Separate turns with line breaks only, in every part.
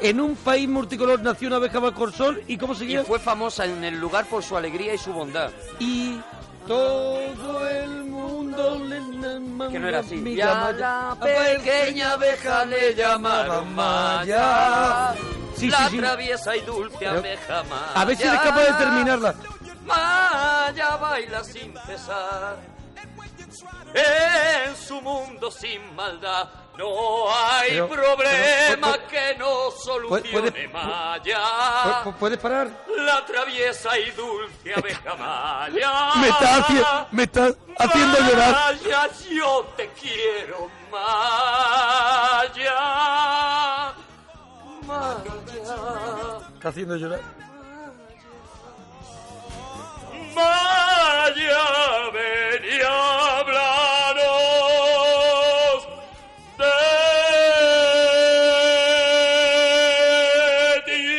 En un país multicolor nació una abeja bajo el sol y ¿cómo se
Y
llama?
fue famosa en el lugar por su alegría y su bondad.
Y todo el mundo le
Que no era así.
Mi
Y a
Maya.
la pequeña abeja le llamaron Maya.
Sí,
la
sí, sí.
traviesa y dulce
Pero-
abeja Maya.
A ver si eres capaz de terminarla.
Maya baila sin cesar. En su mundo sin maldad no hay
Pero-
problema
pero-
que no solucione
puede-
Maya.
Pu- pu- ¿Puedes parar?
La traviesa y dulce abeja Maya.
Me está haciendo, me está haciendo llorar.
Maya, yo te quiero, Maya. Maya,
Está haciendo llorar.
Maya, ven y háblanos de ti.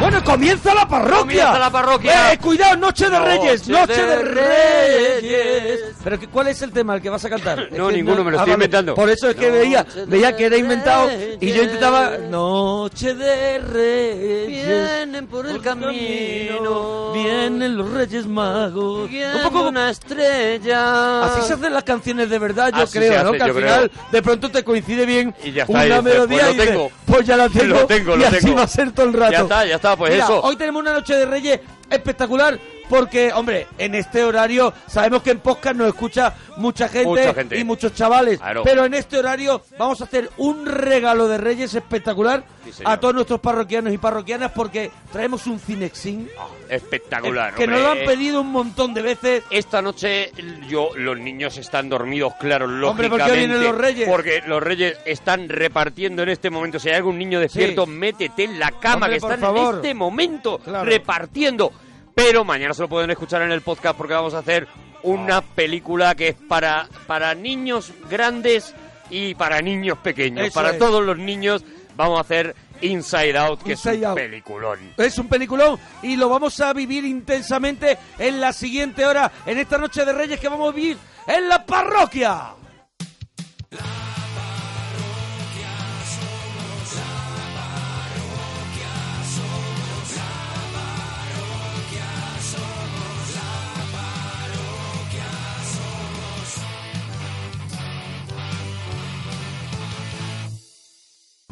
Bueno, comienza la parroquia.
Comienza la parroquia.
Eh, cuidado, Noche de
Noche
Reyes, Noche
de
de Reyes.
Reyes.
Pero que- ¿cuál es el tema al que vas a cantar? Es
No,
que Ah,
ninguno, me lo estoy
vale.
inventando.
Por eso es que
Noche
veía,
de
veía que era inventado y yo
Reyes.
intentaba Noche de Reyes.
Vienen por el camino.
vienen los Reyes Magos.
Un
Un poco
una estrella.
Así se hacen las canciones de verdad, yo
Ah. Así se
creo,
hace,
¿no? Que al
yo creo.
final de pronto te coincide bien
Y ya está, y
una
dices,
melodía
pues lo
y dices,
tengo.
pues ya la tengo,
Lo tengo,
y
lo
así
tengo.
va a ser todo el rato.
Ya está, ya está, pues
Mira,
eso.
Hoy tenemos una noche de Reyes espectacular porque, hombre, en este horario sabemos que en podcast nos escucha mucha gente,
Mucha gente.
y muchos chavales,
Claro.
pero en este horario vamos a hacer un regalo de Reyes espectacular
Sí, señor.
a todos nuestros parroquianos y parroquianas porque traemos un cinexin
Ah, espectacular.
que nos lo
hombre.
han pedido un montón de veces
Esta noche yo los niños están dormidos, claro,
Hombre,
lógicamente.
¿por qué vienen los reyes?
Porque los reyes están repartiendo en este momento. Si hay algún niño despierto,
Sí.
métete en la cama
Hombre,
que
por
están
favor.
en este momento
Claro.
repartiendo. Pero mañana se lo pueden escuchar en el podcast porque vamos a hacer
Ah.
una película que es para para niños grandes y para niños pequeños,
Eso
para
es.
todos los niños. Vamos a hacer Inside Out, que es
Inside
un
Out.
peliculón.
Es un peliculón y lo vamos a vivir intensamente en la siguiente hora, en esta noche de Reyes que vamos a vivir en la parroquia.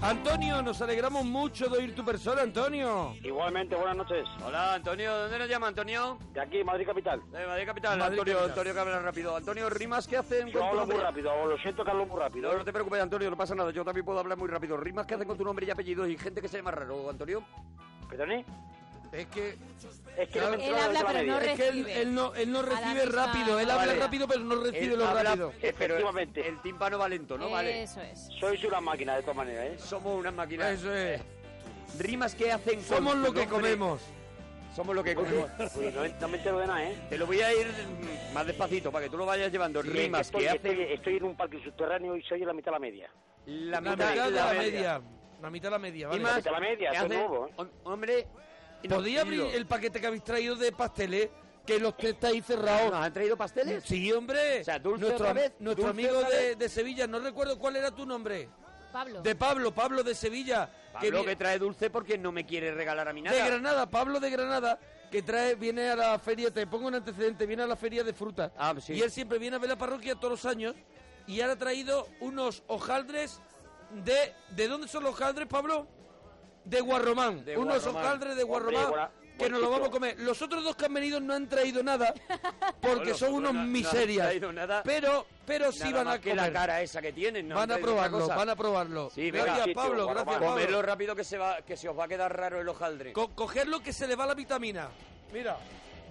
Antonio, nos alegramos mucho de oír tu persona, Antonio.
Igualmente, buenas noches.
Hola, Antonio, ¿dónde nos llama Antonio?
De aquí, Madrid Capital.
De Eh, Madrid Capital,
Madrid
Antonio,
Capital.
Antonio que habla rápido. Antonio, rimas que hacen con
Yo
tu
hablo muy
nombre.
rápido, lo siento que hablo muy
No,
rápido. ¿eh?
no te preocupes, Antonio, no pasa nada. Yo también puedo hablar muy rápido. Rimas que hacen con tu nombre y apellido y gente que se llama raro, Antonio.
¿Perdone?
Es que,
Es que
Claro.
no me
Él
entraba
habla,
de la
pero
media.
no
es que él,
recibe.
él no, él no
A la
recibe
misma-
rápido, él habla
Ah, Vale.
rápido pero no recibe
Él
lo
habla-
rápido.
eh, pero el,
Efectivamente.
el tímpano va lento, ¿no? Vale.
Eso es.
Sois una máquina, de todas maneras, ¿eh?
Somos unas máquinas.
Eso es.
rimas que hacen con
Somos lo
tu
que
nombre.
comemos.
Somos lo que comemos.
Uy, pues, no, no me entero de nada, ¿eh?
Te lo voy a ir mm, más despacito para que tú lo vayas llevando.
Sí,
rimas
estoy,
que hacen
estoy, estoy en un parque subterráneo y se oye la mitad a la media.
la
La
mitad,
mitad de la media. La mitad de la media, vale.
Rimas
mitad de la media,
que
esto es
hacen-
nuevo, ¿eh?
hom- Hombre,
¿Podría
no,
abrir el paquete que habéis traído de pasteles? Que los que estáis cerrados.
¿Nos han traído pasteles?
Sí, hombre.
O sea, dulce
nuestro,
otra vez,
nuestro
dulce
amigo
otra
de,
vez.
de Sevilla, no recuerdo cuál era tu nombre.
Pablo.
De Pablo, Pablo de Sevilla.
Pablo
vi-
que trae dulce porque no me quiere regalar a mí nada.
De Granada, Pablo de Granada, que trae, viene a la feria, te pongo un antecedente, viene a la feria de fruta.
Ah, sí.
Y él siempre viene a ver la parroquia todos los años y ahora ha traído unos hojaldres de... ¿De dónde son los hojaldres, Pablo? De Guarromán.
De
unos
Guarromán.
hojaldres de Guarromán
Hombre, guara-
que nos lo
buen
vamos a
sitio.
comer. Los otros dos que han venido no han traído nada porque
Bueno,
son
no,
unos
no han
miserias.
traído nada.
pero, pero sí
Nada
van
más
a
que
comer.
la cara esa que tienen. no han
van a
traído otra
probarlo,
cosa.
van a probarlo.
Sí, venga.
gracias,
Sitio,
Pablo,
Guarromán.
gracias, Pablo.
Comerlo rápido que se va, que se os va a quedar raro el hojaldre.
Co- coger lo que se le va la vitamina. Mira,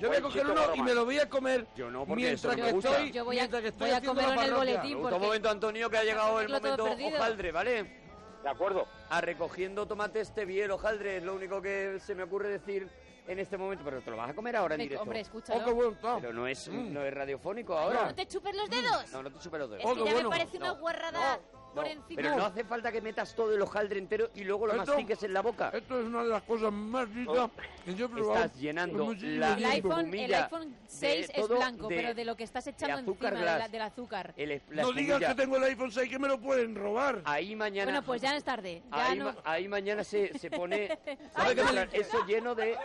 yo voy a
Buen
coger
chico,
uno y
Roma.
me lo voy a comer
Yo no, porque
mientras
eso no
que
me gusta.
estoy,
Yo voy a-
mientras que estoy
voy a
haciendo la
comerlo en el
parroquia.
boletín.
Me
¿por
gusta un
qué?
momento, Antonio, que ha llegado el
Lo todo
momento
perdido.
hojaldre, ¿vale?
De acuerdo.
A recogiendo tomates te vi el hojaldre, es lo único que se me ocurre decir en este momento. Pero te lo vas a comer ahora en
Hombre,
directo.
hombre,
Oh, qué
escúchalo.
bueno está.
Pero no es,
Mm.
no es radiofónico
No
ahora.
te chupes los dedos.
No, no te chupes los dedos.
Es
Oh,
que
qué
ya
bueno.
me parece una
No,
guarrada
no,
por
no.
encima.
Pero no hace falta que metas todo el hojaldre entero y luego lo
Esto-
mastiques en la boca.
Esto es una de las cosas más ricas que yo he probado.
Estás llenando
en muchísimo
la-
El
tiempo.
iPhone, el
Humilla
iPhone 6
de
es
todo
blanco,
de-
pero de lo que estás echando
de azúcar
encima de la-
glass. Eh,
del azúcar.
El- la Ah.
No digas
espumilla.
que tengo el iPhone 6 que me lo pueden robar.
Ahí mañana.
Bueno, pues ya es tarde. Ya
Ahí,
no-
ma- ahí mañana se, se pone
Ay,
se
no.
pone eso lleno de...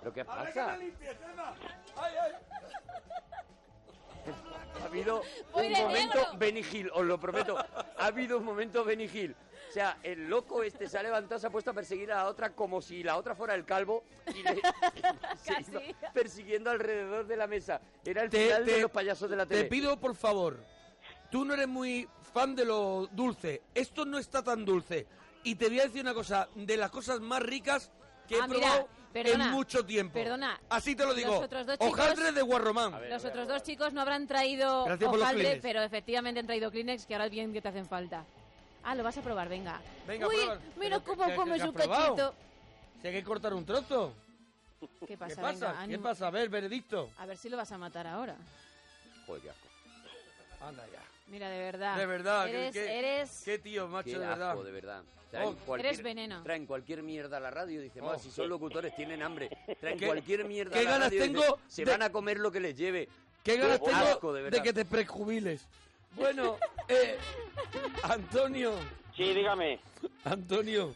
¿Pero qué pasa? Ha habido
Voy
un
de
momento
negro.
Benny Hill, os lo prometo. Ha habido un momento Benny Hill. O sea, el loco este se ha levantado, se ha puesto a perseguir a la otra como si la otra fuera el calvo y le se
Casi.
iba persiguiendo alrededor de la mesa. Era el
Te,
final
te-
de los payasos de la
te
tele.
pido por favor, tú no eres muy fan de lo dulce. Esto no está tan dulce. Y te voy a decir una cosa, de las cosas más ricas que he
Ah, mira,
probado
perdona,
en mucho tiempo.
perdona.
Así te lo digo.
Los otros dos chicos-
Hojaldre de Guarromán.
Los otros dos chicos no habrán traído
Gracias por los
hojaldre,
Kleenex.
pero efectivamente han traído Kleenex, que ahora es bien que te hacen falta. Ah, lo vas a probar, venga.
Venga,
Uy,
prueba.
mira
Pero que-
cómo
que-
comes
que has
un
probado.
cachito.
Si hay que cortar un trozo.
¿Qué
¿Qué
pasa?
pasa?
Venga,
¿Qué
ánimo.
pasa? A ver, veredicto.
A ver si lo vas a matar ahora.
Joder, qué asco.
Anda ya.
Mira, de verdad.
De verdad. ¿qué-
Ah, Eres,
qué,
eres...
Qué tío, macho,
Qué
de verdad.
asco, de verdad. Traen
Oh.
cualquier-
Eres veneno.
Traen cualquier mierda a la radio y dicen,
Oh.
"Más, si son locutores, tienen hambre. Traen
¿Qué-
cualquier mierda
qué
a la
ganas
radio y dicen,
tengo
se
de-
van a comer lo que les lleve.
Qué ganas
Oh,
tengo
asco, de
de,
verdad.
que te prejubiles. Bueno, eh, Antonio,
Sí, dígame.
Antonio,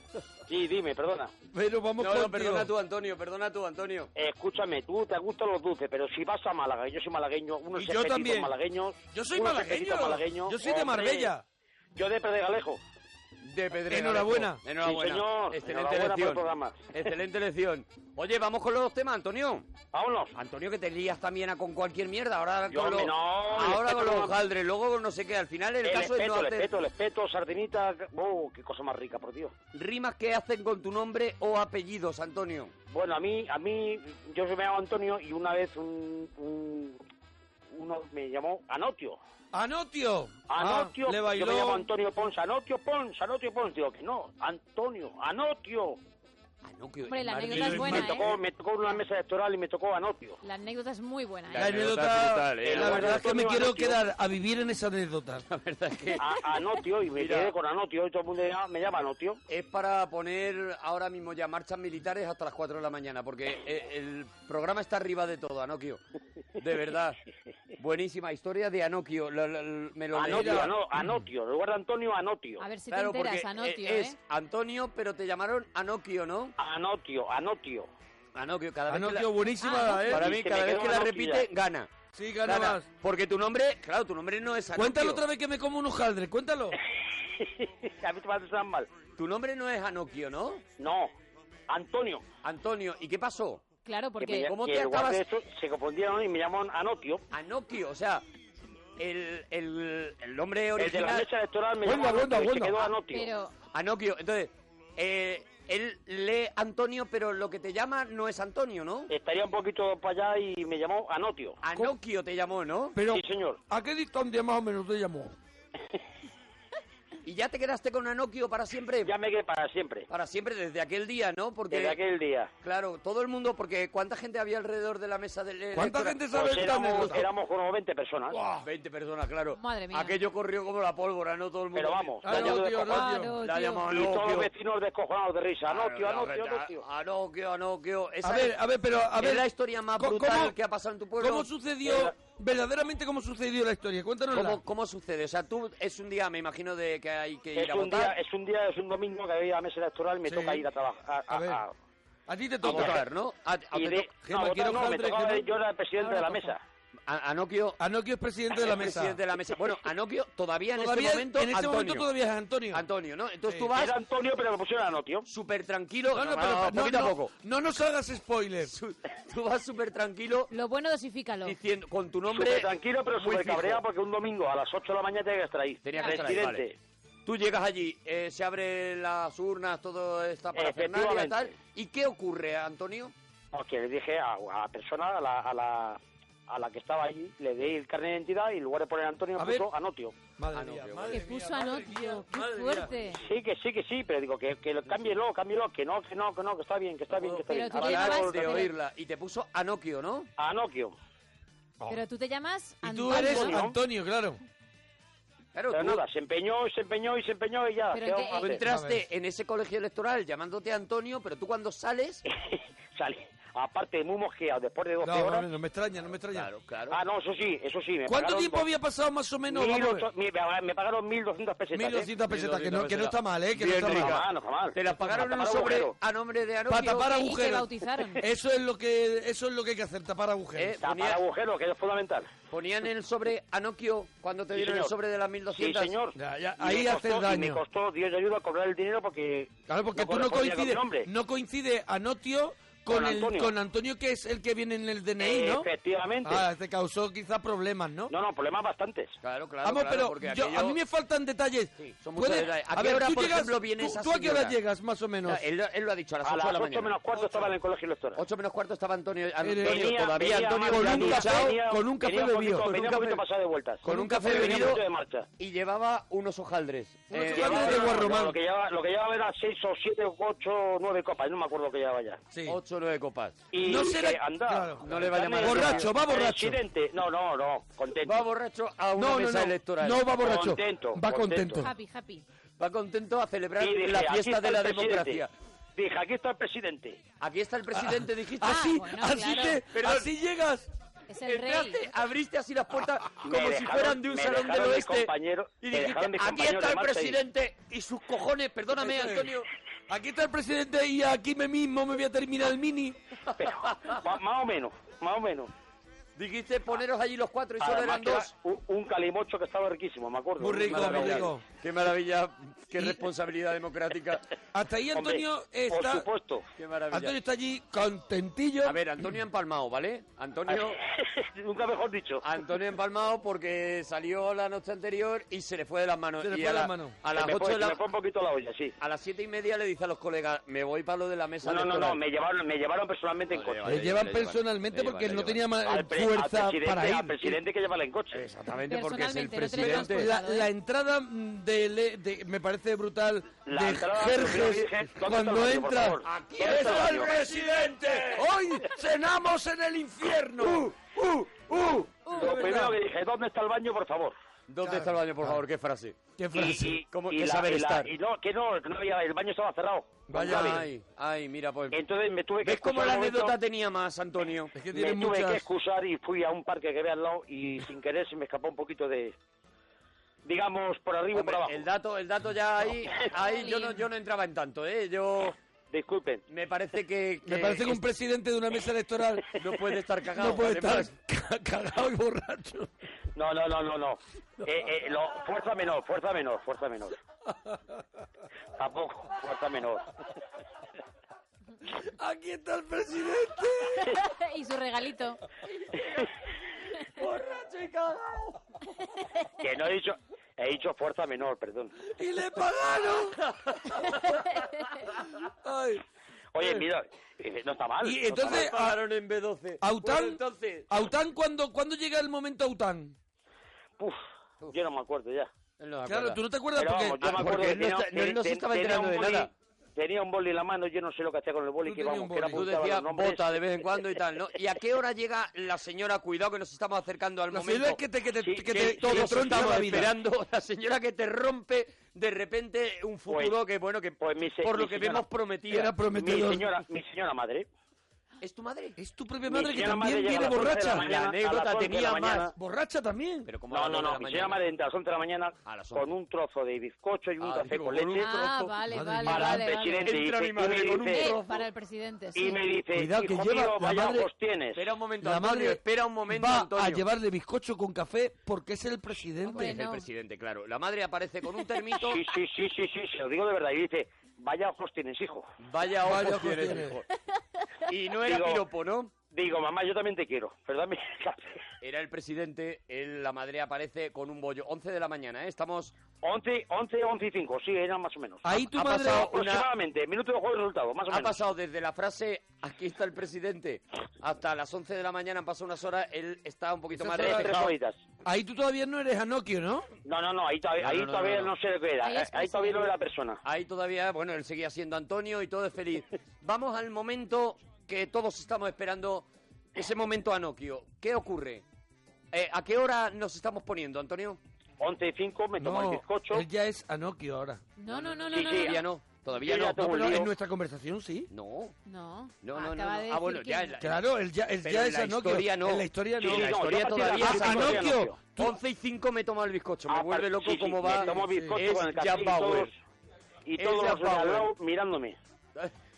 Sí, dime, perdona.
pero vamos
No, no,
contigo.
perdona tú, Antonio, perdona tú, Antonio.
Escúchame, tú te gustan los dulces, pero si vas a Málaga, yo soy malagueño, unos
Y yo
especitos
también.
malagueños.
Yo soy
unos
malagueño.
especitos malagueños.
Yo soy de
Hombre,
Marbella.
Yo de Pedregalejo.
De Pedrera.
Enhorabuena.
Enhorabuena.
Sí, señor.
Excelente
Enhorabuena por el
elección.
programa.
Excelente elección. Oye, vamos con los dos temas, Antonio.
Vámonos.
Antonio, que te lías también a con cualquier mierda. Ahora
Yo,
con los,
hombre, no, el
ahora con
respeto
los
no-
hojaldres, luego con no sé qué. Al final el,
El
caso es no
espeto, el
hacer
espeto, el espeto, sardinita. Oh, qué cosa más rica, por Dios.
rimas que hacen con tu nombre o apellidos, Antonio.
Bueno, a mí, a mí, yo se me llamo Antonio y una vez un, un- uno me llamó Anotio.
Anotio.
Anotio,
Ah, le
yo me llamo
bailó.
Antonio Pons, Anotio Pons, Anotio Pons. Digo que no, Antonio, Anotio.
Ah, no, que-
Hombre, la
Martín,
anécdota es buena,
Me
¿eh?
tocó, me tocó en una mesa electoral y me tocó Anotio.
La anécdota es muy buena, ¿eh?
La
anécdota
anécdota,
es brutal, eh.
la verdad es que me
Antonio,
quiero
Anotio.
quedar a vivir en esa anécdota.
La verdad es que
A- Anotio y me
Mira.
quedé con Anotio y todo el mundo ya me llama Anotio.
es para poner ahora mismo ya marchas militares hasta las 4 de la mañana, porque eh, el programa está arriba de todo, Anokio. De verdad. Buenísima historia de Anokio. Lo- lo- lo- me lo leí.
Anotio, ano- Anotio, en lugar de Antonio, Anotio.
A ver si
Claro,
te
porque
enteras,
e-
Anotio,
eh, es
¿eh?
Antonio, pero te llamaron Anokio, ¿no?
Anotio, Anotio.
Anokio, cada vez que
Anotio,
la-
buenísima,
Ah,
¿eh?
Para
Y
mí,
se me
cada vez
quedó
que la
Anokio
repite,
ya.
gana.
Sí, gana más.
Porque tu nombre, claro, tu nombre no es Anokio.
Cuéntalo otra vez que me como un hojaldre, cuéntalo.
a mí te parece tan mal.
Tu nombre no es Anokio, ¿no?
No, Antonio.
Antonio, ¿y qué pasó?
Claro,
que
porque...
me-
¿Cómo
que
te
en lugar
acabas-
de esto se confundieron y me llaman Anotio.
Anokio, o sea, el, el, el nombre
El de la
original...
mesa electoral me
Bueno,
llamó
bueno,
Anotio y se
bueno.
quedó
Ah,
Anotio.
Pero...
Anokio, entonces, eh, él lee Antonio, pero lo que te llama no es Antonio, ¿no?
Estaría un poquito para allá y me llamó Anotio.
Anokio te llamó, ¿no?
Pero,
Sí, señor.
¿a qué distancia más o menos te llamó?
¿Y ya te quedaste con Anokio para siempre?
Ya me quedé para siempre.
Para siempre, desde aquel día, ¿no? Porque,
Desde aquel día.
claro, todo el mundo, porque ¿cuánta gente había alrededor de la mesa del...
¿Cuánta
electoral?
gente sabe
Pues
esta
éramos,
anécdota?
éramos como 20 personas.
¡Buah! 20 personas, claro.
Madre mía.
Aquello corrió como la pólvora, ¿no? Todo el mundo...
Pero vamos,
Ah, no, tío, no, tío.
Claro,
La
tío.
llamamos
Y todos los
Anokio.
vecinos descojonados de risa. No, tío, no, tío, no,
Ah,
tío.
Anokio, Anokio. Esa
A ver, a ver, pero a
es
ver.
la historia más
co-
brutal
¿cómo-
que ha pasado en tu pueblo.
¿Cómo sucedió, verdaderamente cómo sucedió la historia? Cuéntanosla.
¿Cómo, cómo sucede? O sea, tú es un día, me imagino, de que hay que ir
Es
a
un, día,
votar.
es un día, es un domingo que había la mesa electoral y me
Sí.
toca ir a trabajar. a-
A ver.
a-
A ti te
a
toca.
votar, ¿no? A, a-
y
te
de-
to-
Gema,
no, votar
quiero
no, me
Jaldre,
tocaba
Gema.
ir- yo era el presidente de la mesa.
a- Anokio,
Anokio es presidente de la mesa.
presidente de la mesa. Bueno, Anokio todavía en
Todavía-
este momento,
en este
Antonio.
momento todavía es Antonio.
Antonio, ¿no? Entonces
Sí.
tú vas
Era Antonio, pero me pusieron a no, tío.
súper tranquilo.
No, no,
No,
pero-
no,
no,
poquito a
no,
poco.
no nos hagas spoilers.
Tú- Tú vas súper tranquilo
Lo bueno, dosifícalo.
diciendo con tu nombre.
Súper tranquilo, pero
muy
súper
fijo.
cabreado porque un domingo a las 8 de la mañana tenía que estar ahí.
Tenía que estar ahí,
Presidente.
vale. Tú llegas allí, eh, se abren las urnas, todo está para y tal.
Efectivamente.
¿Y qué ocurre, Antonio?
Porque le dije a, a la persona, a la, a, la, a la que estaba allí, le di el carnet de identidad y en lugar de poner Antonio
A
puso
ver.
Anotio.
Madre
Anokio,
mía,
bueno.
madre
Que
mía,
puso
madre
Anokio.
mía,
Qué
madre mía.
fuerte.
Sí, que sí, que sí, pero digo que, que lo- cámbielo, cámbielo, que no, que no, que no, que está bien, que está bien, que está
Pero
bien.
tú
Ahora
te
ya
llamabas-
no-
de
pero-
oírla. Y te puso Anokio, ¿no?
Anokio.
Pero tú te llamas
Oh. Y tú eres
Antonio.
Antonio, claro.
Claro,
Pero
tú-
nada, se empeñó, se empeñó y se empeñó y ya.
Pero
¿qué
en
vamos a
qué-
Tú
hacer?
ver.
entraste en ese colegio electoral llamándote Antonio, pero tú cuando sales...
Salí, aparte, muy mosqueado, después de 12
No,
horas.
no, no me extraña, no me extraña.
Claro, claro.
Ah, no, eso sí, eso sí. Me
¿Cuánto
pagaron
tiempo
dos-
había pasado más o menos?
mil
Vamos a ver.
ocho- mi- me pagaron 1.200 pesetas. ¿eh?
1200 pesetas, que no, que no está mal, ¿eh? Que
Bien
no está
No
mal.
está mal, no está mal.
Te las pagaron en un
Para tapar
sobre
agujeros.
a nombre de Anokio.
Para tapar
Y te
agujeros.
bautizaron.
Eso es lo que eso es lo que hay que hacer, tapar agujeros.
Eh,
Tapar agujeros, que eso es fundamental.
Ponían en el sobre Anokio cuando te
Sí,
dieron el
señor.
sobre de las
Sí,
1200.
señor.
Ya, ya,
Y
ahí
me
haces
costó- Y me
daño.
costó, Dios te ayuda, a cobrar el dinero porque...
claro, porque tú
correspondía
no
con mi
coincides,
nombre.
no coincide Anotio con,
Con
el
Antonio.
con Antonio que es el que viene en el DNI,
Eh,
¿no?
Efectivamente.
Ah, te causó quizá problemas, ¿no?
No, no, problemas bastantes.
Claro, claro,
Vamos,
claro, porque
pero yo-
aquello-
a mí me faltan detalles.
Sí, son muchos
Puede-
detalles. ¿A
A
qué
ver,
hora,
tú
por
llegas,
ejemplo, viene
tú-
esa
¿tú a qué hora
señora? eh,
llegas más o menos?
Claro, él, él lo ha dicho, a las
A
8
las
de la
8
mañana.
menos cuarto estaba en el colegio electoral.
8 menos cuarto estaba Antonio, Antonio
Venía-
todavía
venía
Antonio
mal,
ya
venía-
duchado,
venía- con un café
venía poquito-
bebido, con
Venía
un
un poquito
café-
pasado de vueltas.
con un café
Venía
bebido.
mucho de marcha.
y llevaba unos hojaldres.
Unos
Eh,
hojaldres de
No, no, no,
Guarromán.
Lo que llevaba, lo que llevaba era 6 o 7 o 8 o 9 copas, no me acuerdo que llevaba ya.
Sí.
8 o 9 copas.
Y
No
dije,
será-
anda,
claro.
No le va a llamar
dame-
Borracho, va borracho.
Presidente. No, no, no, contento.
Va borracho a una
eh, No, no,
mesa
no.
electoral. Ah,
No va borracho.
Contento,
va
contento.
contento.
Happy, happy.
Va contento a celebrar
Y dije,
la
"Aquí
fiesta
está
de la
el presidente".
democracia.
Dije, aquí está el presidente.
Aquí está el presidente, dijiste.
Ah. Así,
Ah, bueno,
así
claro.
que,
Perdón.
así llegas.
Es el rey.
Entraste, abriste así las puertas como
Ah, Me
si
dejaron-
fueran de un
me
salón del
dejaron mis
oeste.
compañeros-
Y
me
dijiste,
dejaron mis
aquí
compañeros
está
de
el
marcha ahí".
presidente y sus cojones, perdóname,
Eso es.
Antonio.
Aquí está el presidente y aquí me mismo me voy a terminar el mini.
Pero, ma- más o menos, más o menos.
Dijiste poneros allí los cuatro y solo
Además,
eran
que era
dos.
un, un calimocho que estaba riquísimo, me acuerdo.
Muy
Un
rico, muy
maravilla.
rico.
Qué maravilla, qué
Y-
responsabilidad democrática.
Hasta ahí
Hombre,
Antonio
Por
está.
supuesto.
Qué maravilla.
Antonio está allí contentillo.
A ver, Antonio empalmado, ¿vale? Antonio,
Nunca mejor dicho.
Antonio empalmado porque salió la noche anterior y se le fue de las manos.
Se le
Y
fue
a
de las
la-
manos.
A las
me,
ocho
fue,
de la-
me fue un poquito la olla, sí.
a las siete y media le dice a los colegas, me voy para lo de la mesa
No, no, no,
electoral".
no, me llevaron, me llevaron personalmente en
Vale,
coche.
Le
vale,
Eh, llevan
le llevan,
personalmente
Eh,
le
porque
llevan,
no
le
tenía
llevan.
ma-
pre-
fuerza
al presidente,
para
Al
ir.
presidente que llevarla en coche.
Exactamente, porque es el
Personalmente, no te lo
presidente.
transportas.
La, la entrada mm, de, le- de- me parece brutal
La
de
entrada de Virgen,
Jerjes
¿dónde está el
cuando
radio, por
entra.
favor?
¡Aquí
¿Dónde está el
está el
radio?
presidente! ¡Hoy cenamos en el infierno! ¡Uh, uh, uh!
Lo primero que dije, ¿dónde está el baño, por favor?
¿Dónde está el baño, por favor? ¿Qué frase?
¡Qué
Y,
frase!
y-
¿Cómo-
y
qué
la-
saber
y la-
estar?
y no, que no, que no había, el baño estaba cerrado.
Vaya.
Ay, ay, mira, pues...
Entonces me tuve que
¿Ves cómo
excusar
la
Eh, un momento,
anécdota tenía más, Antonio?
Es que
Me tuve
tiene muchas...
que excusar y fui a un parque que había al lado y sin querer se me escapó un poquito de, digamos, por arriba o por
Hombre,
abajo.
el dato, el dato ya ahí, ahí yo no, yo no entraba en tanto, ¿eh? Yo
Disculpen.
me parece que,
Me parece que un
es-
presidente de una mesa electoral
no puede estar cagado.
no puede estar
además.
ca- cagado y borracho.
No, no, no, no, no. Eh, eh, lo- fuerza menor, fuerza menor, fuerza menor. Tampoco, fuerza menor.
Aquí está el presidente.
y su regalito.
Que no he dicho, he dicho fuerza menor, perdón.
Y le pagaron. Ay.
Oye, mira, eh, no está mal. no
Y
está
entonces-
mal.
Me pagaron en B12.
Aután,
Bueno, entonces,
Aután, ¿cuándo, ¿cuándo llega el momento Aután?
Uf, yo no me acuerdo ya.
Él no se
Claro,
acuerda.
tú no te acuerdas porque...
Ah, porque él no
tenía-
está- no- él no se
ten-
estaba
tenía
enterando
un
de
boli-
nada.
Tenía un boli en la mano, yo no sé lo que hacía con el boli,
Tú
que,
tenías
vamos,
un
que era
boli.
Tú
apuntaba
decías
los nombres.
bota de vez en cuando y tal, ¿no? ¿Y a qué hora llega la señora? Cuidado que nos estamos acercando al
La
momento.
señora que te, que te,
Sí,
que
que
te-
todos
te
Todos
troncha
estamos
la vida.
esperando la señora que te rompe de repente un futuro
Pues-
que, bueno, que
pues mi se-
por lo
mi
que
señora-
vemos prometía.
Era prometedor.
Mi señora, mi señora madre.
¿Es tu madre?
Es tu propia
Mi
madre que
señora madre
también
llega a
viene
las once de la
borracha.
mañana,
La anécdota
a las once de
tenía
la mañana.
más.
Borracha también.
Pero como
No, no, no, mi señora madre entra a las 11 de la mañana
A las 11.
con un trozo de bizcocho y un
Ah,
café
digo,
con
con
leche.
un
Ah,
trozo.
vale,
Madre
vale,
mía.
para
vale.
el
vale.
presidente y
Entra
dice-
mi madre
y me
con un
dice-
Eh,
trozo.
para el presidente, sí.
Y me dice,
Cuidado, que
hijo
lleva
mío,
la
vaya
madre-
ojos tienes.
Espera un momento,
La
Antonio,
madre
espera un momento,
va
Antonio.
a llevarle bizcocho con café porque es el presidente.
Hombre,
Es el
no.
presidente, claro. La madre aparece con un termito.
Sí, sí, sí, sí, sí, se lo digo de verdad. Y dice, vaya ojos tienes, hijo.
Vaya ojos
Vaya ojos
tienes,
tienes.
hijo. Y no era
Digo-
piropo, ¿no?
Digo, mamá, yo también te quiero, pero dame el café.
Era el presidente, él, la madre aparece con un bollo. 11 de la mañana, ¿eh? Estamos
11, 11, 11 y 5, sí, era más o menos.
Ahí tu
ha
madre...
pasado una-
Aproximadamente, minuto de juego y resultado, más o
Ha
menos.
pasado desde la frase aquí está el presidente hasta las 11 de la mañana, han pasado unas horas, él está un poquito más
Esas
Tres,
horas-
tres
despejado.
horitas.
Ahí tú todavía no eres Anokio, ¿no?
No, no, no, ahí, todavía-
No, no,
ahí
no, no,
todavía
no.
no, sé lo que era.
Ahí
Ahí,
es presidente.
todavía no era la persona.
Ahí todavía, bueno, él seguía siendo Antonio y todo es feliz. Vamos al momento que todos estamos esperando, ese momento Anokio. ¿Qué ocurre? Eh, ¿A qué hora nos estamos poniendo, Antonio?
11 y 5, me tomo
no,
el bizcocho.
él ya es Anokio ahora.
No, no, no, no,
Sí,
no.
sí,
no.
Todavía no, todavía
Yo ya
no.
No,
tengo-
No,
pero
lío.
en nuestra conversación sí.
no,
No,
No, no, no,
acaba
no.
de
Ah, bueno,
decir
ya
que
en la-
Claro, él ya, él
Pero
ya
en
es
la
Anokio.
historia no.
En la historia
Sí,
no.
en la
no, yo a
historia
partir de
todavía
las
es
Ah,
historia
Anokio.
Anokio.
Tú-
11 y 5 me tomo el bizcocho, me
Ah,
vuelve
par-
loco
sí, sí,
cómo
me
va.
tomo bizcocho
es
con el café
Jan
y todos,
Bauer.
y
Es
todos
Jan
los de al
Bauer.
lado mirándome.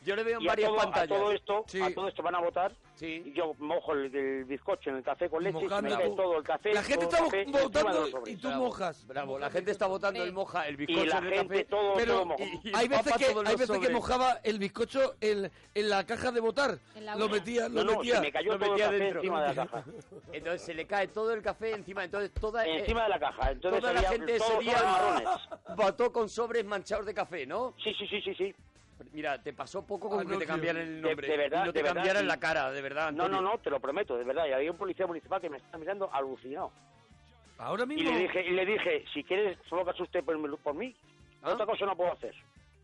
Yo le veo en
Y a
varias
todo, a
pantallas.
todo esto,
Sí.
a todo esto van a votar. Y
Sí.
yo mojo el, el bizcocho en el café con leche, y se me
Mojando
cae
tú.
todo el café.
La gente
todo el
está
café encima de los
votando y
sobres.
tú mojas.
Bravo, la gente está votando el moja, el
Y
bizcocho
la
en el
gente,
café.
todo, todo
Pero
mojo.
Y- y
hay veces,
empapa
que,
todos
hay
los
veces que
sobres.
mojaba el bizcocho en, en la caja de votar.
En la
Lo
urna.
No,
metía, lo
no,
metía.
se me cayó
lo
todo el
metía
café
dentro.
encima de la caja.
Entonces se le cae todo el café encima. Entonces toda, eh,
encima de la caja. Entonces
toda la
había
gente
todos
ese
los marrones.
día votó con sobres manchados de café, ¿no?
Sí, sí, sí, sí, sí.
Mira, te pasó poco con
Ah,
que
no,
te
tío.
cambiaran el nombre.
De- de verdad,
y no te
de verdad,
cambiaran
sí.
la cara, de verdad.
No, no,
Antonio.
no, te lo prometo, de verdad. Y había un policía municipal que me estaba mirando alucinado.
Ahora
Y
mismo.
le dije, y le dije si quieres, solo que usted por, mi- por mí.
¿Ah?
Otra cosa no puedo hacer.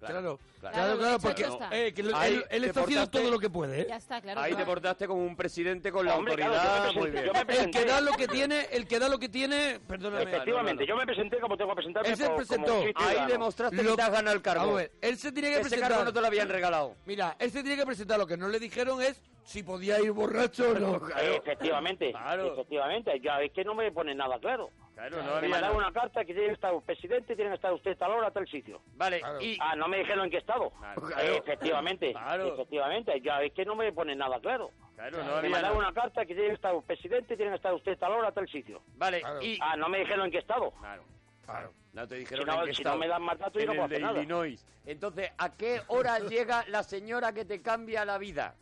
Claro, claro,
Claro,
claro,
lo he hecho,
porque
ya está.
eh, que lo-
Ahí
él, él
te
está haciendo
portaste-
todo lo que puede. ¿eh?
Ya está, claro.
Ahí
que
te
va.
portaste como un presidente con la
Hombre, claro,
autoridad.
yo me
Muy
presenté,
bien.
yo me
El
presenté.
que da lo que tiene, el que da lo que tiene, perdóname.
Este
Efectivamente, yo me presenté como tengo que presentarme.
Él se
por- como
presentó.
soy
Ahí
ciudadano.
demostraste
Lo-
que te has ganado el
A
cargo.
ver, él se tiene que
Este
Ese
presentar.
cargo no te lo habían regalado.
Mira, él se tiene que presentar. Lo que no le dijeron es si podía ir borracho o no.
Eh, Efectivamente,
Claro.
efectivamente. Ya, es que no me pone nada claro.
Claro, no
me
había
mandaron
nada.
una carta que tiene que estar presidente, tiene que estar usted tal hora, tal sitio.
Vale,
Claro.
y
Ah, no me dijeron en qué estado.
Claro.
Eh, efectivamente,
Claro.
efectivamente. Ya, es que no me pone nada claro.
Claro, no
me
había
mandaron
nada.
una carta que tiene que estar presidente, tiene que estar usted tal hora, tal sitio.
Vale,
Claro.
y
Ah, no me dijeron en qué estado.
Claro,
Claro.
no te
Si
dijeron en
no,
qué
si
estado.
no me dan más datos, yo
En
no
el
puedo
de
hacer nada.
Illinois. Entonces, ¿a qué hora llega la señora que te cambia la vida?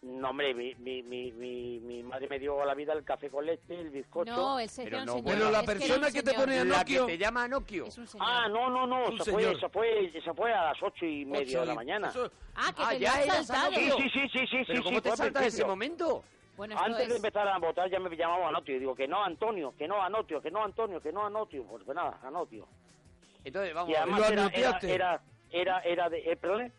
No, hombre, mi, mi, mi, mi, mi madre me dio a la vida el café con leche, el bizcocho.
No, el señor,
Pero no,
señor.
bueno. Pero la
Es que era un
persona que te
señor.
pone a
La que
Anokio.
te llama Anokio.
Es un señor.
Ah, no, no, no,
Un
se fue,
señor.
se, fue, se fue a las ocho y media
Ocho
de la
y-
mañana.
eso-
Ah, que
Ah,
te lo
ya
has
era
saltado.
Sí,
sábado.
sí, sí, sí, sí.
¿Pero
sí,
cómo
sí,
te
fue al
saltas ese
principio.
momento?
Bueno, esto
Antes de
es...
empezar a votar ya me llamaba Anotio y digo que no Antonio, que no Anotio, que no Antonio, que no Anotio, pues nada, Anotio.
Entonces, vamos
Y
a ver.
además
lo
era, era,
anoteaste.
era, era, era de, eh, perdone,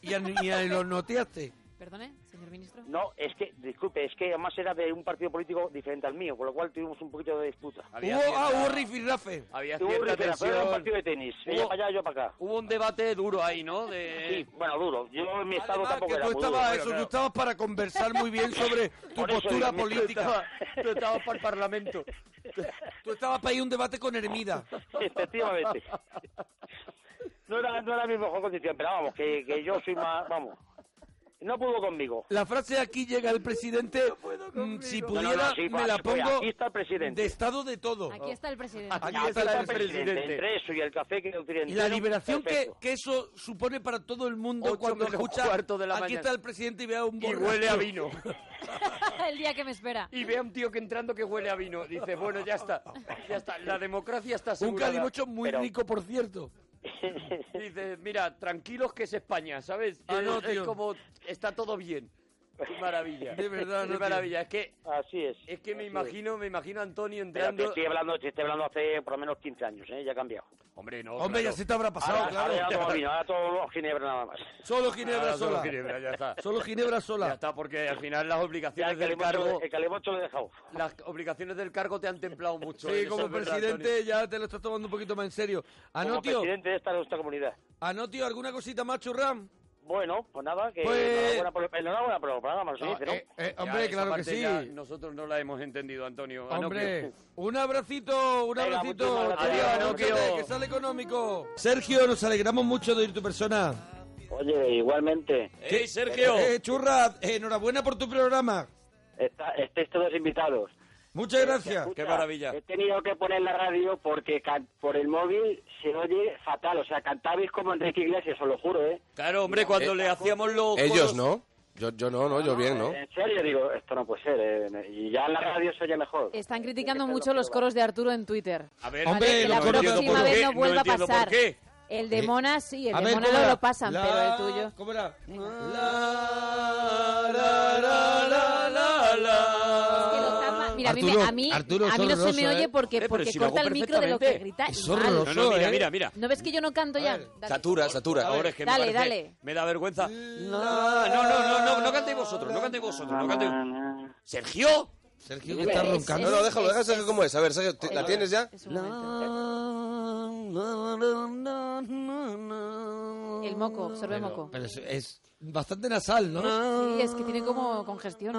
Y, a- y a- lo noteaste.
Perdone, señor ministro.
no, es que, disculpe, es que además era de un partido político diferente al mío, con lo cual tuvimos un poquito de disputa.
Había
hubo, ah,
cierta-
hubo rifirrafe.
Había
Hubo un
cierta
rifirrafe, era un
tensión.
partido de tenis, ella
Hubo-
para allá, yo para acá.
Hubo un debate duro ahí, ¿no?
Sí,
De...
bueno, duro, yo en mi estado
Además,
tampoco
que
era
tú
muy duro.
estabas,
Bueno,
eso, tú
claro.
estabas para conversar muy bien sobre tu
Por eso digo,
postura
Tú estabas,
política.
tú estabas para el Parlamento.
Tú estabas para ir a un debate con Hermida.
Efectivamente. No era, no era mi mejor condición, pero vamos, que, que yo soy más, vamos, no pudo conmigo.
La frase aquí llega el presidente. mm, si
No, no, no,
pudiera,
sí,
me
va,
la
sí, pues,
pongo
aquí está el presidente.
de estado de todo.
Aquí está el presidente.
Aquí
Ah,
Aquí
está, el presidente.
Entre eso y el café que
Y la liberación que, que eso supone para todo el mundo
Ocho
cuando
menos
escucha.
cuarto de la
aquí
mañana".
está el presidente y vea un
Y
borracho.
huele a vino.
el día que me espera.
Y ve a un tío que entrando que huele a vino. Dice, bueno, ya está. Ya está. La democracia está
Un
asegurada.
calimocho muy
Pero-
rico, por cierto.
Dice, mira, tranquilos que es España, ¿sabes?
Ah, no,
es, es
tío.
como, está todo bien.
Qué maravilla.
De verdad,
Qué
Anokio.
maravilla. Es que,
Así es.
es que me
así
imagino, me imagino a Antonio
Pero te
entrando.
estoy hablando, te estoy hablando hace por lo menos 15 años, ¿eh? Ya ha cambiado.
Hombre, no.
Hombre,
claro.
ya se te habrá pasado,
ahora,
claro.
ahora ya tomo vino, ahora todo ginebra nada más.
Solo
Ahora
Ginebra
solo
sola.
Ginebra, ya está.
Solo Ginebra
Ya
sola.
está, porque al final las
Ya
obligaciones
el
del cargo,
calimocho, el calimocho lo he dejado.
las obligaciones del cargo te han templado mucho.
Sí,
eso
como
es verdad,
presidente ya te lo estás tomando un poquito más en serio.
Como
Anotio,
presidente de esta nuestra comunidad.
Anotio, ¿alguna cosita más, churram?
Bueno, pues nada, que
Pues-
enhorabuena por el enhorabuena por el programa, se
Antonio.
dice, ¿no?
eh, eh,
Ya,
hombre,
esa
claro que
parte
sí.
ya nosotros no la hemos entendido, Antonio.
Hombre,
Anokio.
un abracito, un
Venga,
abracito.
muchísimas
Adiós,
gracias.
Anokio,
Anokio.
que sale económico. Sergio, nos alegramos mucho de ir tu persona.
Oye, igualmente,
¡Ey, Sergio!
Eh, churra, eh, enhorabuena por tu programa.
está- estáis todos invitados.
Muchas gracias.
Escucha,
qué maravilla.
He tenido que poner la radio porque can- por el móvil se oye fatal. O sea, cantabais como Enrique Iglesias, os lo juro, ¿eh?
Claro, hombre, cuando le hacíamos los...
Ellos
coros-
no. Yo, yo no, no, yo bien, ¿no?
En serio, digo, esto no puede ser. ¿eh? Y ya en la radio se oye mejor.
Están criticando mucho los coros de Arturo en Twitter.
A ver,
Hombre,
Vale, que la
los coros de
próxima
Arturo.
vez
¿Por
no
qué?
vuelva a
entiendo por
pasar.
qué.
El de Mona sí, el
A
de
ver,
Mona
¿cómo
no
era?
lo pasan,
La-
pero el tuyo.
¿Cómo era?
Es que lo tapa- Mira, a mí me-
Arturo,
a mí,
Arturo,
a mí no se
horroroso,
me
¿eh?
oye porque,
Eh, pero
porque
si lo hago
corta el micro de lo que
perfectamente.
grita. y
Es
mal.
horroroso.
No, no, mira,
¿eh?
mira, mira.
¿No ves que yo no canto ya?
ver,
Dale.
Satura, satura.
Ahora es que
Dale,
me parece-
dale.
Me da vergüenza. No, no, no, no, no cantéis vosotros, no cantéis vosotros, no cantéis... ¡Sergio!
Sergio que está
Es-
No,
roncando.
no, déjalo, déjalo, Sergio, ¿cómo es? A ver, Sergio, ¿te- ¿la
Es-
tienes ya?
es un momento. El moco, absorbe moco.
Pero es, es bastante nasal, ¿no?
Sí, es que tiene como congestión.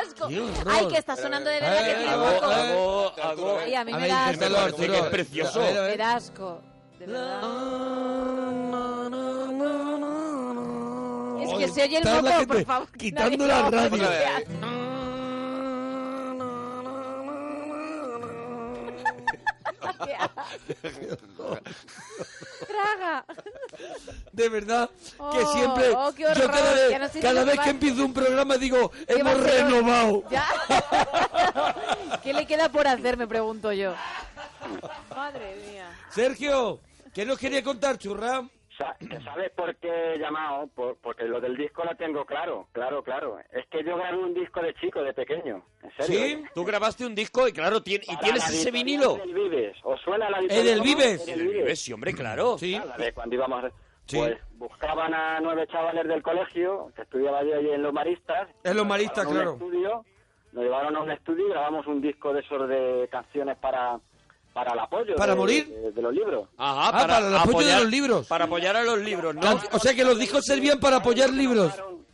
Asco.
Qué horror.
Ay, que está sonando de verdad que
Eh,
tiene
eh,
moco.
eh,
Hago, hago...
Ay, a mí
A
me
ver,
da
inténtalo,
asco.
Arturo.
que es precioso.
A ver, a ver.
Me da asco. De verdad. Es que se oye el
Está la
moco,
gente
por favor.
quitando
Nadie
la
lo
radio.
odia. Qué asco. Traga.
De verdad, que
Oh,
siempre.
oh, qué
yo
horror,
cada vez,
ya no sé si
cada
nos
vez
va-
que empiezo un programa digo,
¿Qué va a
hemos
ser hoy?
renovado.
Ya. ¿Qué le queda por hacer, me pregunto yo? Madre mía.
Sergio, ¿qué nos quería contar, churra?
Sa- ¿Sabes por qué he llamado? Por- porque lo del disco lo tengo claro, claro, claro. Es que yo grabé un disco de chico, de pequeño. ¿En serio?
¿Sí?
Tú grabaste un disco y claro, tien- y
Para
tienes
la
ese
editorial
vinilo.
del Vives. ¿Os suena la
¿El del Vives?
El Vives.
Sí, hombre, claro.
Sí.
Ah, la de cuando íbamos. a-
Sí.
Pues buscaban a nueve chavales del colegio, que estudiaba yo allí en Los Maristas.
En Los
Nos
Maristas,
llevaron a un
claro.
estudio, nos llevaron a un estudio y grabamos un disco de esos de canciones para, para el apoyo.
¿Para
de-
morir?
De, de los libros.
Ajá,
Ah, para el apoyo de los libros.
Para apoyar a los libros, ¿no?
Ah, O sea que los discos servían para apoyar
¿Sabes
libros.
cuáles nos pagaron?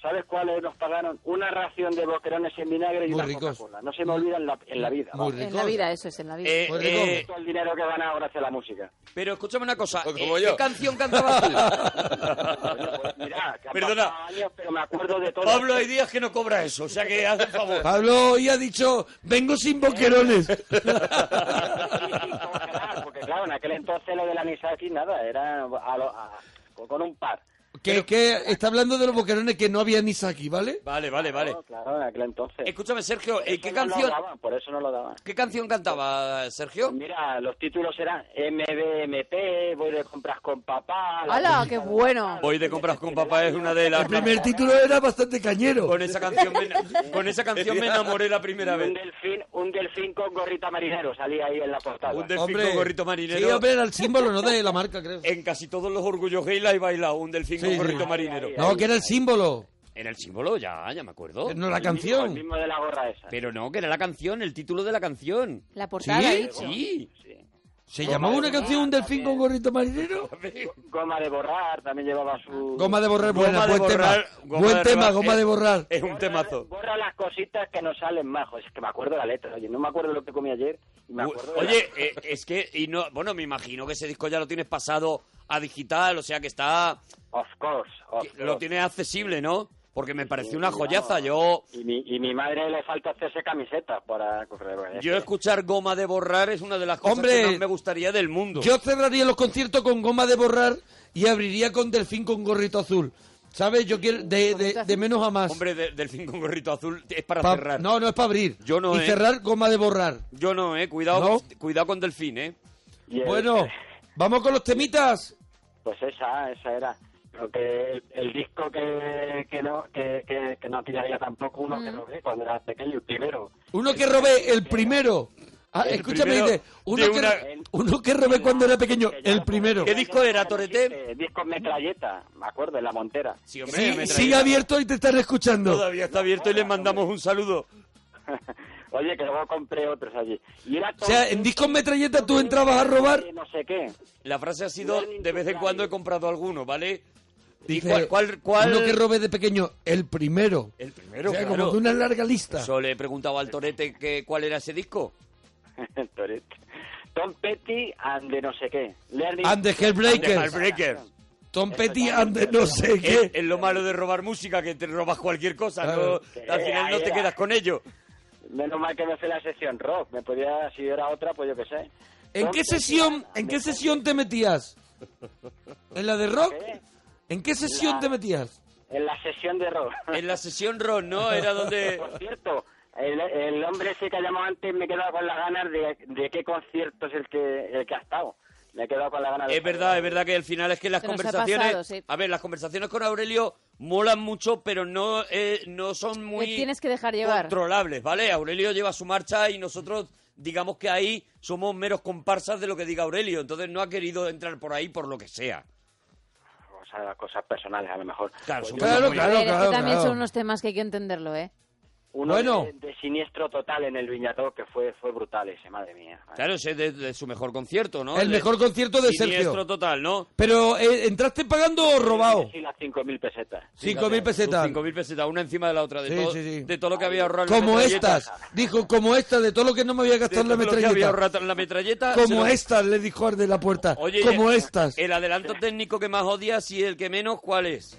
¿Sabes cuáles nos pagaron? Una ración de boquerones en vinagre y
Muy
una
ricos.
Coca-Cola. No se me olvida en la, en la vida.
Muy
vamos.
En
ricos.
la vida, eso es, en la vida.
Eh,
Pues
eh,
rico.
Todo el dinero que van ahora hacia la música.
pero escúchame una cosa.
Como
eh, ¿Qué
yo.
canción cantabas
Bueno,
tú?
pues mirá, que han
Perdona.
pasado años, pero me acuerdo de todo.
Pablo, hay días que no cobra eso, o sea que haz el favor.
Pablo hoy ha dicho, vengo sin boquerones.
porque claro, en aquel entonces lo de la Misaki, nada, era a lo- a- con un par.
que, que está hablando de los boquerones que no había ni saki, ¿vale?
Vale, vale, vale.
Claro, claro, en aquel entonces.
Escúchame, Sergio, eh, ¿qué
Eso no lo
canción,
daban, por eso no lo daban. Pues
qué canción cantaba Sergio?
Mira, los títulos eran MBMP, voy de compras con papá. la
¡Hala,
música
qué
de-
bueno!
Voy de compras con papá es una de las...
El primer título era bastante cañero.
Con esa canción me, con esa canción me enamoré la primera vez.
Un delfín, un delfín con gorrita marinero salía ahí en la portada.
Un delfín con gorrito marinero.
Sí, hombre, era el símbolo, no de la marca, creo.
En casi todos los orgullos gay la he bailado, un delfín
Sí,
con
sí.
gorrito marinero.
No, que era el símbolo,
En el símbolo, ya, ya me acuerdo.
no la
El
canción.
mismo de la gorra esa.
Pero no, que era la canción, el título de la canción.
La portada,
¿Sí?
ha dicho.
Sí.
¿Se llamaba una canción un delfín con gorrito marinero?
Goma de borrar, también llevaba su...
Goma de borrar,
Goma
buena,
de
buen tema.
borrar, goma
Buen
de
tema,
borrar,
goma
eh.
de borrar.
Es un temazo.
Borra las cositas que nos salen majos. Es que me acuerdo la letra. Oye, no me acuerdo lo que comí ayer. Y me acuerdo de la-
Oye, eh, es que, y no, bueno, me imagino que ese disco ya lo tienes pasado a digital, o sea que está,
Of course. Of
que
course.
lo tienes accesible, ¿no? Porque me pareció una
Sí,
joyaza.
vamos.
Yo,
Y mi, y mi madre le falta hacerse camisetas para pues, este. correr.
yo escuchar goma de borrar es una de las cosas
Hombre,
que más me gustaría del mundo.
Yo cerraría los conciertos con goma de borrar y abriría con delfín con gorrito azul. ¿Sabes? Yo quiero de, de- de menos a más.
Hombre, de- delfín con gorrito azul es para
Pa-
cerrar.
No, no es para abrir.
Yo no,
y
eh.
cerrar goma de borrar.
Yo no, eh. Cuidado,
¿No?
cuidado con delfín, eh.
Y el-
Bueno, vamos con los temitas.
Pues esa, esa era. porque el, el disco que, que no que, que, que no tiraría tampoco uno que robé cuando era pequeño, el primero.
Uno que robé, el primero. Ah,
El
escúchame,
primero
dice, uno,
de
que,
una-
uno que robé cuando era pequeño, el primero.
Torete? Disco Metralleta, me acuerdo, en la Montera.
Sí,
Sí, sigue abierto y te están escuchando.
Todavía está abierto y le mandamos un saludo.
Oye, que luego compré otros allí. Y era
O sea, en discos metralleta tú entrabas a robar.
No sé qué.
La frase ha sido, de vez en cuando he comprado alguno, ¿vale?
Dice,
cuál- cuál- cuál-
uno que robé de pequeño, el primero.
El primero,
O sea,
claro.
como de una larga lista.
Eso le he preguntado al Torete que, cuál era ese disco.
Torete. Tom Petty and de no sé qué. Learning
And the Hellbreakers.
Breaker.
Tom Petty and the no sé
Es,
qué.
es lo malo de robar música, que te robas cualquier cosa.
Claro.
no- al final no te quedas con ello.
Menos mal que me fue la sesión rock. Me podía, si era otra, pues yo qué sé.
¿En qué sesión, en qué sesión te metías? ¿En la de rock? ¿En qué sesión te metías?
En la sesión de rock.
En la sesión rock, ¿no? Era donde...
Por cierto, el, el hombre ese que ha llamado antes me he quedado con las ganas de, de qué concierto es el que, el que ha estado. Me he quedado con las ganas de
Es verdad, es verdad que al final es que las
Se nos ha
conversaciones...
pasado, sí.
A ver, las conversaciones con Aurelio molan mucho, pero no, eh, no son muy...
Te tienes que dejar llevar.
Controlables, ¿vale? Aurelio lleva su marcha y nosotros, digamos que ahí somos meros comparsas de lo que diga Aurelio. Entonces no ha querido entrar por ahí por lo que sea.
cosas, cosas personales, a lo mejor. Pues
Claro, son cosas
Claro,
muy-
A
claro,
ver, es
claro.
que también son
claro.
unos temas que hay que entenderlo, ¿eh?
Uno
Bueno.
de, de siniestro total en el Viñató, que fue, fue brutal ese, madre mía.
Claro, ese es de, de su mejor concierto, ¿no?
El mejor concierto de
Siniestro
Sergio.
total, ¿no?
Pero eh, entraste pagando o robado.
Sí, las 5.000 pesetas.
Cinco mil pesetas.
5.000 pesetas, una encima de la otra, de,
Sí,
todo,
sí, sí.
de todo lo que había ahorrado. en la
Como
metralleta.
estas. Dijo, como estas, de todo lo que no me había
De todo
gastado en la
lo que había
metralleta.
ahorrado en la metralleta. se
Como
lo-
estas, le dijo al de la puerta.
Oye,
Como
y el-
estas.
El adelanto técnico que más odias y el que menos, ¿cuál es?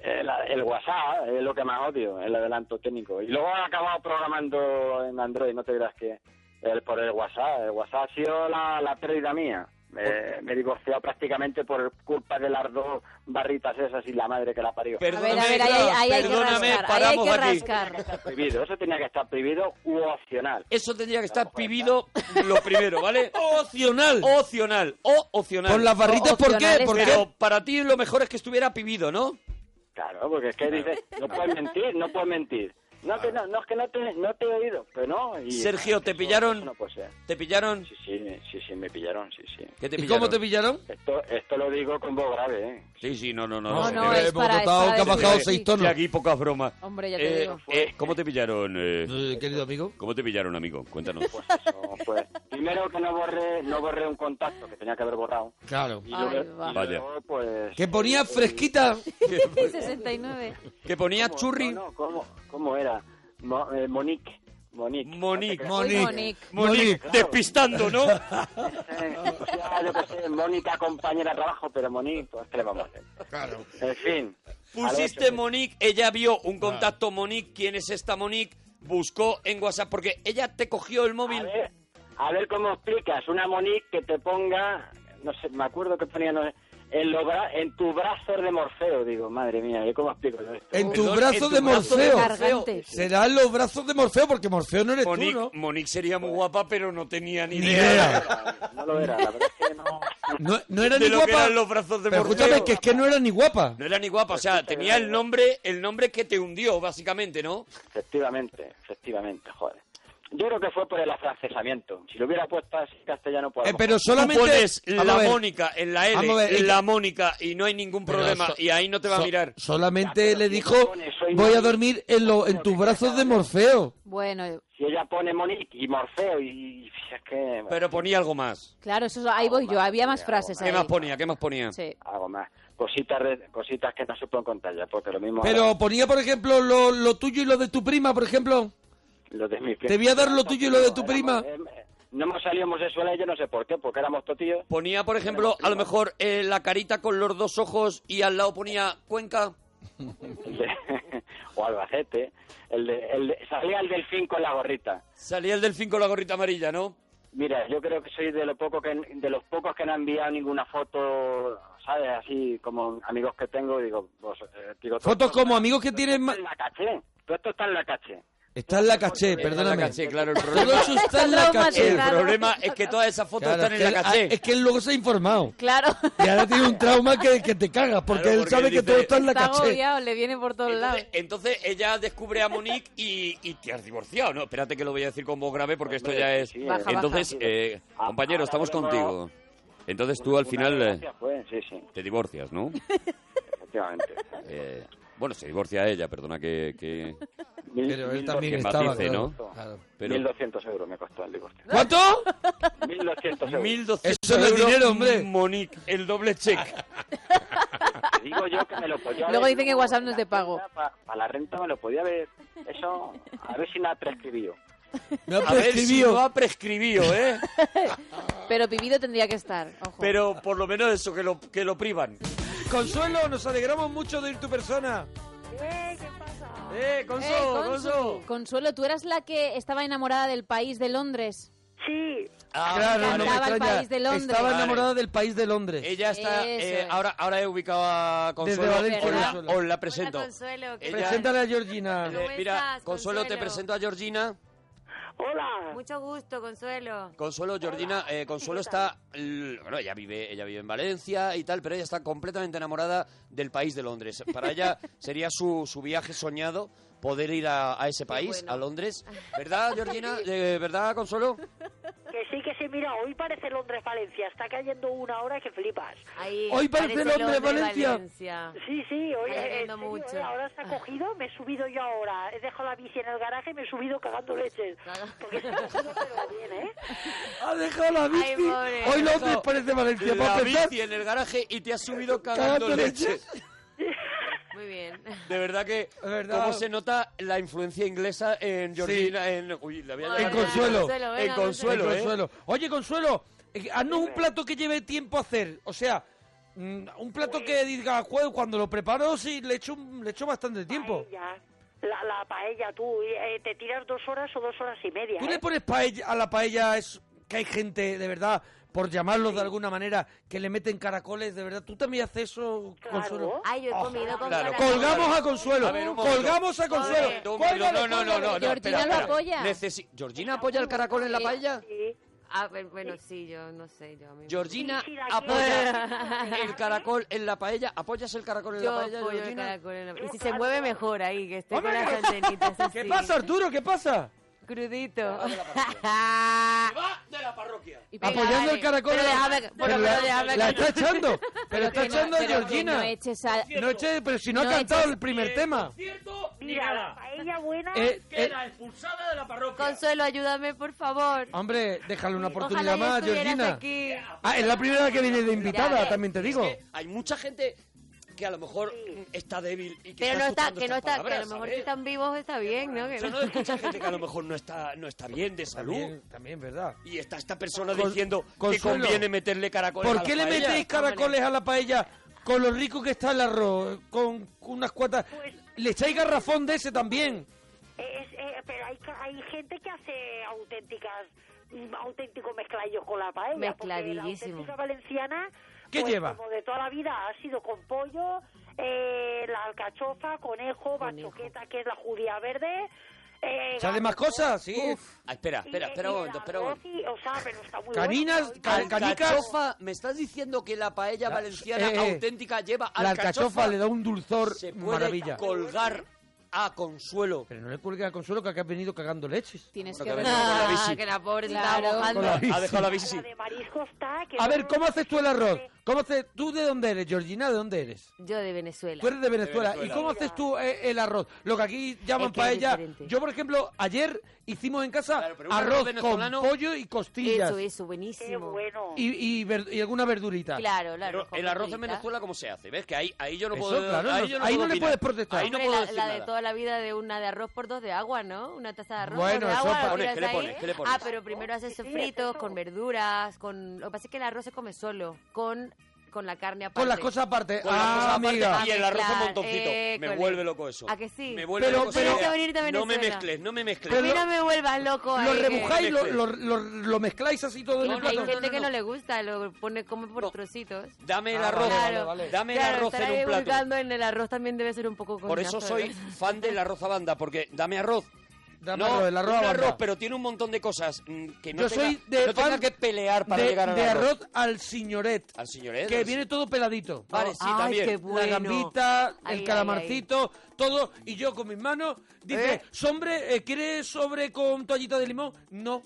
El, Eh, el WhatsApp eh, es lo que más odio, el adelanto técnico. Y luego han acabado programando en Android, no te creas que el, por el WhatsApp. El WhatsApp ha sido la, la pérdida mía. Eh,
Pues-
Me, me he divorciado prácticamente por culpa de las dos barritas esas y la madre que la parió.
A
Perdóname,
ver, a ver, ahí,
claro,
ahí hay que
perdóname,
rascar. Ahí hay
paramos
que
aquí.
rascar.
Está prohibido, eso tenía que estar prohibido u opcional.
Eso tendría que estar pibido lo primero, ¿vale?
Opcional.
Opcional, o opcional.
Con las barritas, ¿por qué?
Opcionales,
¿Por
claro.
qué?
Pero para ti lo mejor es que estuviera pibido, ¿no?
Claro, porque es que dices, no puedes mentir, no puedes mentir. No, que no, no, es que no te, no te he oído, pero no. Y,
Sergio, ¿te
eso-
pillaron?
eso no puede ser.
¿Te pillaron?
Sí, sí, sí, sí, me pillaron, sí, sí.
¿Qué te
¿Y
pillaron?
cómo te pillaron?
Esto, esto lo digo con voz grave, ¿eh?
Sí, sí, no, no, no.
No,
no,
no,
eh,
es
hemos
para... es
notado
para
que ha
decir
bajado
sí.
seis tonos.
Que aquí pocas bromas.
Hombre, ya te
Eh,
digo.
eh, ¿Cómo te pillaron? eh?
Eh, querido amigo.
¿Cómo te pillaron, amigo? Cuéntanos.
Pues eso, pues, primero que no borré, no borré un contacto que tenía que haber borrado.
Claro.
Y
Ay,
luego,
va.
y luego, pues...
Que ponía fresquita.
69.
¿Que ponía
¿cómo-
churri?
pues, No, no, ¿cómo, cómo era? Mo- eh, Monique. Monique.
Monique.
No
Muy
Monique.
Monique.
Monique.
Monique, despistando, ¿no?
te creas, eh, o sea, yo qué sé, Mónica compañera de trabajo, pero Monique, pues, ¿qué le vamos a hacer?
Claro.
En fin.
Pusiste
Alberto,
Monique, ella vio un contacto Monique, ¿quién es esta Monique? Buscó en WhatsApp, porque ella te cogió el
A
móvil.
ver, a ver cómo explicas una Monique que te ponga, no sé, me acuerdo que ponía no sé, en, los bra- en tu brazo de Morfeo, digo, madre mía, ¿yo ¿cómo explico yo esto?
En tu
Perdón, en
brazo
tu
de
brazo de
Morfeo.
Cargante.
Serán los brazos de Morfeo, porque Morfeo no eres
Monique,
tú, ¿no?
Monique sería muy guapa, pero no tenía ni
Ni
idea,
idea.
No lo era, la verdad es que no.
No, no era
de
ni
lo que
guapa.
eran los brazos de
Pero
Morfeo.
escúchame, que es que no era ni guapa. Eh,
No era ni guapa, o sea, tenía el nombre, el nombre que te hundió, básicamente, ¿no?
Efectivamente, efectivamente, joder. Yo creo que fue por el afrancesamiento. Si lo hubiera puesto así en castellano, pues. a
Eh,
lo
pero
mejor-
solamente.
Tú pones
Vamos a
la
ver.
Mónica en la L,
Vamos a ver, ella-
la Mónica, y no hay ningún
Pero
problema,
so-
y ahí no te va a
so-
mirar.
Solamente le dijo,
pone, soy
voy a
Monique.
dormir en, lo- en tus brazos de Morfeo.
Bueno,
Si ella pone Monique y Morfeo y. y es que.
Pero ponía algo más.
claro, eso, ahí voy yo. Había más frases ahí.
¿Qué más ponía? ¿Qué más ponía?
Sí.
Algo más. Cositas, re- cositas que no se pueden contar ya, porque lo mismo.
Pero ponía, por ejemplo, lo, lo tuyo y lo de tu prima, por ejemplo.
Lo de mi prima.
Te voy a dar lo tuyo y lo de tu prima.
Éramos- eh, No hemos salido homosexuales, yo no sé por qué, porque éramos totillos.
Ponía, por ejemplo, a lo mejor eh, la carita con los dos ojos y al lado ponía Cuenca.
o Albacete. El de- el de- salía el delfín con la gorrita.
Salía el delfín con la gorrita amarilla, ¿no?
Mira, yo creo que soy de, lo poco que, de los pocos que no han enviado ninguna foto, ¿sabes? Así como amigos que tengo, digo, pues, eh, digo,
Fotos
todo esto-
como amigos que
todo
tienen...
esto
ma-
está en la caché, todo esto está en la caché.
Está en la caché, perdóname.
la caché, claro, el
Todo
problema.
eso está en la
Está
caché.
El
Claro.
problema es que todas esas fotos
Claro,
están en la
él- ah,
caché.
Es que él luego se ha informado.
Claro.
Y ahora tiene un trauma que, que te cagas, porque
Claro,
él
porque
sabe
él
que
dice-
todo está en la
Está
caché.
agobiado, le viene por todos lados.
Entonces, entonces ella descubre a Monique y, y te has divorciado, ¿no? Espérate que lo voy a decir con voz grave porque esto ya es...
sí,
Baja,
Entonces,
baja.
eh,
Ah,
compañero,
ahora
estamos
volvemos.
contigo. Entonces tú al
Una
final eh,
desgracia fue, sí, sí,
te divorcias, ¿no?
efectivamente.
Eh, bueno, se divorcia ella, perdona que... que-
Mil-
Pero él
1200
también
que
estaba,
matice,
claro.
¿no?
Claro.
Pero
1.200 euros me costó el divorcio.
¿Cuánto?
1.200 euros.
1.200
Eso no es
euros,
dinero, hombre.
Monique, el doble cheque.
Te digo yo que me lo podía
Luego
haber-
dicen que WhatsApp no es de pago.
Para la renta me lo podía haber... Eso, a ver si me ha prescribido.
Me ha
A ver si
prescribido.
no ha prescribido, ¿eh?
Pero vivido tendría que estar, ojo.
Pero por lo menos eso, que lo, que lo privan.
Consuelo, nos alegramos mucho de ir tu persona.
¡Eh,
Eh,
Conso,
Consu,
Conso!
Consuelo, tú eras la que estaba enamorada del país de Londres.
Sí,
Ah,
no me encantaba el
extraña.
país de Londres.
Estaba
Vale.
enamorada del país de Londres.
Ella está.
Eso
eh,
es.
ahora, ahora he ubicado a Consuelo.
Desde Valencia,
Os la-
Consuelo.
os la presento.
Hola, Consuelo. ¿qué
Ella-
tal?
Preséntale a Georgina.
¿Cómo
Eh, mira,
estás,
Consuelo, te
Consuelo?
presento a Georgina.
Hola. Mucho gusto, Consuelo.
Consuelo, Georgina, eh, Consuelo está. l- Bueno, ella vive, ella vive en Valencia y tal, pero ella está completamente enamorada del país de Londres. Para ella sería su, su viaje soñado poder ir a, a ese país,
bueno.
a Londres. ¿Verdad, Georgina? Eh, ¿Verdad, Consuelo?
Que sí, que sí, mira, hoy parece Londres-Valencia, está cayendo una hora que flipas.
Ahí
Hoy parece el hombre de
Londres,
Valencia.
Sí, sí, hoy
Está
eh, en serio,
lloviendo mucho. Ah.
eh, ahora está cogido, me he subido yo ahora, he dejado la bici en el garaje y me he subido cagando leches. Porque está cogido, pero bien, ¿eh?
Ha dejado la bici.
Ay, pobre.
Hoy Londres parece Valencia. Para
La
empezar,
bici en el garaje y te has subido
cagando
cagando leche.
leches.
Muy bien.
De verdad que,
Es verdad.
cómo se nota la influencia inglesa en Georgina, en... Uy, la voy a
En
llamar-
Consuelo.
venga,
En Consuelo,
Oye,
¿eh?
Consuelo. Oye, Consuelo, eh, haznos un plato que lleve tiempo a hacer. O sea, mm, un plato
Pues
que diga, "Joder, cuando lo preparo, sí, le echo, un- le echo bastante tiempo.
Paella, la, la paella, tú, y, eh, te tiras dos horas o dos horas y media.
Tú
¿eh?
le pones paella, a la paella es que hay gente, de verdad, por llamarlos de alguna manera, que le meten caracoles, de verdad. ¿Tú también haces eso,
Claro.
Consuelo?
Ay, yo he comido con
Claro,
caracoles.
Colgamos a Consuelo.
A ver, un momento.
Colgamos a
Joder.
Consuelo.
Un minuto.
Cuélgalo,
no, no, no,
cuélgalo.
no, no,
Georgina
espera,
lo
espera.
apoya.
Necesi- ¿Georgina apoya el caracol en la paella?
Sí.
Ah, pero- bueno, sí, yo no sé. Yo, a mí me-
Georgina
Sí, sí, la quiero.
apoya el caracol en la paella. ¿Apoyas el caracol en la
Yo
paella,
apoyo el
Georgina?
caracol en la- Y si se mueve mejor ahí, que esté con
Hombre,
las
que-
antenitas así.
¿Qué pasa, Arturo? ¿Qué pasa?
Crudito.
de la parroquia.
Y venga,
Apoyando
vale.
el caracol.
Pero
a la-
déjame- pero-
Pero
pero
la,
déjame
la
que-
está echando. Pero está
que no-
echando a
pero que
Georgina.
No eches a...
No eche- pero si no,
No
ha cantado
eches-
el primer tema.
Mira, la paella buena,
Eh, eh,
Consuelo, ayúdame, por favor.
hombre, déjale una
Ojalá
oportunidad
yo
más,
estuvieras
Georgina.
aquí.
Ah, es la primera vez que viene de invitada,
Ya, eh.
también te digo.
Hay mucha gente que a lo mejor está débil y que
Pero no está,
escuchando
que no
estas
está, que a lo
palabras,
mejor si
¿sabes?
están vivos está bien, ¿no? Que
Yo
no-
no escucha gente que a lo mejor no está, no está bien de salud.
También, también, ¿verdad?
Y está esta persona
Con-
diciendo que
Consuelo,
conviene meterle caracol a
¿Por
la
qué le
paella.
metéis caracoles a la paella con lo rico que está el arroz? Con unas cuatas. ¿Le echáis garrafón de ese también?
eh, es- eh, pero hay, ca- hay gente que hace auténticas mm, auténticos mezcladillos con la paella. porque
Mezcladillísimo.
La auténtica valenciana,
¿Qué
pues,
lleva?
Como de toda la vida ha sido con pollo, eh, la alcachofa, conejo, bachoqueta, que es la judía verde. Eh,
¿Sale
garbanzo,
más cosas? Sí.
Ah, espera, espera,
y-
espera
y
un
el
momento, espera un
arroz
momento.
y- o sea, pero está muy
Caninas,
bueno.
ca- canicas.
Alcachofa, ¿me estás diciendo que la paella valenciana
eh, eh.
auténtica lleva
La
alcachofa?
alcachofa le da un dulzor
Se puede
maravilla.
colgar a Consuelo.
Pero no le cuelgue a Consuelo que has venido cagando leches.
Tienes
Bueno, que
que ver.
venga con la
Ah,
bici.
que la pobre se
Claro.
estaba mojando.
Con la bici.
Ha dejado la bici.
La de marisco está... Que
A ver,
no-
¿cómo haces tú el arroz? ¿Cómo haces... ¿Tú de dónde eres, Georgina? ¿De dónde eres?
Yo de Venezuela.
Tú eres de Venezuela.
Venezuela.
¿Y cómo haces tú eh, el arroz? Lo que aquí llaman
Es que es
paella.
diferente.
Yo, por ejemplo, ayer hicimos en casa
Claro, pero un arroz
arroz con
venezolano-
pollo y costillas.
Eso, eso,
Qué
buenísimo.
bueno.
Y, y ver- y alguna verdurita.
Claro, claro.
Pero
con
el arroz en
fritulitas.
Venezuela, ¿cómo se hace? ¿Ves? Que ahí, ahí yo no
Eso,
puedo.
claro,
ahí
no-
yo no,
ahí
puedo
no le
opinar.
puedes protestar.
Ahí no
Hombre,
puedo
la,
decir
la de
nada.
toda la vida de una de arroz por dos de agua, ¿no? Una taza de arroz
Bueno,
por de
eso
agua.
para-
la
Pones, ¿qué le
tiras
pones?
ahí.
¿Qué le pones?
Ah, pero primero haces sofritos con verduras, con... Lo que pasa es que el arroz se come solo, con, con la carne aparte.
Con las cosas aparte.
Con las
ah,
cosas pues, aparte
amiga.
y el arroz en
Claro,
montoncito. me
école.
vuelve loco eso.
¿A que sí?
Me vuelve
Pero-
loco. esa
pero-
idea.
Tienes que venirte a
no me
Venezuela.
mezcles, no me mezcles.
A mí no me vuelvas loco
Lo
ahí, que-
remojáis, lo,
mezcles.
lo- lo- lo mezcláis así todo en
que
el
no- hay
plato.
gente que
no.
no le gusta, lo pone come por
No.
trocitos.
Dame el
Ah,
arroz.
vale,
Claro.
vale.
Dame el
Claro,
arroz
estar
en
ahí
un plato.
buscando en el arroz también debe ser un poco
Por
coñazo, ¿eh?
eso soy
¿verdad?
fan del arroz a banda, porque dame arroz,
Dame arroz, el arroz
un
a
arroz,
banda.
pero tiene un montón de cosas mm, que no,
Yo
tenga,
soy de
no tenga
fan
que pelear para
de,
llegar al
de
arroz.
arroz al señoret.
Al señoret.
Que viene todo peladito.
Vale, sí, Ay, también. qué
La
bueno.
gambita,
Ahí,
el
ahí,
calamarcito, todo. Y yo con mis manos, dice, ¿Sombre, eh, ¿quieres sobre con toallita de limón? No.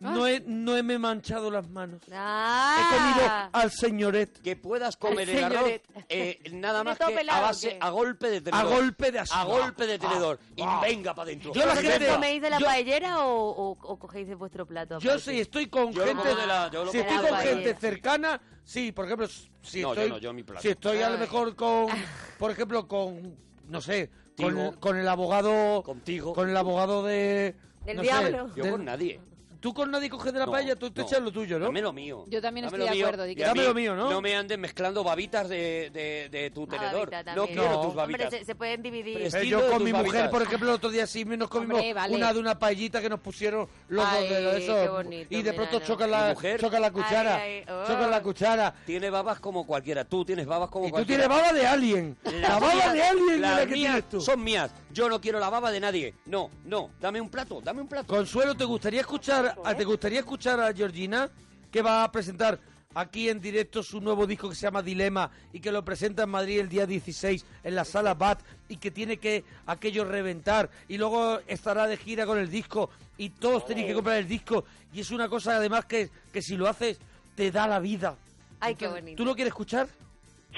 No, he, no he me manchado las manos.
Ah.
He comido al señoret.
Que puedas comer el arroz eh, nada más
¿Tiene
que
todo pelado
a
o
base,
qué?
a golpe de
A
tenedor.
golpe de
A
asada.
golpe de tenedor. Y
Ah.
venga para dentro.
Yo la gente-
¿Coméis de la
yo-
paellera o, o- o cogéis de vuestro plato?
Yo
aparte?
si estoy con
Yo lo
gente,
como de la- yo lo
si
como
estoy
de la
con gente
paella.
cercana, sí, por ejemplo, si
No, yo
estoy,
no, yo mi plato.
si estoy a lo
Ay.
mejor con, por ejemplo, con, no sé, con,
Contigo.
con el abogado,
Contigo.
con el abogado de,
Del
no sé,
diablo.
Yo
del-
con nadie.
Tú con nadie coges de la
No,
paella, Ah, tú te
no.
echas lo tuyo, ¿no?
Dame lo mío.
Yo también
Dame
estoy de
mío.
acuerdo. di
Y
que
a
sí.
mí
lo mío, ¿no?
No me andes mezclando babitas de, de, de tu
Ah,
tenedor.
babita
No
también.
quiero tus
Hombre,
babitas.
se, se pueden dividir.
Pero
estilo
Eh, yo
de
con
tus
mi mujer,
babitas.
por ejemplo, el otro día sí nos comimos
Hombre, vale.
una de una paellita que nos pusieron los
Ay,
dos de los- esos,
qué bonito,
y de pronto
mira, no.
choca
Mi
la,
mujer-
choca la cuchara,
Ay, ay, oh.
choca la cuchara.
Tiene babas como cualquiera. Tú tienes babas como
Y tú
cualquiera.
tienes baba de alien. La,
Las
baba
mías-
de alien es
las
la que
mías
tienes tú.
Son mías. Yo no quiero la baba de nadie. No, no. Dame un plato, dame un plato.
Consuelo, ¿te gustaría escuchar, a- te gustaría escuchar a Georgina que va a presentar aquí en directo su nuevo disco que se llama Dilema y que lo presenta en Madrid el día 16 en la sala BAT y que tiene que aquello reventar y luego estará de gira con el disco y todos tenéis que comprar el disco y es una cosa además que, que si lo haces te da la vida.
Ay, qué
Entonces,
bonito.
¿Tú lo quieres escuchar?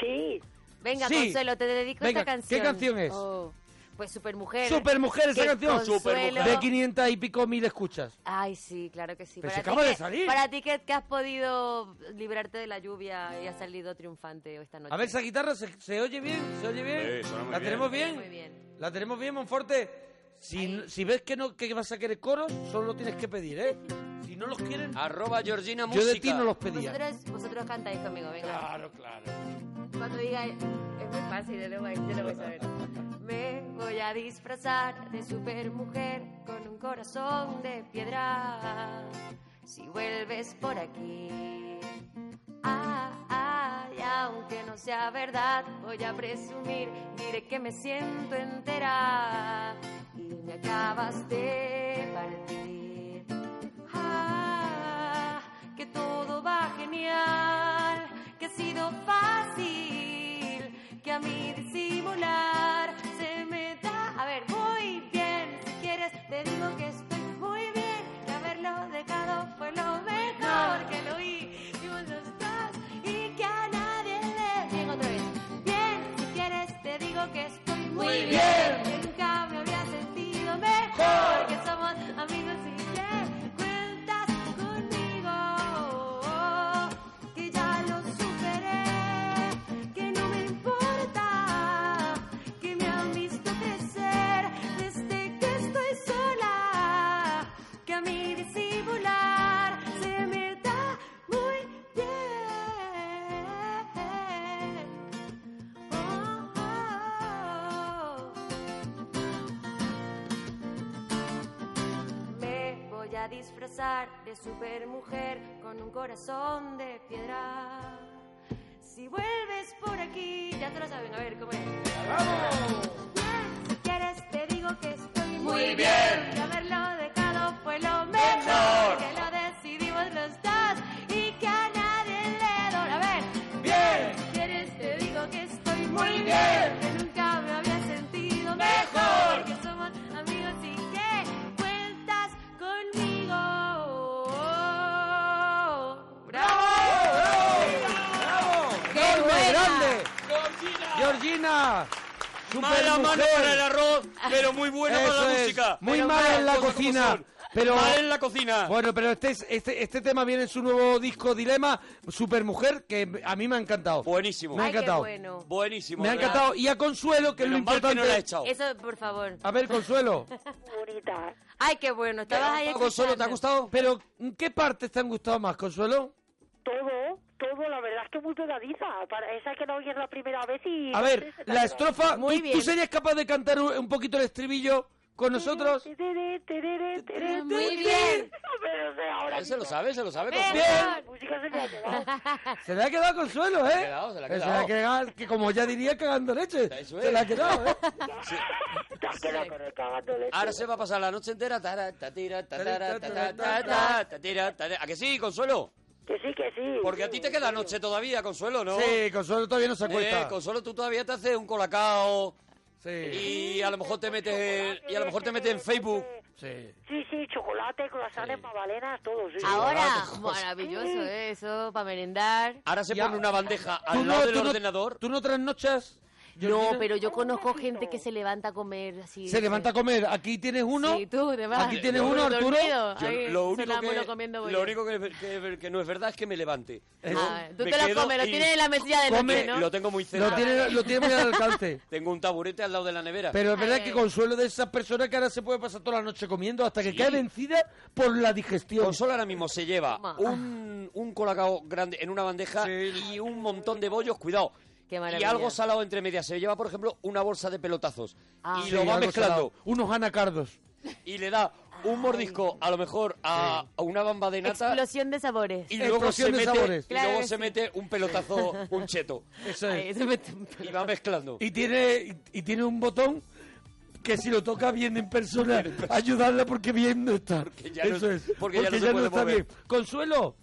Sí.
Venga,
Sí.
Consuelo, te dedico
Venga,
esta canción.
¿qué canción es?
Oh, Pues Supermujer.
Supermujer esa
Que
canción
Consuelo-
de 500 y pico mil escuchas.
Ay, sí, claro que sí.
Pero
Para
si
ti
acaba de
que-
salir.
Para ti que, que has podido librarte de la lluvia y has salido triunfante esta noche.
A ver, esa guitarra se, se oye bien, se oye bien.
Sí, suena muy
¿La
bien.
tenemos
Muy,
bien?
muy bien.
La tenemos bien, Monforte. Si, si ves que no que vas a querer coros, solo lo tienes que pedir, ¿eh? Si no los quieren,
Arroba Georgina
Ah, yo
Música.
de ti no los pedía.
Vosotros, vosotros cantáis conmigo, venga.
Claro, claro.
Cuando diga, es muy fácil, yo lo voy, yo lo voy a saber. Me voy a disfrazar de supermujer con un corazón de piedra. Si vuelves por aquí, ah, y aunque no sea verdad, voy a presumir, diré que me siento entera y me acabas de partir. Ah, que todo va genial, que ha sido fácil, que a mí disimular se me da. A ver, muy bien, si quieres te digo que estoy muy bien, que haberlo dejado fue lo mejor que lo vi. Y vos lo estás, y que a nadie le Bien, otra vez. Bien, si quieres te digo que estoy muy,
Muy
bien.
bien.
que nunca me había sentido mejor, que somos amigos y que cuentas conmigo, que ya lo superé, que no me importa, que me han visto crecer desde que estoy sola, que a mí disimular se me da muy bien. Oh, oh, oh. Me voy a disfrazar de supermujer con un corazón de piedra. Si vuelves por aquí, ya te lo saben, a ver cómo es. Bien, Si quieres te digo que estoy muy bien. Que haberlo dejado fue lo mejor. Que lo decidimos los dos y que a nadie le doy. A ver. Bien. Si quieres te digo que estoy muy bien. Que nunca me había sentido mejor. Que somos amigos y que cuentas conmigo.
¡Enorme,
buena!
grande!
Georgina.
¡Georgina!
Mala mano para el
supermujer.
arroz, pero muy buena para
Eso
la
es.
música.
Muy
Pero
mala en la
cosas como
cocina,
son.
pero-
Mal en la cocina.
Bueno, pero este, es- este, este tema viene en su nuevo disco Dilema, Supermujer, que a mí me ha encantado.
Buenísimo.
Me ha
Ay, qué
encantado.
bueno.
Buenísimo.
Me ha
de verdad.
encantado. Y a Consuelo, que es lo
Menos mal
importante.
no la he echado.
Eso, por favor.
A ver, Consuelo.
Bonita.
Ay, qué bueno. Estabas ahí
Consuelo, ¿te ha
escuchando.
gustado?
Pero, ¿qué partes te han gustado más, Consuelo?
Todo, todo, la verdad es que muy pegadiza. Para esa que no oyes la primera vez y...
A ver, la estrofa.
Muy
¿tú,
bien.
tú serías capaz de cantar un, un poquito el estribillo con nosotros?
Tereré, tereré, tereré,
Muy
tereré.
bien.
Pero, o sea, ahora
Se lo sabe, se lo sabe.
Venga.
Consuelo.
la música se me ha quedado.
Se le ha quedado Consuelo, ¿eh?
Se le ha quedado, se le ha
Pero
quedado.
quedado, que como ya diría, cagando leche.
Eso
Se
es.
le ha quedado, ¿eh?
te has quedado con el cagando leche.
Ahora se va a pasar la noche entera. Tara, tatira, tatara, tatara, tatara, tatira, tatara. ¿A que sí, Consuelo?
Que sí, que sí.
Porque a ti te queda noche todavía, Consuelo, ¿no?
Sí, Consuelo todavía no se acuesta.
Eh, Consuelo, tú todavía te haces un colacao. Y a lo mejor te metes en- y a lo mejor te metes en Facebook.
Sí.
Sí, sí, chocolate, croissants, magdalenas, todo, sí.
Ahora,
Mm.
maravilloso ¿eh? eso, para merendar.
Ahora se
Ya.
pone una bandeja
¿Tú
al
no-
lado
tú
del
no-
ordenador.
¿Tú no trasnochas?
No,
Georgina?
pero yo conozco gente que se levanta a comer así.
Se levanta a comer. Aquí tienes uno.
Sí, tú, te vas.
Aquí tienes
Yo-
uno, Arturo.
dormido,
Yo
ahí,
lo único,
sonámbulo
que,
comiendo
lo
bollos.
único que, que- que no es verdad es que me levante.
Ah,
Yo
tú
me
te lo
quedo
comes, lo
y-
tienes en la mesilla de
Come,
noche, ¿no?
Lo tengo muy cerca.
Lo tiene, lo tiene muy al alcance.
Tengo un taburete al lado de la nevera.
Pero es verdad
Ay.
que Consuelo de esas personas que ahora se puede pasar toda la noche comiendo hasta que quede vencida por la digestión.
Consola ahora mismo se lleva
Toma.
un, un colacao grande en una bandeja y un montón de bollos, cuidado.
Qué
y
maravilla.
algo salado entre medias. Se lleva, por ejemplo, una bolsa de pelotazos.
Ah.
y
Sí,
lo va
algo
mezclando.
salado. Unos anacardos.
Y le da un mordisco, a lo mejor, a, a una bamba de nata.
Explosión de sabores.
y luego se
Explosión de
mete,
sabores.
y
Claro
luego
que
se
sí.
mete un pelotazo, un cheto.
Eso es.
Ay, se mete un-
Y va mezclando.
Y tiene, y tiene un botón que si lo toca bien en persona, ayudarla porque bien no está.
ya no-
Eso es.
porque ya no se puede
está
mover.
bien. Consuelo,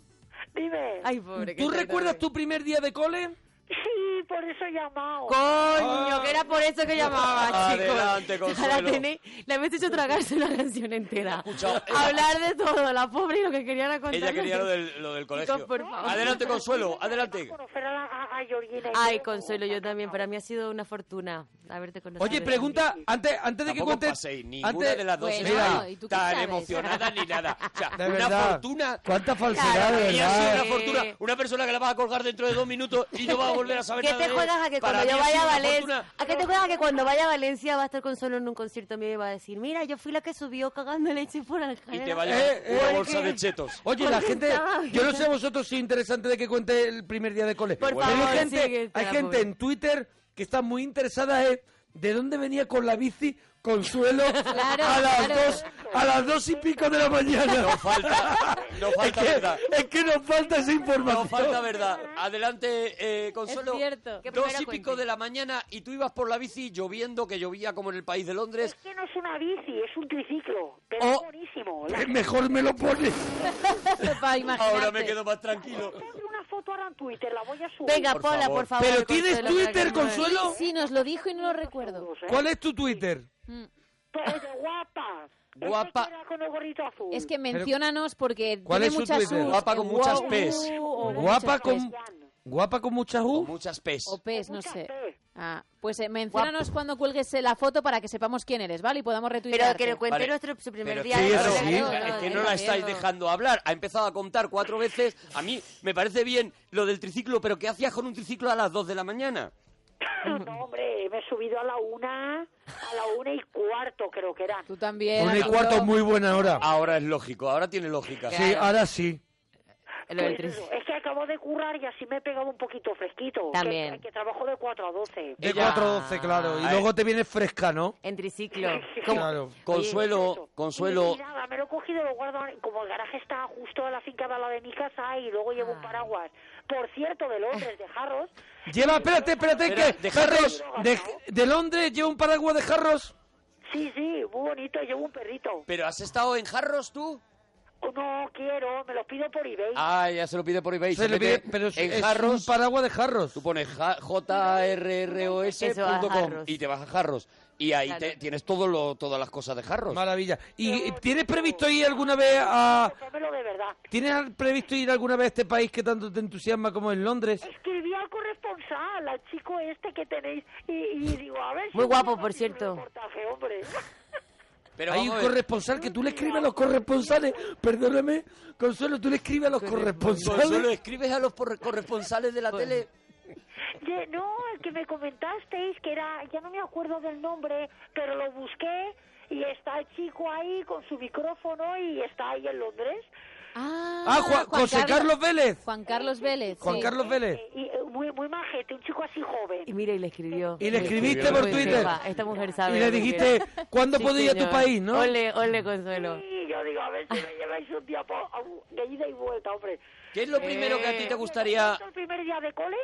Dime.
Ay, pobre. qué
¿tú
teta,
recuerdas
teta.
tu primer día de cole?
Sí, por eso he llamado.
Coño, que era por eso que llamaba, chicos.
Ah. Adelante, Consuelo.
Ahora tenéis, le habéis hecho tragarse una canción entera.
escuchado.
Hablar de todo, la pobre y lo que quería era contar.
eh, Ella quería lo del, lo del colegio.
Chicos, por favor.
Adelante, Consuelo, adelante.
Conocer a, la- a, a Georgina.
Ay, Consuelo, yo también. Para mí ha sido una fortuna haberte conocido.
Oye, pregunta, antes, antes de que
Tampoco
cuentes...
paséis ninguna
antes-
de las dos
Bueno,
señoras
¿y tú qué
tan
sabes?
emocionada ni nada. O sea,
De
una
verdad.
fortuna.
Cuánta falsedad, de
Claro,
Ella ha sido
verdad.
una fortuna. Una persona que la vas a colgar dentro de dos minutos y no va a volver a saber
¿Qué
nada
te
de
juegas
él.
a que
Para
cuando yo
mí ha sido
vaya a
una
Valencia,
fortuna.
a qué te juegas a que cuando vaya a Valencia va a estar Consuelo en un concierto mío y va a decir, mira, yo fui la que subió cagando leche por la
Y
escalera".
te va a llevar
Eh, eh,
una
¿por
bolsa
qué?
de chetos.
Oye, la gente,
Estaba-
yo no sé a vosotros si es interesante de que cuente el primer día de cole.
Por
pero hay
favor,
gente,
sigue esta,
hay gente
pobre.
en Twitter que está muy interesada en de dónde venía con la bici Consuelo
Claro,
a las
claro.
dos, a las dos y pico de la mañana.
No falta, no
es,
falta verdad.
que, es que nos falta esa información.
No falta verdad. Adelante, eh, Consuelo.
Es cierto. Que
Dos
primero
y pico
cuente.
de la mañana y tú ibas por la bici lloviendo, que llovía como en el país de Londres.
Es que no es una bici, es un triciclo. Pero
Oh.
es buenísimo. La-
Eh, Mejor me lo pones.
Pa' imaginarte.
Ahora me quedo más tranquilo.
Tengo una foto ahora en Twitter, la voy a subir.
Venga,
Por
Pola,
favor.
por favor.
Pero tienes
Consuelo, para que
Twitter,
no-
Consuelo.
Sí, nos lo dijo y no lo recuerdo.
Todos, ¿eh?
¿Cuál es tu Twitter?
Pero, oye, guapa. Esa
Guapa.
que era con el gorrito azul.
Es que menciónanos porque
¿Cuál
tiene
es su
muchas
Twitter?
sus.
Guapa con muchas P's.
Guapa con,
Juan.
guapa con muchas U.
Muchas pes.
O pes, no
Muchas
sé.
pes.
Ah, pues eh, menciónanos cuando cuelgues eh, la foto para que sepamos quién eres, ¿vale? Y podamos retuitear.
Pero que le cuente
Vale.
nuestro su primer
Pero
día
sí,
de
eso
cole.
sí.
No,
es que
no,
no
no,
la estáis
no.
dejando hablar. Ha empezado a contar cuatro veces. A mí me parece bien lo del triciclo, pero ¿qué hacías con un triciclo a las dos de la mañana?
No, hombre, me he subido a la una, a la una y cuarto creo que era.
Tú
Eh,
también.
Una y
Arturo.
cuarto, muy buena hora.
Ahora es lógico, ahora tiene lógica.
Sí, ah, ahora sí.
Lo del
Pues eso,
tris-
es que acabo de currar y así me he pegado un poquito fresquito.
También.
Que, que trabajo de 4 a 12.
De
Ella- Ah, eh.
4 a 12, claro. Y
Ay.
luego te vienes fresca, ¿no?
En triciclo.
Claro.
Consuelo, Consuelo,
Y nada, me lo he cogido, lo guardo. Como el garaje está justo a la finca de al lado de mi casa y luego llevo un paraguas. Por cierto, de Londres, de Jarros.
Lleva, espérate, espérate,
Espera,
que.
de
Jarros,
jarros.
de, de Londres lleva un paraguas de jarros.
Sí, sí, muy bonito, llevo un perrito. Oh,
¿pero has estado en jarros tú?
No quiero, me lo pido por eBay.
Ah, ya se lo pide por eBay.
Se le
mete
pide- pero es,
en
es
jarros.
un paraguas de jarros.
Tú pones
Eso, a
jrros.com
Jarros.
y te vas a jarros. Y ahí
Claro.
te- tienes todo lo, todas las cosas de jarros.
Maravilla. ¿Y tienes previsto ir alguna vez a.
Cómelo de verdad.
¿Tienes previsto ir alguna vez a este país que tanto te entusiasma como en Londres?
Escribí al corresponsal, al chico este que tenéis, y, y digo, a ver si...
Muy guapo,
podemos
por
hacer un
cierto.
reportaje, hombre.
Pero
Hay
vamos
un
a ver,
corresponsal que tú le escribes a los corresponsales. Perdóname, Consuelo, tú le escribes a los
Consuelo,
corresponsales.
escribes a los por- corresponsales de la tele.
Ye- No, el que me comentasteis, que era, ya no me acuerdo del nombre, pero lo busqué y está el chico ahí con su micrófono y está ahí en Londres.
Ah,
Ah, Juan- José Carlos Vélez.
Juan Carlos Vélez.
Juan
sí.
Carlos Vélez.
Y, eh, muy, muy majete, un chico así joven.
Y mira, y le escribió.
Y le escribiste
escribió.
por
Pues,
Twitter.
sepa, Esta mujer sabe.
Y le
lo que
dijiste,
quiere.
¿cuándo
Sí,
puedo ir a tu
señor.
país, no?
Ole, ole, Consuelo.
Y yo digo, a ver si me lleváis un día por, a un- de ida y vuelta, hombre.
¿Qué es lo primero que a ti
Eh.
te gustaría?
¿El primer día de cole?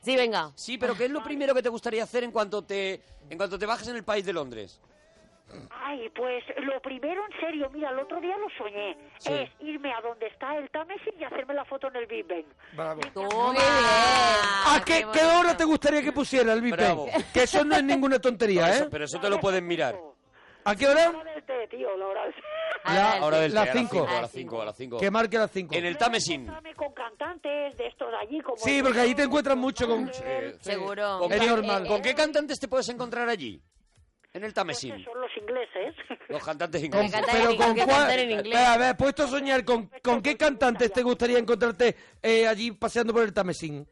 Sí, venga.
Sí, pero ¿qué es lo primero que te gustaría hacer en cuanto te en cuanto te bajes en el país de Londres?
Ay, pues lo primero en serio, mira, el otro día lo soñé,
Sí.
es irme a donde está el Támesis y hacerme la foto en el Big Bang.
Bravo.
Muy bien.
Ah,
¿A Ah, qué, qué hora te gustaría que pusiera el Big Bang?
Bravo.
Que eso no es ninguna tontería, ¿eh?
Pero eso te lo pueden mirar.
¿A qué hora? La-
Ahora Ah, del
las
té,
cinco.
A las 5, a las 5.
Que marque las 5.
En el Tamesin.
Dame con cantantes de estos de allí, como...
Sí, porque allí te encuentras mucho con...
Seguro.
Eh, ¿Con,
Es
qué-
normal.
¿Con qué cantantes te puedes encontrar allí? En el Tamesin.
Son los ingleses.
Los cantantes
Con-
ingleses.
pero con cuál... Espera, a ver, puesto a soñar, ¿con, con qué cantantes te gustaría encontrarte eh, allí paseando por el Tamesín?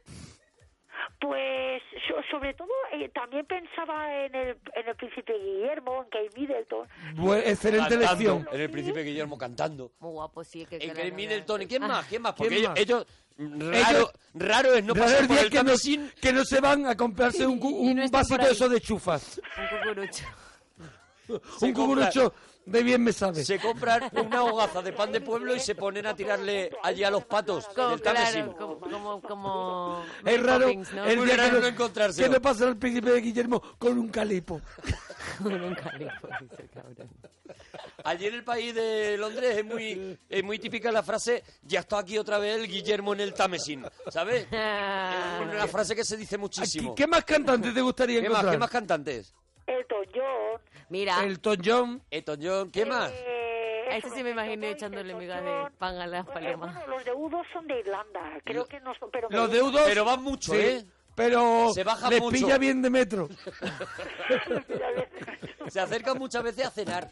Pues so- sobre todo eh, también pensaba en el, en el príncipe Guillermo, en Kate Middleton.
Bu- excelente
Cantando,
elección.
En el Príncipe Guillermo cantando.
Muy guapo, sí. Que
En
claro,
Kate
no,
Middleton. ¿Y quién
Ah.
más? ¿Quién más?
¿Quién
Porque ellos...
más?
ellos- raro,
Ellos-
raro es no
Raro
pasar
el
por
día
el
que no,
Tamesin
que no se van a comprarse un, cu-
Y no
un
están
vasito
por ahí.
de esos de chufas.
Un cucurucho.
un cucurucho de bien me sabe.
se compran una hogaza de pan de pueblo y se ponen a tirarle allí a los patos
Como,
del Támesis.
claro, como, como, como
Es
Mary
raro,
Poppins, ¿no?
el
Muy
día
raro
que
no encontrarse.
que no pasa el príncipe de Guillermo con un calipo.
Nunca le puedo decir, cabrón.
Allí en el país de Londres es muy, es muy típica la frase ya está aquí otra vez el Guillermo en el Támesis, ¿sabes? Es una frase que se dice
¿Qué,
muchísimo.
qué más cantantes te gustaría
¿Qué más,
encontrar?
qué más cantantes?
Elton John.
Mira,
Elton John.
Elton John, ¿qué más?
eh,
a
eso,
ese sí me
Elton
imaginé
John,
echándole
Elton
migas
John.
de pan a las
Bueno,
palemas.
bueno, los de U2 son de Irlanda, creo que no son... Pero
Los de U2.
Pero van mucho,
sí,
¿eh?
Pero
Se bajan
les
mucho.
pilla bien de metro.
Se acercan muchas veces a cenar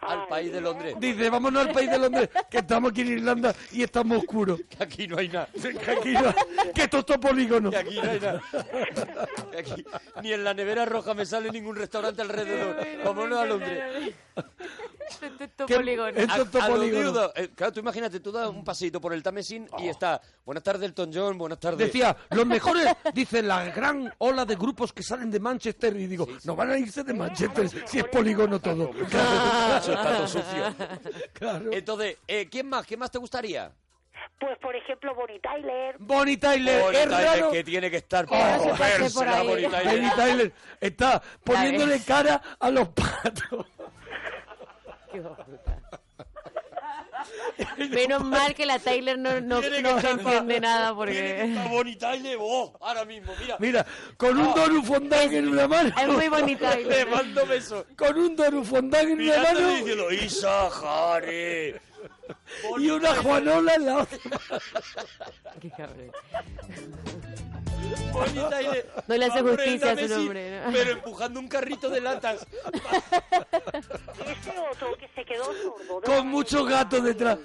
al país de Londres.
Dice, vámonos al país de Londres, que estamos aquí en Irlanda y estamos oscuros.
Que aquí no hay nada.
Que aquí no- que esto es todo polígono.
Que aquí no hay nada. Que aquí ni en la nevera roja me sale ningún restaurante alrededor. Vámonos a Londres.
Esto
¿Qué-
es polígono.
esto es todo
A- a lo
polígono.
viudo. Eh, claro, tú imagínate, tú das un paseito por el Tamesin y está, buenas tardes Elton John, buenas tardes.
Decía, los mejores, dice, la gran ola de grupos que salen de Manchester. Y digo, no van a irse
Eh,
de Manchester si es polígono todo.
Eso está todo sucio.
Claro.
Entonces, eh, ¿quién más? ¿Quién más te gustaría?
Pues, por ejemplo, Bonnie Tyler.
Bonnie Tyler,
Bonnie
es
Tyler,
raro.
que tiene que estar
Eh, Que no se pase
cogerse
por
la
ahí.
Bonnie Tyler.
Bonnie Tyler está poniéndole cara a los patos.
Qué guapota. Menos mal que la Tyler no, no,
Tiene que
no
estar-
entiende nada
Tiene que
porque
estar Bonnie Tyler, oh, ahora mismo, mira.
Mira, con
Ah.
un Doru Fondang en una mano.
es muy bonita.
Le
Tyler.
mando besos.
Con un Doru Fondang en una
Mirándole
mano
diciendo, Isa Jare.
y una Juanola en la otra.
Qué cabrón.
Bonnie Tyler.
No le hace
va por el
justicia a su
Támesis,
nombre, ¿no?
Pero empujando un carrito de latas.
Y este otro que se quedó sordo. de la
Con muchos gatos detrás.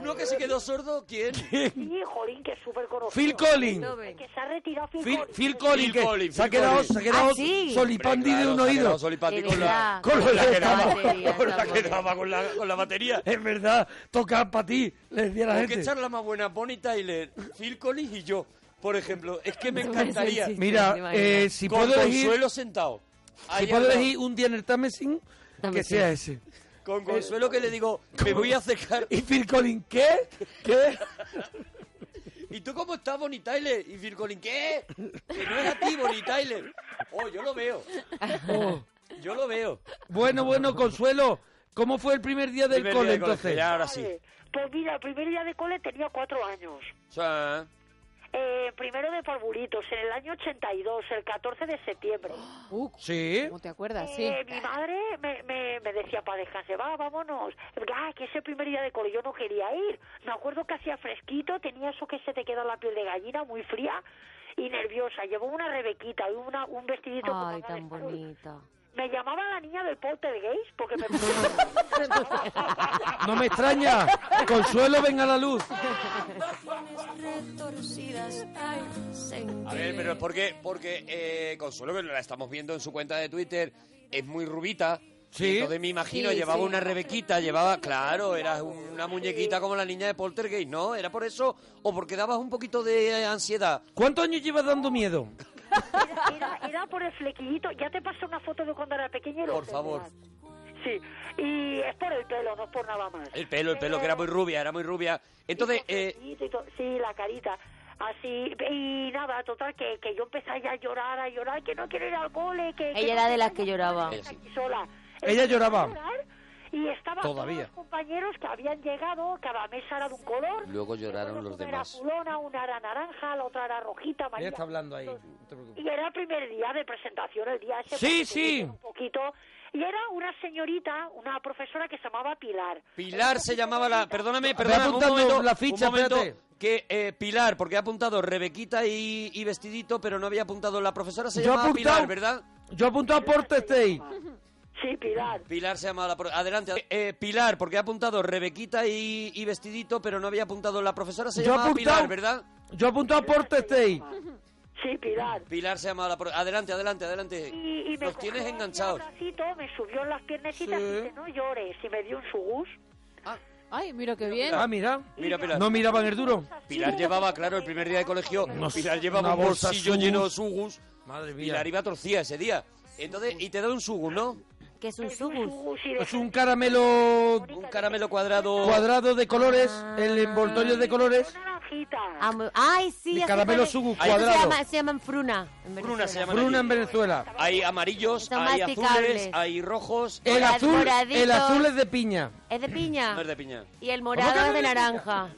Uno que se quedó sordo, ¿quién?
Sí, jolín, que es súper conocido.
Phil Collins.
No ven.
Que se ha retirado Phil,
Phil,
Collins.
Phil Collins,
Phil
que
Collins,
se ha
Phil
quedado,
Collins.
se ha quedado
Ah, sí.
solipandi de un
Claro, se ha quedado
oído.
solipandi
De
Ah, con la,
verdad.
Con lo que
La
estaba.
batería,
con la
esa
que
pobre.
daba con la, con la batería.
Es verdad, tocar para ti, le decía la
¿Con qué
gente.
charla más buena? Bonnie Tyler, Phil Collins y yo, por ejemplo. Es que me encantaría.
Sí, sí,
Mira,
sí,
eh,
imagino.
si
con
puedo elegir,
Consuelo sentado.
si
Ahí
puedo
al lado.
elegir un día en el Tamesin, que
Tamesin.
sea ese.
Con Consuelo que le digo, me voy a acercar.
Y Phil Collins, ¿qué? ¿Qué?
¿Y tú cómo estás, Bonnie Tyler? Y Phil Collins, ¿qué? Que no es a ti, Bonnie Tyler. Oh, yo lo veo.
Oh.
Yo lo veo.
Bueno, bueno, Consuelo, ¿cómo fue el primer día del
Primer
cole
día de colegio,
entonces?
ya ahora sí.
Vale. Pues mira, el primer día de cole tenía cuatro años.
Sí. Ahora
Eh, primero de parvulitos, en el año 82, el 14 de septiembre.
Uh,
Sí.
¿Cómo te acuerdas? Ah, Sí.
Eh, mi madre me, me, me decía para descansar, va, vámonos. Ah, que ese primer día de cole yo no quería ir. Me acuerdo que hacía fresquito, tenía eso que se te queda la piel de gallina, muy fría y nerviosa. Llevó una rebequita y una, un vestidito. como de
Ay, tan
school.
bonita.
Me llamaba la niña del poltergeist porque me...
No me extraña. Consuelo, venga a la luz.
A ver, pero es porque, porque eh, Consuelo, que la estamos viendo en su cuenta de Twitter, es muy rubita.
Sí.
Y Entonces me imagino,
Sí,
llevaba
sí.
una rebequita, llevaba, claro, era una muñequita como la niña de Poltergeist, ¿no? ¿Era por eso o porque dabas un poquito de eh, ansiedad?
¿Cuántos años llevas dando miedo?
Era, era- era por el flequillito. Ya te pasé una foto de cuando era pequeño. y lo
Por
tendrás.
favor.
Sí. Y es por el pelo, no es por nada más.
El pelo, el pelo, que era muy rubia, era muy rubia. Entonces,
Y el
eh,
flequillito y todo. Sí, la carita. Así, y nada, total, que, que yo empecé ya a llorar, a llorar, que no quiero ir al cole, que... que
Ella
no
era de
quiero
las que lloraba.
estar aquí sola.
Ella
Empecé a
lloraba.
llorar Y estaban
Todavía.
todos los compañeros que habían llegado, cada mesa era de un color,
Luego lloraron los
una era
demás.
azulona, una era naranja, la otra era rojita,
Ella
amarilla.
está hablando ahí. no te preocupes.
Y era el primer día de presentación, el día ese.
Sí,
porque
sí.
te dicen Un poquito. Y era una señorita, una profesora que se llamaba Pilar.
Pilar se llamaba la. Perdóname,
Ve
perdóname. Un
apuntando
momento,
la ficha,
un momento
espérate.
que eh, Pilar, porque ha apuntado Rebequita y, y Vestidito, pero no había apuntado la profesora. Se
Yo he
llamaba Pilar,
apuntado-
¿verdad?
Yo apunto a Porte State.
Sí, Pilar.
Pilar se llamaba la profesora. Adelante. Eh, eh, Pilar, porque ha apuntado Rebequita y, y Vestidito, pero no había apuntado la profesora. Se
Yo he
llamaba Pilar,
apuntado-
¿verdad?
Yo apunto a Porte State.
Sí, Pilar.
Pilar se llamaba la profesora. Adelante, adelante, adelante.
Y, y me
Los tienes
cogió así
enganchados.
un bracito, me subió en las piernecitas
Sí.
y dice, no llores. Y me dio un sugus.
Ay, mira qué bien.
Ah, mira.
Mira, Pilar.
No miraban el duro.
Pilar llevaba, claro, el primer día de colegio,
No sé,
Pilar llevaba
una
un
bolsa
bolsillo
Sugus.
lleno de sugus.
Madre mía.
Pilar iba torcida ese día. Entonces, y te da un sugus, ¿no?
Que es un
sugus.
Es un caramelo
Un caramelo cuadrado.
cuadrado de colores, el envoltorio
Ah,
de colores.
Naranjita.
Ah, muy- Ay, sí.
De
ya sé
caramelo
cuál es.
sugu,
Eso
cuadrado.
Se, llama, se llaman fruna. en
Bruna se
Venezuela.
llama.
Bruna en
aquí.
Venezuela.
Hay amarillos,
Son
hay
masticables.
azules, hay rojos.
El
Morad-
azul,
moradito.
el azul es de piña.
Es de piña.
No es de piña.
Y el
¿Cómo
morado
que
es de
no es de
naranja.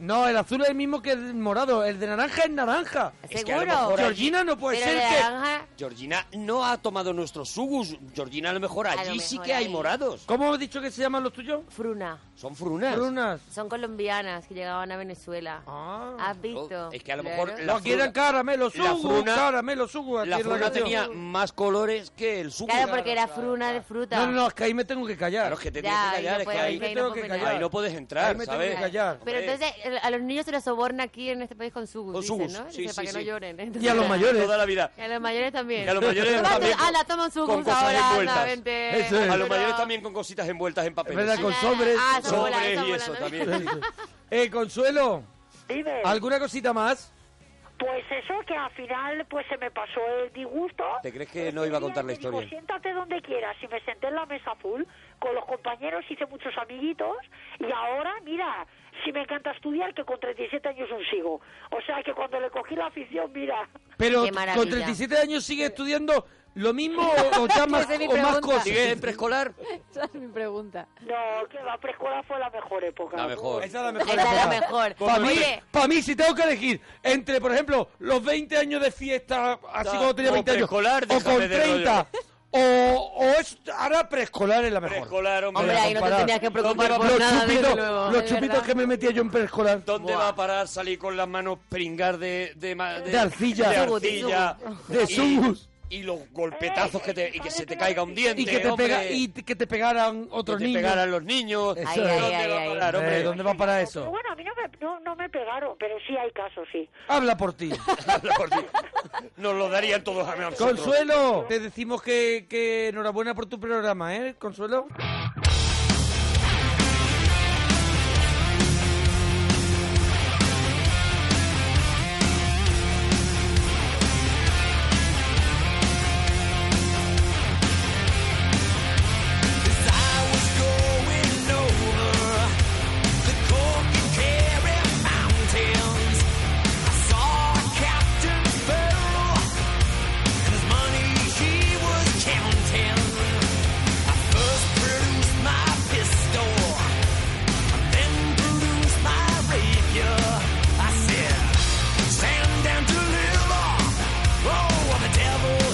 No, el azul es el mismo que el morado. El de naranja es naranja.
Es que a lo
Seguro.
mejor allí-
Georgina no puede
Pero
ser
de
que.
naranja.
Georgina no ha tomado nuestros sugus. Georgina, a lo mejor allí
A lo
sí
mejor
que hay
ahí.
morados.
¿Cómo has dicho que se llaman los tuyos?
Fruna.
Son frunas.
Brunas.
Son colombianas que llegaban a Venezuela.
Ah.
¿Has visto?
Oh, es que a lo mejor
Claro.
la
No, aquí eran caramelo
la
sugu,
fruna-
caramelo sugu. aquí
La
en
fruna
canción.
tenía más colores que el sugus.
Claro, porque era fruna de fruta.
No, no, no, es que ahí me tengo que callar.
Claro, es que te
Ya,
tienes que
ahí
callar, es
no
que
puedes,
ahí,
ahí
tengo
no
que
puedes
callar.
ahí no puedes
Ahí
entrar,
me tengo
¿sabes?
que callar.
Pero
Hombre.
entonces eh, a los niños se los soborna aquí en este país con sugus,
Con
dicen,
sugus,
¿no?
sí,
Dicen,
sí,
para que
sí.
no lloren.
Y a los mayores.
Toda la vida.
Y a los mayores también.
Y a los mayores
Toma tu-
también con-
ala, toma un sugus
con cosas
ahora,
envueltas.
anda, vente.
Eso es.
A los
Pero-
mayores también con cositas envueltas en
Es
papel.
verdad, con
Ah,
sobres.
ah,
con
son bolas,
Sobres
son
y
bolas,
eso
¿no?
también.
Eh, Consuelo,
Dime.
¿alguna cosita más?
Pues eso, que al final pues se me pasó el disgusto.
¿Te crees que no iba a contar la
Digo,
historia?
siéntate donde quieras. Y me senté en la mesa full con los compañeros, hice muchos amiguitos. Y ahora, mira, si me encanta estudiar, que con 37 años aún sigo. O sea que cuando le cogí la afición, mira.
Pero
Qué maravilla.
con 37 años sigue estudiando lo mismo o, o ya más,
Esa es mi
o más
pregunta.
cosas.
¿Sigue en preescolar?
Esa es mi pregunta.
No, que la preescolar fue la mejor época.
La mejor.
Esa es la mejor.
Esa es la
época.
mejor.
Para mí,
Oye,
pa' mí, si tengo que elegir entre, por ejemplo, los 20 años de fiesta, así
Ya,
como tenía
o
20 años,
preescolar,
o
déjame
con
de
30, o, o es- ahora preescolar es la mejor.
Preescolar, hombre.
hombre, ahí no te
comparar.
tenías que preocupar
¿Dónde
por
Los
nada, desde
chupitos,
luego.
los
De
chupitos
verdad.
que me metía yo en preescolar.
¿Dónde
Buah.
va a parar salir con las manos pringar de... De, ma-
De arcilla.
De
Sugus, de
arcilla.
De sugus.
Y, y los golpetazos que te... Y que se te caiga un diente,
Y que, te pega,
hombre.
y que te pegaran
Que
otros
te
niños.
pegaran los niños.
Eso
Ay,
es.
ay,
¿Dónde
ay,
va a
ay.
parar,
Eh,
hombre?
¿Dónde va para
Pero
eso?
bueno, a mí no me, no, no me pegaron, pero sí hay casos, sí.
Habla por ti.
Habla por ti. Nos lo darían todos a nosotros.
Consuelo, te decimos que, que enhorabuena por tu programa, ¿eh, Consuelo?
Counting. I first produced my
Oh,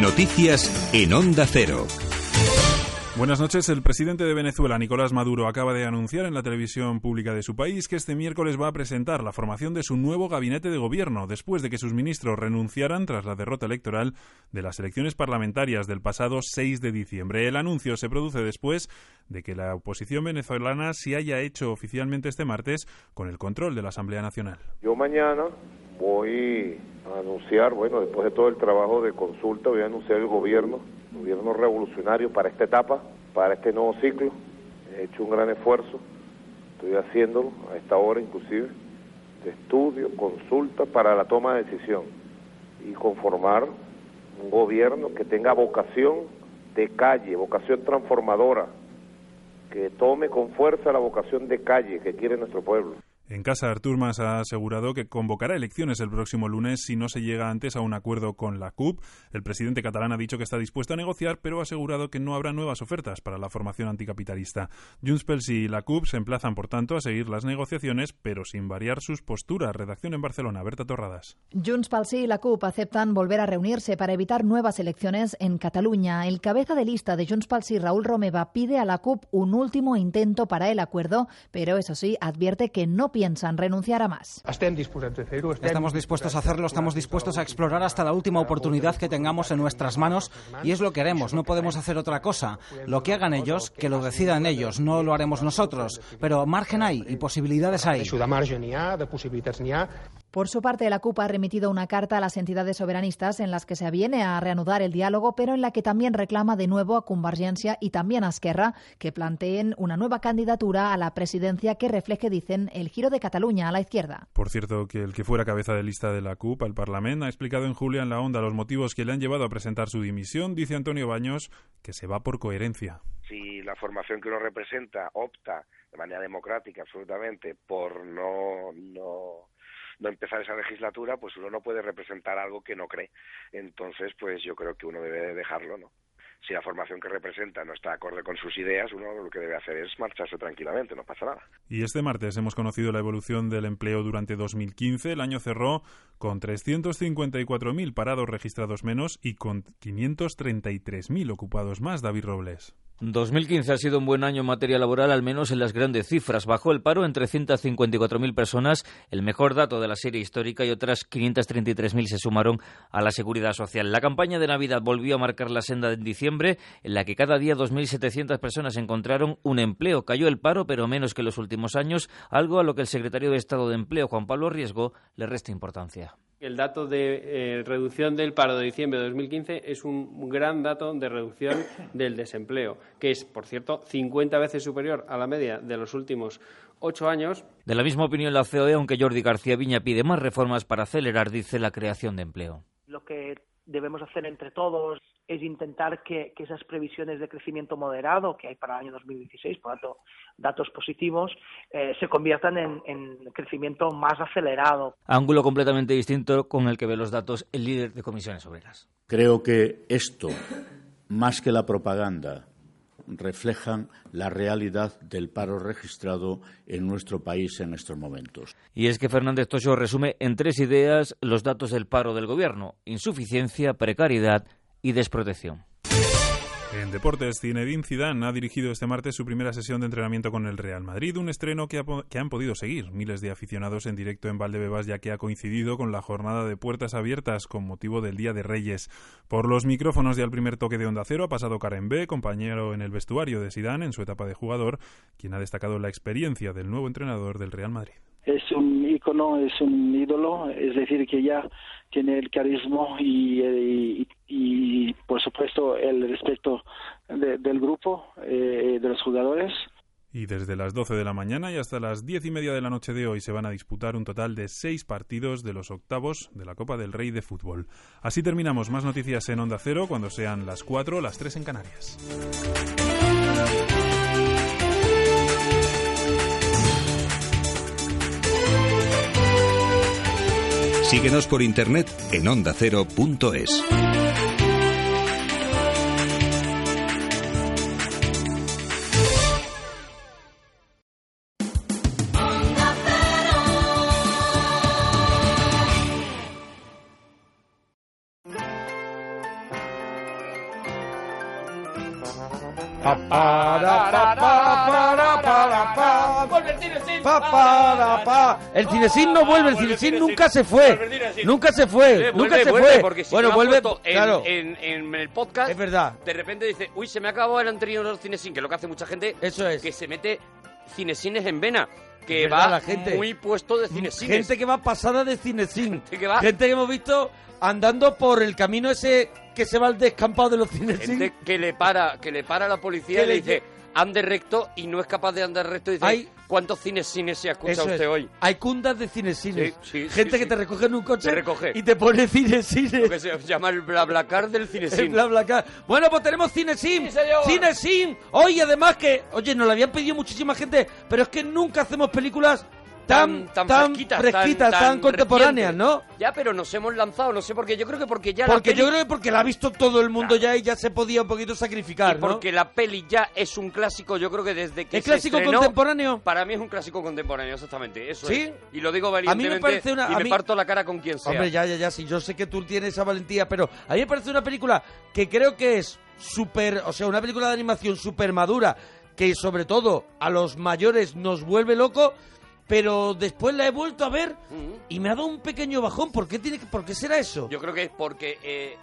Noticias en Onda Cero.
Buenas noches. El presidente de Venezuela, Nicolás Maduro, acaba de anunciar en la televisión pública de su país que este miércoles va a presentar la formación de su nuevo gabinete de gobierno, después de que sus ministros renunciaran tras la derrota electoral de las elecciones parlamentarias del pasado 6 de diciembre. El anuncio se produce después de que la oposición venezolana se haya hecho oficialmente este martes con el control de la Asamblea Nacional.
Yo mañana voy a anunciar, bueno, después de todo el trabajo de consulta, voy a anunciar el gobierno, gobierno revolucionario para esta etapa, para este nuevo ciclo. He hecho un gran esfuerzo, estoy haciéndolo a esta hora inclusive, de estudio, consulta para la toma de decisión y conformar un gobierno que tenga vocación de calle, vocación transformadora, que tome con fuerza la vocación de calle que quiere nuestro pueblo.
En casa, Artur Mas ha asegurado que convocará elecciones el próximo lunes si no se llega antes a un acuerdo con la CUP. El presidente catalán ha dicho que está dispuesto a negociar, pero ha asegurado que no habrá nuevas ofertas para la formación anticapitalista. Junts pel Sí y la CUP se emplazan, por tanto, a seguir las negociaciones, pero sin variar sus posturas. Redacción en Barcelona, Berta Torradas.
Junts pel Sí y la CUP aceptan volver a reunirse para evitar nuevas elecciones en Cataluña. El cabeza de lista de Junts pel Sí, Raúl Romeva, pide a la CUP un último intento para el acuerdo, pero eso sí, advierte que no piensan renunciar a más.
Estamos dispuestos a hacerlo, estamos dispuestos a explorar hasta la última oportunidad que tengamos en nuestras manos y es lo que haremos, no podemos hacer otra cosa. Lo que hagan ellos, que lo decidan ellos, no lo haremos nosotros, pero margen hay y posibilidades hay.
Por su parte, la CUP ha remitido una carta a las entidades soberanistas en las que se aviene a reanudar el diálogo, pero en la que también reclama de nuevo a Convergencia y también a Esquerra que planteen una nueva candidatura a la presidencia que refleje, dicen, el giro de Cataluña a la izquierda.
Por cierto, que el que fuera cabeza de lista de la CUP al Parlamento ha explicado en Julia en la Onda los motivos que le han llevado a presentar su dimisión. Dice Antonio Baños que se va por coherencia.
si la formación que uno representa opta de manera democrática absolutamente por no, no, no empezar esa legislatura, pues uno no puede representar algo que no cree. Entonces, pues yo creo que uno debe dejarlo, ¿no? Si la formación que representa no está acorde con sus ideas, uno lo que debe hacer es marcharse tranquilamente, no pasa nada.
Y este martes hemos conocido la evolución del empleo durante 2015. El año cerró con 354.000 parados registrados menos y con 533.000 ocupados más, David Robles.
2015 ha sido un buen año en materia laboral, al menos en las grandes cifras. Bajó el paro en 354.000 personas, el mejor dato de la serie histórica, y otras 533.000 se sumaron a la seguridad social. La campaña de Navidad volvió a marcar la senda en diciembre, en la que cada día 2.700 personas encontraron un empleo. Cayó el paro, pero menos que en los últimos años, algo a lo que el secretario de Estado de Empleo, Juan Pablo Riesgo, le resta importancia.
El dato de eh, reducción del paro de diciembre de 2015 es un gran dato de reducción del desempleo, que es, por cierto, 50 veces superior a la media de los últimos ocho años.
De la misma opinión la COE, aunque Jordi García Viña pide más reformas para acelerar, dice, la creación de empleo.
Lo que debemos hacer entre todos es intentar que, que esas previsiones de crecimiento moderado que hay para el año 2016, por tanto, datos positivos, eh, se conviertan en, en crecimiento más acelerado.
Ángulo completamente distinto con el que ve los datos el líder de comisiones obreras.
Creo que esto, más que la propaganda, reflejan la realidad del paro registrado en nuestro país en estos momentos.
Y es que Fernández Tocho resume en tres ideas los datos del paro del gobierno: insuficiencia, precariedad y desprotección.
En deportes, Zinedine Zidane ha dirigido este martes su primera sesión de entrenamiento con el Real Madrid, un estreno que, ha po- que han podido seguir miles de aficionados en directo en Valdebebas, ya que ha coincidido con la jornada de puertas abiertas con motivo del Día de Reyes. Por los micrófonos de al primer toque de Onda Cero ha pasado Karen B, compañero en el vestuario de Zidane en su etapa de jugador, quien ha destacado la experiencia del nuevo entrenador del Real Madrid.
es un ícono, es un ídolo, es decir, que ya tiene el carisma y, y- y, por supuesto el respeto de- del grupo, eh, de los jugadores.
Y desde las 12 de la mañana y hasta las 10 y media de la noche de hoy se van a disputar un total de seis partidos de los octavos de la Copa del Rey de Fútbol. Así terminamos más noticias en Onda Cero cuando sean las 4 las 3 en Canarias.
Síguenos por internet en ondacero.es.
Pa, para, pa. El Cinesin no vuelve, el Cinesin nunca se fue. Nunca se fue,
Eh, Vuelve,
nunca se
vuelve,
fue.
Porque si
Bueno,
lo han
vuelve,
puesto en,
claro.
en, en el podcast,
Es verdad.
de repente dice, uy, se me ha acabado el anterior cinesín, que es lo que hace mucha gente,
Eso es.
que se mete cinesines en vena, que
Es verdad,
va
la gente.
muy puesto de cinesines.
Gente que va pasada de Cinesin. Gente
que va-
hemos visto andando por el camino ese que se va al descampado de los Cinesin.
Gente que le para, que le para la policía
Que
y le
le-
dice, ande recto y no es capaz de andar recto y dice,
Hay-
¿cuántos cinesines se ha escuchado
Eso es.
usted hoy?
Hay cundas de cinesines.
Sí, sí,
Gente
sí,
que
sí.
te recoge en un coche
Te recoge.
y te pone cinesines.
Lo que se llama el blablacar del cinesín.
El BlaBlaCar. Bueno, pues tenemos Cinesim. Cinesim. Oye, además que, oye, nos lo habían pedido muchísima gente, pero es que nunca hacemos películas tan, tan, fresquitas, tan, contemporáneas, ¿no?
recientes. Ya, pero nos hemos lanzado, no sé por qué. Yo creo que porque ya
Porque
la peli,
yo creo que porque la ha visto todo el mundo ya y ya se podía un poquito sacrificar, ¿no?
porque la peli ya es un clásico. Yo creo que desde que
¿Es
se
clásico
estrenó,
contemporáneo?
Para mí es un clásico contemporáneo, exactamente. Eso
¿Sí?
es. Y lo digo
A mí
valientemente.
me parece una.
y
a
me
mí-
parto la cara con quien sea.
Hombre, ya, ya, ya. Sí, yo sé que tú tienes esa valentía, pero a mí me parece una película que creo que es súper. O sea, una película de animación súper madura, que sobre todo a los mayores nos vuelve loco, pero después la he vuelto a ver
Mm,
y me ha dado un pequeño bajón. ¿Por qué, tiene que, por qué será eso?
Yo creo que es porque. eh,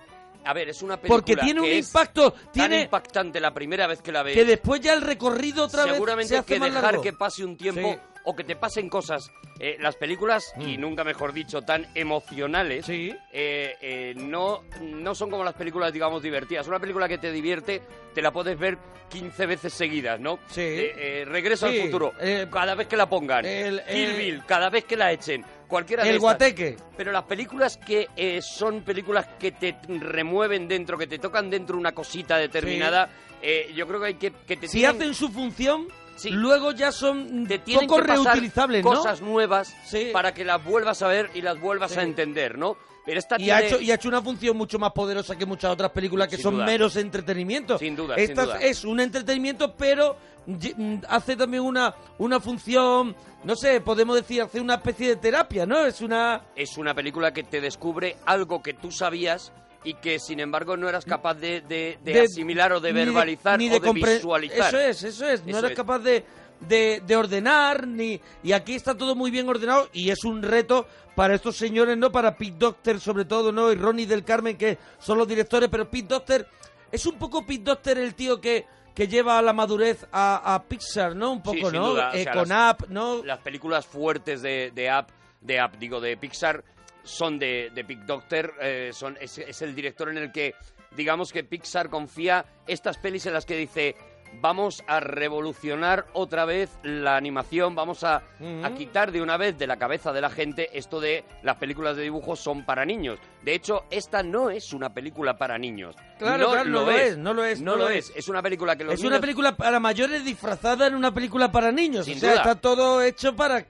a ver, es una película.
Porque tiene un
que es
impacto.
tan
Tiene
impactante la primera vez que la ves.
que después ya el recorrido otra vez.
Seguramente
se hace
que
más
dejar
largo.
que pase un tiempo o que te pasen cosas. eh, las películas,
Mm.
y nunca mejor dicho, tan emocionales, eh, eh, no, no son como las películas, digamos, divertidas. Una película que te divierte, te la puedes ver 15 veces seguidas, ¿no?
Sí.
Eh, eh, Regreso
Sí, eh,
al futuro, cada vez que la pongan.
el-
Kill
el-
Bill, cada vez que la echen. Cualquiera de
El
estas.
guateque.
Pero las películas que eh, son películas que te remueven dentro, que te tocan dentro una cosita determinada, eh, yo creo que hay que, que te
Si
tienen-
hacen su función, luego ya son
tienen
poco
que pasar
reutilizables, ¿no?
cosas nuevas para que las vuelvas a ver y las vuelvas a entender, ¿no? Pero esta
y
tiene-
ha, hecho, y ha hecho una función mucho más poderosa que muchas otras películas que
Sin
son
duda.
meros entretenimientos. Sin
duda, sin
Esta
duda.
es un entretenimiento, pero ye- mm, hace también una, una función, no sé, podemos decir, hace una especie de terapia, ¿no? Es una...
es una película que te descubre algo que tú sabías y que sin embargo no eras capaz de, de- de
de-
asimilar o de
ni
verbalizar
ni
o de
compre-
visualizar.
Eso es, eso es. No
Eso
eres
es.
capaz de, de, de ordenar ni... Y aquí está todo muy bien ordenado y es un reto para estos señores, ¿no? Para Pete Doctor sobre todo, ¿no? Y Ronnie del Carmen que son los directores, pero Pete Doctor... Es un poco Pete Doctor el tío que, que lleva a la madurez a, a Pixar, ¿no? Un poco,
Sí, sin
¿no?
duda, o
Eh,
sea,
con
las-
Up, ¿no?
Las películas fuertes de, de App, de App, digo, de Pixar, son de, de Big Doctor, eh, son, es, es el director en el que, digamos que Pixar confía estas pelis en las que dice, vamos a revolucionar otra vez la animación, vamos a,
Ujú.
a quitar de una vez de la cabeza de la gente esto de las películas de dibujos son para niños. De hecho, esta no es una película para niños.
Claro, claro, no lo es, no lo es,
No, lo es. es, una película que los
Es una
niños-
película para mayores disfrazada en una película para niños.
Sin
o sea,
duda.
está todo hecho para...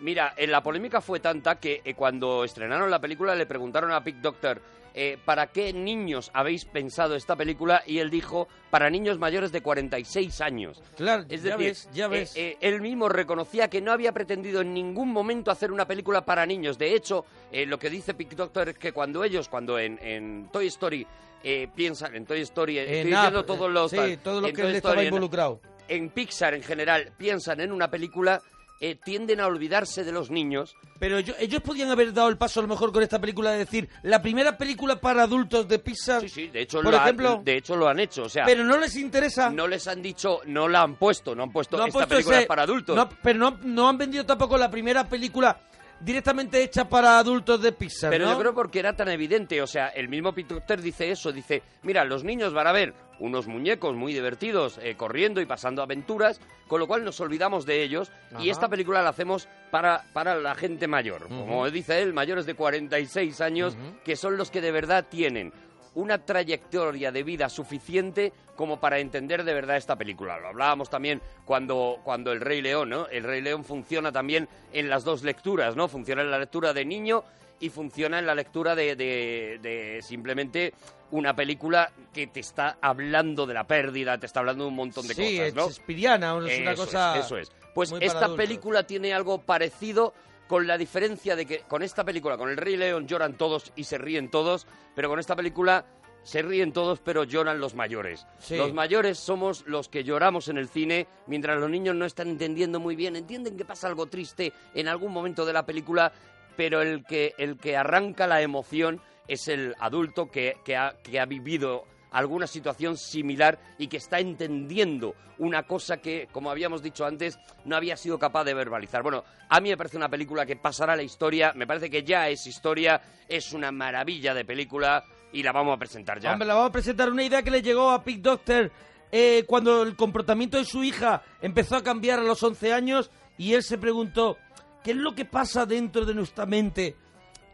Mira, eh, la polémica fue tanta que eh, cuando estrenaron la película le preguntaron a Pete Doctor eh, ¿para qué niños habéis pensado esta película? Y él dijo, para niños mayores de 46 años.
Claro,
Es
ya
decir,
ves, ya
eh,
ves.
eh, él mismo reconocía que no había pretendido en ningún momento hacer una película para niños. De hecho, eh, lo que dice Pete Doctor es que cuando ellos, cuando en, en Toy Story eh, piensan, en Toy Story, eh, estoy
En
diciendo
Up,
todos los...
Sí,
tal,
todo lo
en
que
Toy
él estaba
Story, en-
involucrado.
en Pixar en general piensan en una película, eh, tienden a olvidarse de los niños.
Pero ellos, ellos podían haber dado el paso a lo mejor con esta película de decir la primera película para adultos de Pixar.
Sí, de hecho,
Por
lo han-
ejemplo-
de hecho lo han hecho. O sea,
Pero no les interesa.
No les han dicho, no la han puesto, no han puesto
No han
esta
puesto
película
ese-
es para adultos.
no, pero no, no han vendido tampoco la primera película directamente hecha para adultos de Pixar.
Pero
¿no?
yo creo porque era tan evidente, o sea, el mismo Pete Docter dice eso, dice, mira, los niños van a ver unos muñecos muy divertidos eh, corriendo y pasando aventuras, con lo cual nos olvidamos de ellos
Ajá.
y esta película la hacemos para, para la gente mayor, como dice él, mayores de 46 años, que son los que de verdad tienen una trayectoria de vida suficiente como para entender de verdad esta película. Lo hablábamos también cuando, cuando El Rey León, ¿no? El Rey León funciona también en las dos lecturas, ¿no? Funciona en la lectura de niño y funciona en la lectura de, de- de simplemente una película que te está hablando de la pérdida, te está hablando de un montón de
sí,
cosas,
es
¿no?
shakespeariana, es una
Eso es,
cosa.
eso es. Pues
muy para
esta
adultos.
película tiene algo parecido con la diferencia de que con esta película, con el Rey León lloran todos y se ríen todos, pero con esta película se ríen todos, pero lloran los mayores.
Sí.
Los mayores somos los que lloramos en el cine mientras los niños no están entendiendo muy bien, entienden que pasa algo triste en algún momento de la película, pero el que, el que arranca la emoción es el adulto que, que ha, que ha vivido alguna situación similar y que está entendiendo una cosa que, como habíamos dicho antes, no había sido capaz de verbalizar. Bueno, a mí me parece una película que pasará a la historia, me parece que ya es historia, es una maravilla de película y la vamos a presentar ya.
Hombre, la vamos a presentar una idea que le llegó a Pete Doctor eh, cuando el comportamiento de su hija empezó a cambiar a los 11 años y él se preguntó, ¿qué es lo que pasa dentro de nuestra mente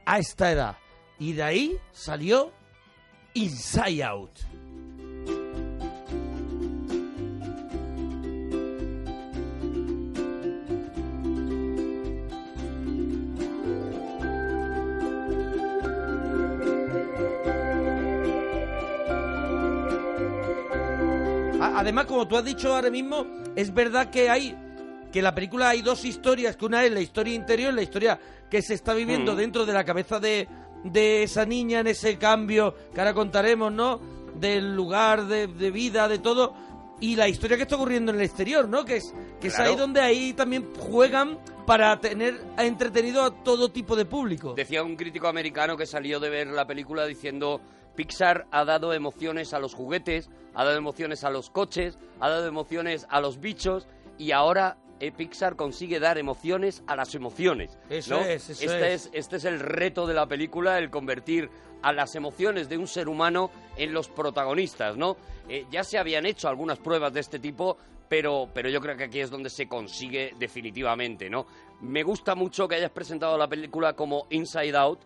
a esta edad? Y de ahí salió Inside Out. A- Además, como tú has dicho ahora mismo, es verdad que hay que en la película hay dos historias, que una es la historia interior, la historia que se está viviendo
Mm.
dentro de la cabeza de, de esa niña en ese cambio que ahora contaremos, ¿no? Del lugar de, de vida, de todo, y la historia que está ocurriendo en el exterior, ¿no? Que es que es
Claro.
ahí donde ahí también juegan para tener entretenido a todo tipo de público.
Decía un crítico americano que salió de ver la película diciendo Pixar ha dado emociones a los juguetes, ha dado emociones a los coches, ha dado emociones a los bichos y ahora eh, Pixar consigue dar emociones a las emociones.
Eso
¿no?
es, eso
este
es.
Este es el reto de la película, el convertir a las emociones de un ser humano en los protagonistas, ¿no? Eh, ya se habían hecho algunas pruebas de este tipo, pero, pero yo creo que aquí es donde se consigue definitivamente, ¿no? Me gusta mucho que hayas presentado la película como Inside Out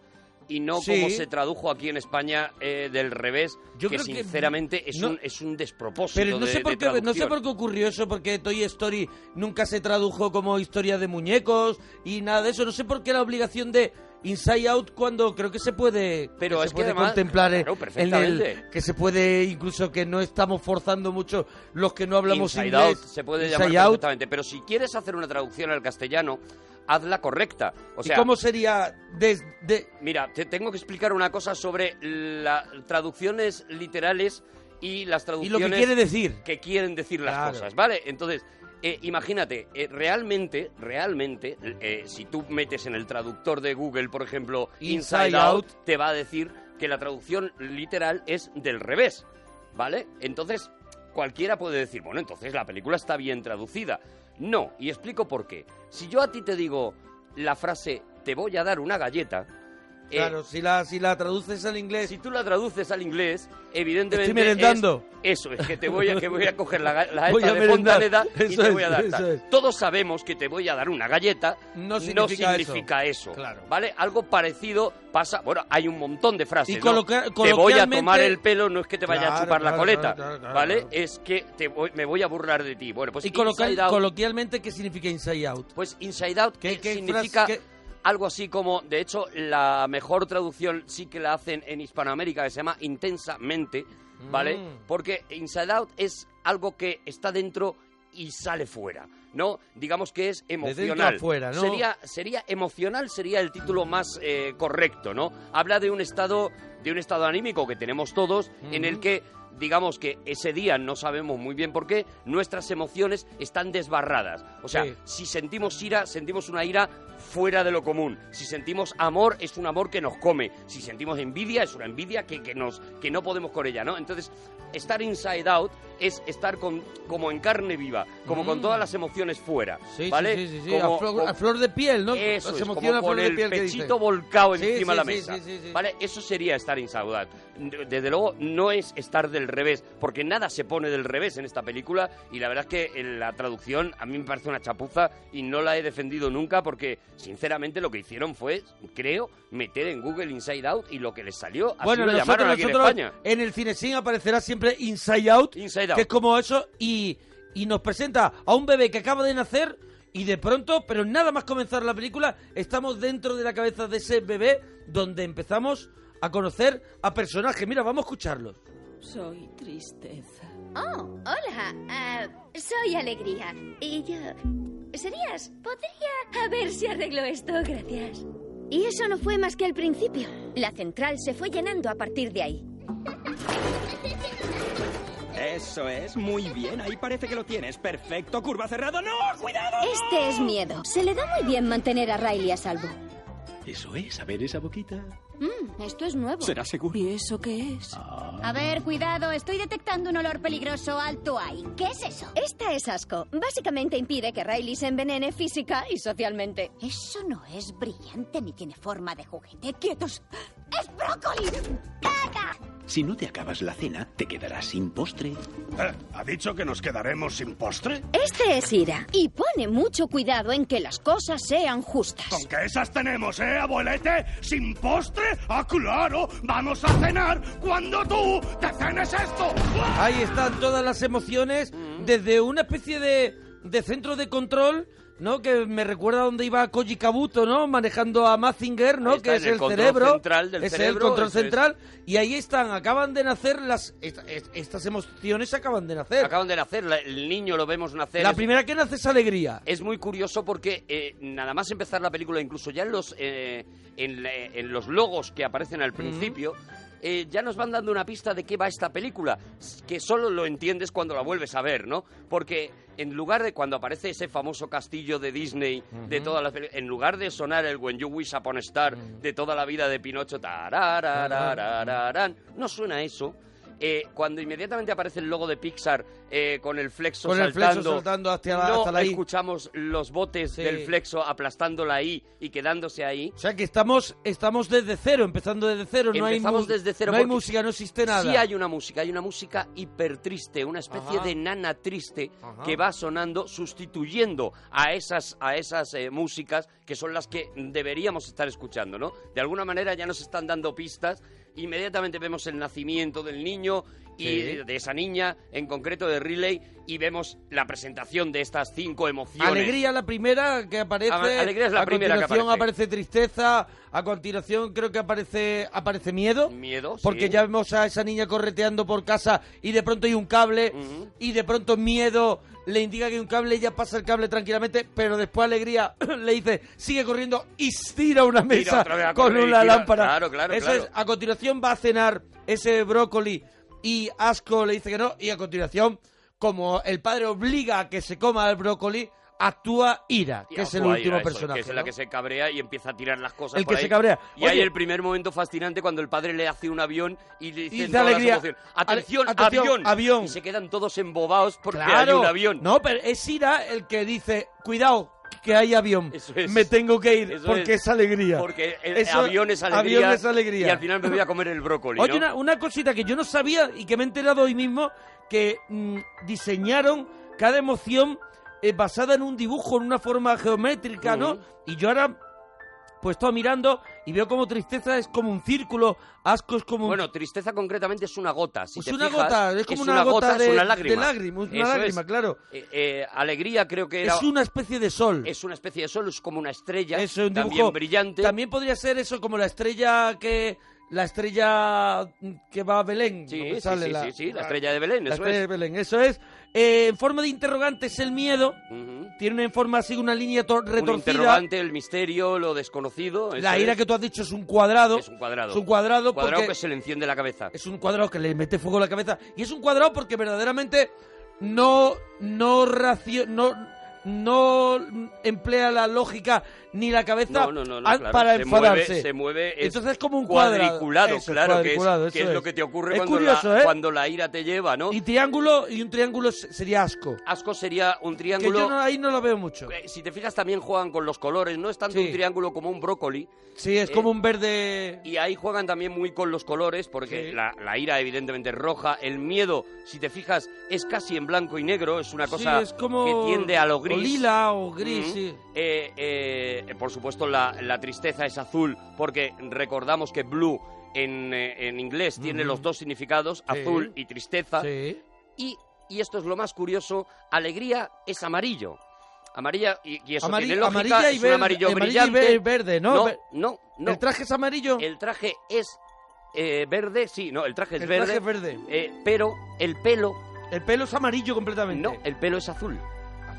y no
Sí.
como se tradujo aquí en España eh, del revés,
Yo
que
creo que
sinceramente es,
no-
un, es un despropósito
Pero no
de-
sé, por
de
qué, no sé
traducción.
por qué ocurrió eso, porque Toy Story nunca se tradujo como historia de muñecos y nada de eso. No sé por qué la obligación de Inside Out cuando creo que se puede,
Pero
se
es que
puede
además-
contemplar en-
claro,
en
perfectamente.
el que se puede incluso que no estamos forzando mucho los que no hablamos
Inside
inglés.
Out se puede
Inside
llamar
Out.
perfectamente, pero si quieres hacer una traducción al castellano, hazla correcta. O sea,
¿Y cómo sería desde
Mira, te tengo que explicar una cosa sobre las traducciones literales y las traducciones
quiere decir.
que quieren decir las
Claro.
cosas, ¿vale? Entonces, eh, imagínate, eh, realmente, realmente, eh, si tú metes en el traductor de Google, por ejemplo, Inside,
Inside
Out,
Out,
te va a decir que la traducción literal es del revés, ¿vale? Entonces, cualquiera puede decir, bueno, entonces la película está bien traducida. No, y explico por qué. Si yo a ti te digo la frase, te voy a dar una galleta, eh,
Claro, si la, si la traduces al inglés.
Si tú la traduces al inglés, evidentemente.
Estoy merendando.
es- eso, es que te voy a, que voy a coger la, ga- la
Voy
alta
a
de
merendar.
Fontaneda y
Eso
te
es,
voy a dar.
eso
tal.
es.
Todos sabemos que te voy a dar una galleta.
No significa eso.
significa eso.
Claro.
¿Vale? Algo parecido pasa. Bueno, hay un montón de frases.
Y
¿no?
coloca-
Te voy a
coloquialmente-
tomar el pelo, no es que te vaya a
Claro,
chupar la
claro,
coleta.
claro, claro,
¿Vale? Es que te voy, me voy a burlar de ti. Bueno, pues.
y coloca-
Inside Out-
coloquialmente, ¿qué significa Inside Out?
Pues Inside Out
¿Qué,
que
qué
significa
frase- qué-
algo así como, de hecho, la mejor traducción sí que la hacen en Hispanoamérica, que se llama intensamente, ¿vale?
Mm.
Porque Inside Out es algo que está dentro y sale fuera, ¿no? Digamos que es emocional.
dentro a fuera, ¿no?
Sería, sería emocional, sería el título más eh, correcto, ¿no? Habla de un estado, de un estado anímico que tenemos todos, en el
Ujú.
que digamos que ese día no sabemos muy bien por qué, nuestras emociones están desbarradas. O sea,
Sí.
si sentimos ira, sentimos una ira fuera de lo común. Si sentimos amor, es un amor que nos come. Si sentimos envidia, es una envidia que, que nos, que no podemos con ella, ¿no? Entonces, estar inside out es estar con, como en carne viva, como con
Mm.
todas las emociones fuera,
Sí,
¿vale?
sí, sí, sí,
Como-
a, flor,
como-
a flor de piel, ¿no?
eso es,
Se
como
emociona a flor
con
de
el
piel que dice.
pechito volcado
Sí,
encima
sí,
de la
sí,
mesa.
sí, sí, sí.
¿Vale? Eso sería estar insaudad. Desde luego no es estar del revés, porque nada se pone del revés en esta película y la verdad es que en la traducción a mí me parece una chapuza y no la he defendido nunca porque sinceramente lo que hicieron fue, creo, meter en Google Inside Out y lo que les salió así
Bueno,
lo llamaron
nosotros,
aquí en
nosotros
España.
en el Cinesin aparecerá siempre Inside Out,
Out.
que es como eso, y, y nos presenta a un bebé que acaba de nacer y de pronto, pero nada más comenzar la película, estamos dentro de la cabeza de ese bebé donde empezamos a conocer a personajes. Mira, vamos a escucharlos.
Soy tristeza.
Oh, hola. Ah, soy Alegría. Y yo... Serías, podría... A ver si arreglo esto, gracias. Y eso no fue más que al principio. La central se fue llenando a partir de ahí.
Eso es, muy bien, ahí parece que lo tienes. Perfecto, curva cerrada, no, cuidado.
Este es miedo. Se le da muy bien mantener a Riley a salvo.
Eso es, a ver esa boquita.
Mm, esto es nuevo.
¿Será seguro?
¿Y eso qué es?
Ah.
A ver, cuidado, estoy detectando un olor peligroso alto ahí. ¿Qué es eso? Esta es asco. Básicamente impide que Riley se envenene física y socialmente. Eso no es brillante ni tiene forma de juguete. ¡Quietos! ¡Es brócoli!
Si no te acabas la cena, te quedarás sin postre.
¿Ha dicho que nos quedaremos sin postre?
Este es ira y pone mucho cuidado en que las cosas sean justas.
¿Con qué esas tenemos, eh, abuelete? ¿Sin postre? ¡Ah, claro! ¡Vamos a cenar cuando tú te cenes esto!
Ahí están todas las emociones
Mm.
desde una especie de, de centro de control, ¿no? Que me recuerda a donde iba Koji Kabuto, ¿no? Manejando a Mazinger, ¿no?
Ahí está,
que
en
es
el
el,
control
cerebro.
central del
es el
cerebro,
control
eso es.
central. Y ahí están, acaban de nacer las. esta- est- estas emociones acaban de nacer.
Acaban de nacer, la- el niño lo vemos nacer.
La
es-
primera que nace es alegría.
Es muy curioso porque eh, nada más empezar la película, incluso ya en los, eh, en, la- en los logos que aparecen al principio, eh, ya nos van dando una pista de qué va esta película, s- que solo lo entiendes cuando la vuelves a ver, ¿no? Porque en lugar de cuando aparece ese famoso castillo de Disney, de
Ujú.
todas las peli- en lugar de sonar el When You Wish Upon a Star de toda la vida de Pinocho, tararararararán, no suena eso. Eh, cuando inmediatamente aparece el logo de Pixar eh, con el flexo
Con el
saltando,
flexo saltando hacia la-
no
hasta la I.
escuchamos los botes
Sí.
del flexo aplastando la I y quedándose ahí.
O sea que estamos, estamos desde cero, empezando desde cero. no hay
Empezamos
mu-
desde cero
No hay
porque
música, no existe nada.
Sí hay una música, hay una música hiper triste, una especie
Ajá.
de nana triste
Ajá.
que va sonando sustituyendo a esas, a esas eh, músicas que son las que deberíamos estar escuchando, ¿no? De alguna manera ya nos están dando pistas, inmediatamente vemos el nacimiento del niño y
Sí.
de- de esa niña, en concreto de Riley, y vemos la presentación de estas cinco emociones.
Alegría la primera que aparece.
A- alegría es la
a
primera que
continuación
aparece.
tristeza. A continuación creo que aparece aparece miedo.
Miedo,
Porque
sí.
ya vemos a esa niña correteando por casa y de pronto hay un cable y de pronto miedo le indica que hay un cable, ella pasa el cable tranquilamente, pero después alegría le dice sigue corriendo y tira una
Tira
mesa
otra vez a
con
correr y
una
tira.
lámpara.
Claro, claro,
Eso
claro.
es, a continuación va a cenar ese brócoli y Asco le dice que no y a continuación como el padre obliga a que se coma el brócoli actúa Ira, que es el
Actúa
último
Ira, eso,
personaje.
Que es la que se cabrea y empieza a tirar las cosas.
El
por
que se
ahí.
cabrea.
Y
Oye.
hay el primer momento fascinante cuando el padre le hace un avión y le
dice
dice todas las
alegría,
emociones. Atención,
ale- atención,
avión.
avión.
Y se quedan todos embobados porque hay
Claro.
un avión.
No, pero es Ira el que dice, cuidado, que hay avión.
es.
Me tengo que ir
Eso
porque es,
es.
alegría.
Porque el
Eso-
avión es alegría.
avión es alegría.
Y al final me voy a comer el brócoli.
Oye,
¿no?
una, una cosita que yo no sabía y que me he enterado hoy mismo, que mm, diseñaron cada emoción eh, basada en un dibujo, en una forma geométrica, ¿no? Y yo ahora, pues estaba mirando y veo como tristeza es como un círculo, asco es como un...
Bueno, tristeza concretamente es una gota. Si
Es
te
Pues una
fijas,
gota, es como una gota
es
de-
una lágrima.
de lágrima, es una
Eso
lágrima, claro.
Eh, eh, alegría creo que era.
es una especie de sol.
Es una especie de sol, es como una estrella.
Eso, un dibujo
también brillante.
También podría ser eso como la estrella que la estrella que va a Belén.
Sí,
¿no? Que
sí,
sale
sí, sí, sí, la estrella de Belén,
la
eso
estrella
es.
de Belén, eso es. Eh, en forma de interrogante es el miedo. Tiene una forma así, una línea to-
Un
retorcida.
interrogante, el misterio, lo desconocido.
La ira que tú has dicho es un cuadrado.
Es un cuadrado.
Es un cuadrado
Cuadrado
porque-
que se le enciende la cabeza.
Es un cuadrado que le mete fuego a la cabeza. Y es un cuadrado porque verdaderamente no, no, racio- no, no emplea la lógica ni la cabeza
No, no, no, no,
a-
claro.
para
Se
enfadarse.
mueve- se mueve, es
Entonces es como un cuadrado.
Cuadriculado,
Eso,
claro,
cuadriculado,
que, es, que
eso
es lo que te ocurre
Es
cuando,
curioso,
la,
¿eh?
cuando la ira te lleva, ¿no?
Y triángulo, y un triángulo se- sería asco.
Asco sería un
Que
triángulo.
yo no- ahí no lo veo mucho.
Eh, Si te fijas, también juegan con los colores. No es tanto
Sí.
un triángulo como un brócoli.
Sí, es
Eh,
como un verde...
Y ahí juegan también muy con los colores, porque la, la ira evidentemente es roja, el miedo, si te fijas, es casi en blanco y negro, es una
Sí,
cosa
es como-
que tiende a lo gris.
o lila o gris,
Ujú.
sí.
Eh, eh, por supuesto, la, la tristeza es azul, porque recordamos que blue en, eh, en inglés tiene
Ujú.
los dos significados,
Sí.
azul y tristeza.
Sí.
Y, y esto es lo más curioso, alegría es amarillo. Amarilla y, y eso
Amari-
tiene lógica,
amarilla y
es un
verde-
amarillo
amarilla y
brillante.
ver- verde, ¿no?
No,
Ver-
no, no.
¿El traje es amarillo?
El traje es eh, verde, sí, no, el traje es
El
verde.
traje es verde.
eh, pero el pelo...
El pelo es amarillo completamente.
No, el pelo es azul.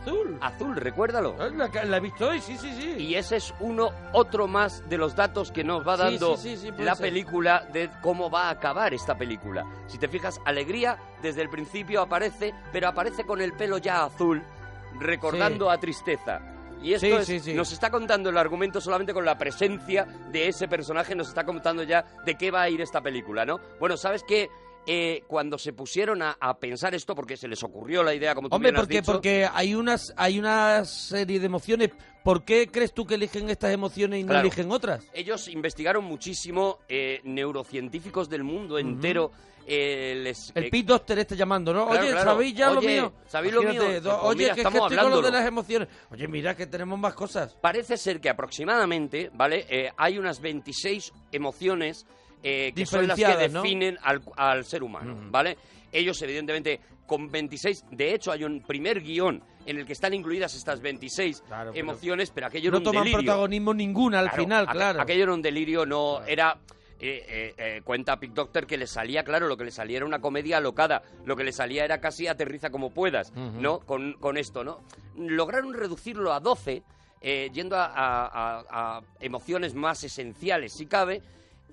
Azul. Ah,
Azul, recuérdalo.
La, he visto hoy, sí, sí, sí.
Y ese es uno, otro más de los datos que nos va
Sí,
dando
sí, sí, sí, puede
la
ser.
película de cómo va a acabar esta película. Si te fijas, Alegría desde el principio aparece, pero aparece con el pelo ya azul, recordando a Tristeza. Y esto
Sí,
es-
sí, sí.
nos está contando el argumento solamente con la presencia de ese personaje, nos está contando ya de qué va a ir esta película, ¿no? Bueno, ¿sabes qué? Eh, cuando se pusieron a, a pensar esto, porque se les ocurrió la idea, como tú
Hombre,
bien has
porque,
dicho,
porque hay, unas, hay una serie de emociones. ¿Por qué crees tú que eligen estas emociones y no
Claro.
eligen otras?
Ellos investigaron muchísimo, eh, neurocientíficos del mundo entero. eh, les,
El
eh,
Pete Doctor está llamando, ¿no?
Claro,
oye,
claro.
¿sabéis ya lo
Oye,
mío?
¿sabéis lo
Imagínate,
mío?
do-
Pues mira,
oye, que es que
estamos
estoy con lo de
hablándolo.
las emociones. Oye, mira que tenemos más cosas.
Parece ser que aproximadamente, ¿vale? Eh, hay unas 26 emociones eh, que son las que
Diferenciadas, ¿no?
definen al, al ser humano, ¿vale? Ellos, evidentemente, con 26, de hecho, hay un primer guión en el que están incluidas estas 26
pero-
emociones, pero aquello
no
era un
toman
delirio.
protagonismo ninguna al
Claro,
final,
aqu-
claro.
Aquello era un delirio, no era. eh, eh, eh, cuenta Pic Doctor que le salía, claro, lo que le salía era una comedia alocada, lo que le salía era casi aterriza como puedas,
Ujú.
¿no? Con, con esto, ¿no? Lograron reducirlo a 12, eh, yendo a, a- a- a emociones más esenciales, si cabe,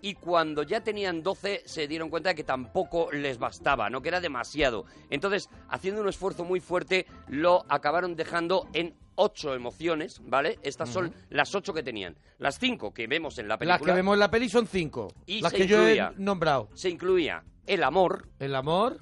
y cuando ya tenían 12 se dieron cuenta de que tampoco les bastaba, ¿no? Que era demasiado. Entonces, haciendo un esfuerzo muy fuerte, lo acabaron dejando en ocho emociones, ¿vale? Estas son
Ujú.
las ocho que tenían. Las cinco que vemos en la película.
Las que vemos en la peli son cinco.
Y
las
se
que
incluía.
yo he nombrado.
Se incluía el amor.
El amor.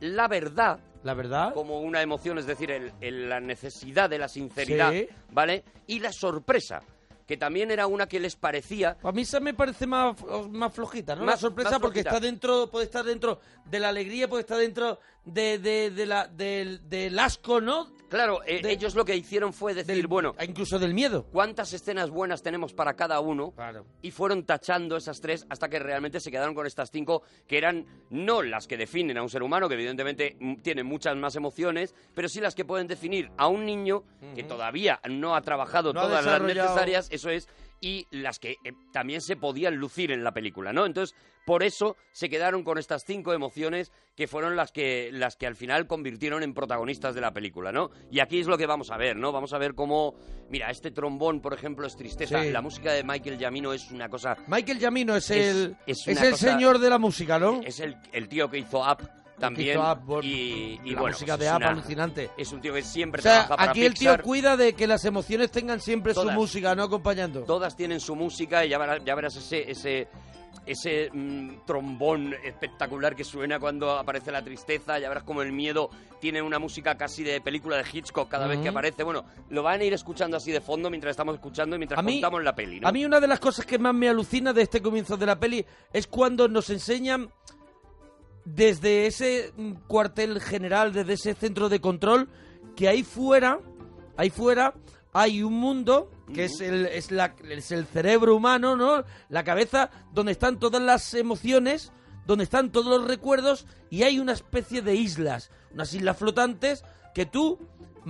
La verdad.
La verdad.
Como una emoción, es decir, el- el- la necesidad de la sinceridad,
Sí.
¿vale? Y la sorpresa, que también era una que les parecía
A mí esa me parece más, más flojita, ¿no?
Más-
la sorpresa
más
porque
flojita.
está dentro, puede estar dentro de la alegría, puede estar dentro de, de- de la, del, del asco, ¿no?
Claro, eh, ellos lo que hicieron fue decir, bueno,
incluso del miedo.
¿Cuántas escenas buenas tenemos para cada uno? Y fueron tachando esas tres hasta que realmente se quedaron con estas cinco que eran no las que definen a un ser humano, que evidentemente mm, tiene muchas más emociones, pero sí las que pueden definir a un niño que todavía no ha trabajado
No ha
todas las
desarrollado.
necesarias, eso es, y las que eh, también se podían lucir en la película, ¿no? Entonces, por eso se quedaron con estas cinco emociones que fueron las que, las que al final convirtieron en protagonistas de la película, ¿no? Y aquí es lo que vamos a ver, ¿no? Vamos a ver cómo, mira, este trombón, por ejemplo, es tristeza,
Sí.
la música de Michael Giamino es una cosa...
Michael Yamino es,
Es-
el,
es
es,
una
el
cosa-
señor de la música, ¿no?
Es el, el tío que hizo Up también.
Mm. hizo Up, bueno,
y, y
la
bueno,
música
pues
de
es
Up
una-
alucinante.
Es un tío que siempre
o sea,
trabaja para
aquí el tío
Pixar.
cuida de que las emociones tengan siempre
Todas.
su música, ¿no? Acompañando.
Todas tienen su música y ya verás, ya verás ese, ese, ese mm, trombón espectacular que suena cuando aparece la tristeza. Ya verás como el miedo tiene una música casi de película de Hitchcock cada vez que
Ujú.
aparece. Bueno, lo van a ir escuchando así de fondo mientras estamos escuchando y mientras
A mí-
contamos la peli. ¿no?
A mí una de las cosas que más me alucina de este comienzo de la peli es cuando nos enseñan desde ese mm, cuartel general, desde ese centro de control, que ahí fuera, ahí fuera hay un mundo que es el, es la- es el cerebro humano, ¿no? La cabeza, donde están todas las emociones, donde están todos los recuerdos y hay una especie de islas, unas islas flotantes que tú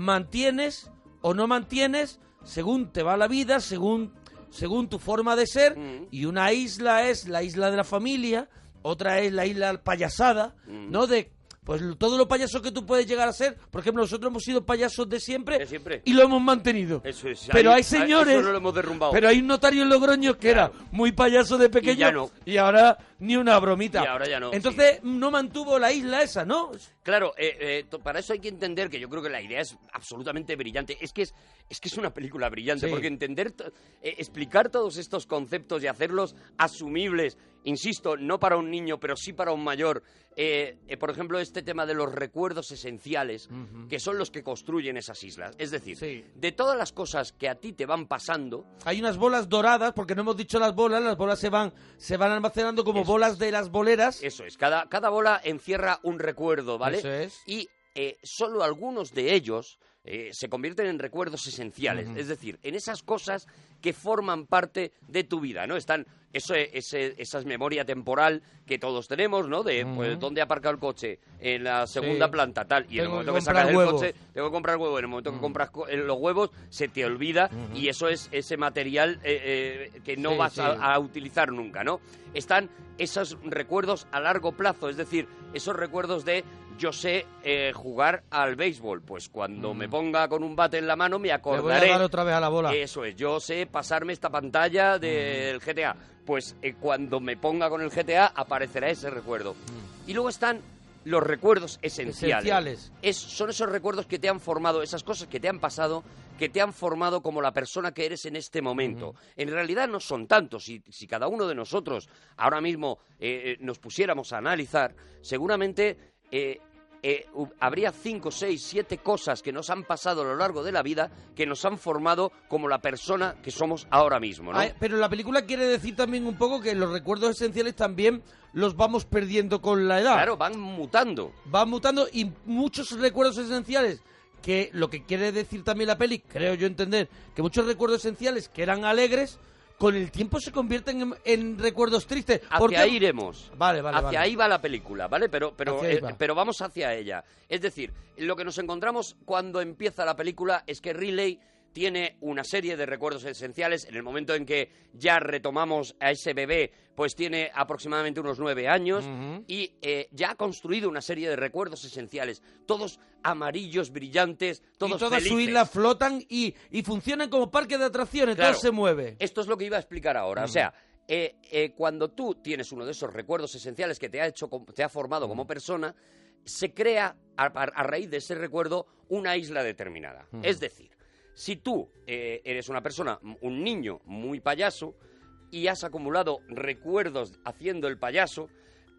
mantienes o no mantienes según te va la vida, según según tu forma de ser
Mm.
y una isla es la isla de la familia, otra es la isla payasada,
Mm.
¿no? De pues lo- todo lo payaso que tú puedes llegar a ser, por ejemplo, nosotros hemos sido payasos de siempre, y lo hemos mantenido.
Eso es,
Pero
ahí-
hay señores,
eso no lo hemos derrumbado.
pero hay un notario en Logroño que era muy payaso de pequeño
Y ya no.
y ahora ni una bromita.
Y ahora ya no,
Entonces no mantuvo la isla esa, ¿no?
Claro, eh, eh, to- para eso hay que entender que yo creo que la idea es absolutamente brillante. Es que es, es que es una película brillante,
Sí.
porque entender, to- eh, explicar todos estos conceptos y hacerlos asumibles, insisto, no para un niño, pero sí para un mayor. Eh, eh, por ejemplo, este tema de los recuerdos esenciales,
Ujú.
que son los que construyen esas islas. Es decir, de todas las cosas que a ti te van pasando,
Hay unas bolas doradas, porque no hemos dicho las bolas, las bolas se van se van almacenando como bolas de las boleras.
Eso es, cada, cada bola encierra un recuerdo, ¿vale?
Eso es.
Y eh, solo algunos de ellos eh, se convierten en recuerdos esenciales,
Ujú.
es decir, en esas cosas que forman parte de tu vida, ¿no? Están eso, ese- esa es memoria temporal que todos tenemos, ¿no? De pues,
Ujú.
dónde ha aparcado el coche, en la segunda
Sí.
planta, tal. Y en
Tengo
el
que
momento que
comprar
sacas el
huevos.
coche, tengo que comprar huevos. En el momento que compras co- eh, los huevos, se te olvida y eso es ese material eh, eh, que no
Sí,
vas
sí.
A, a utilizar nunca, ¿no? Están esos recuerdos a largo plazo, es decir, esos recuerdos de yo sé eh, jugar al béisbol, pues cuando
Mm.
me ponga con un bate en la mano me
Le voy a
acordaré Eh,
dar otra vez a la bola.
eso es, yo sé pasarme esta pantalla
Mm.
del GTA. Pues eh, cuando me ponga con el GTA aparecerá ese recuerdo. Y luego están los recuerdos esenciales.
Mm. Esenciales.
Es- son esos recuerdos que te han formado, esas cosas que te han pasado, que te han formado como la persona que eres en este momento. En realidad no son tantos. Si, si cada uno de nosotros ahora mismo eh, eh, nos pusiéramos a analizar, seguramente... eh, eh, hu- habría cinco, seis, siete cosas que nos han pasado a lo largo de la vida que nos han formado como la persona que somos ahora mismo, ¿no?
Ah, pero la película quiere decir también un poco que los recuerdos esenciales también los vamos perdiendo con la edad.
Claro, van mutando.
Van mutando y muchos recuerdos esenciales que lo que quiere decir también la peli, creo yo entender, que muchos recuerdos esenciales que eran alegres con el tiempo se convierten en, en recuerdos tristes. Porque-
Hacia ahí iremos.
Vale, vale,
Hacia
vale.
ahí va la película, ¿vale? Pero, pero,
Hacia ahí
eh,
va.
pero vamos hacia ella. Es decir, lo que nos encontramos cuando empieza la película es que Riley tiene una serie de recuerdos esenciales. En el momento en que ya retomamos a ese bebé, pues tiene aproximadamente unos nueve años y eh, ya ha construido una serie de recuerdos esenciales. Todos amarillos, brillantes, todos
y toda su
felices.
isla flotan y, y funcionan como parque de atracciones,
Claro.
todo se mueve.
Esto es lo que iba a explicar ahora. O
Ujú.
sea, eh, eh, cuando tú tienes uno de esos recuerdos esenciales que te ha hecho, com- te ha formado como persona, se crea a, a- a raíz de ese recuerdo una isla determinada.
Ujú.
Es decir, si tú eh, eres una persona, m- un niño muy payaso y has acumulado recuerdos haciendo el payaso,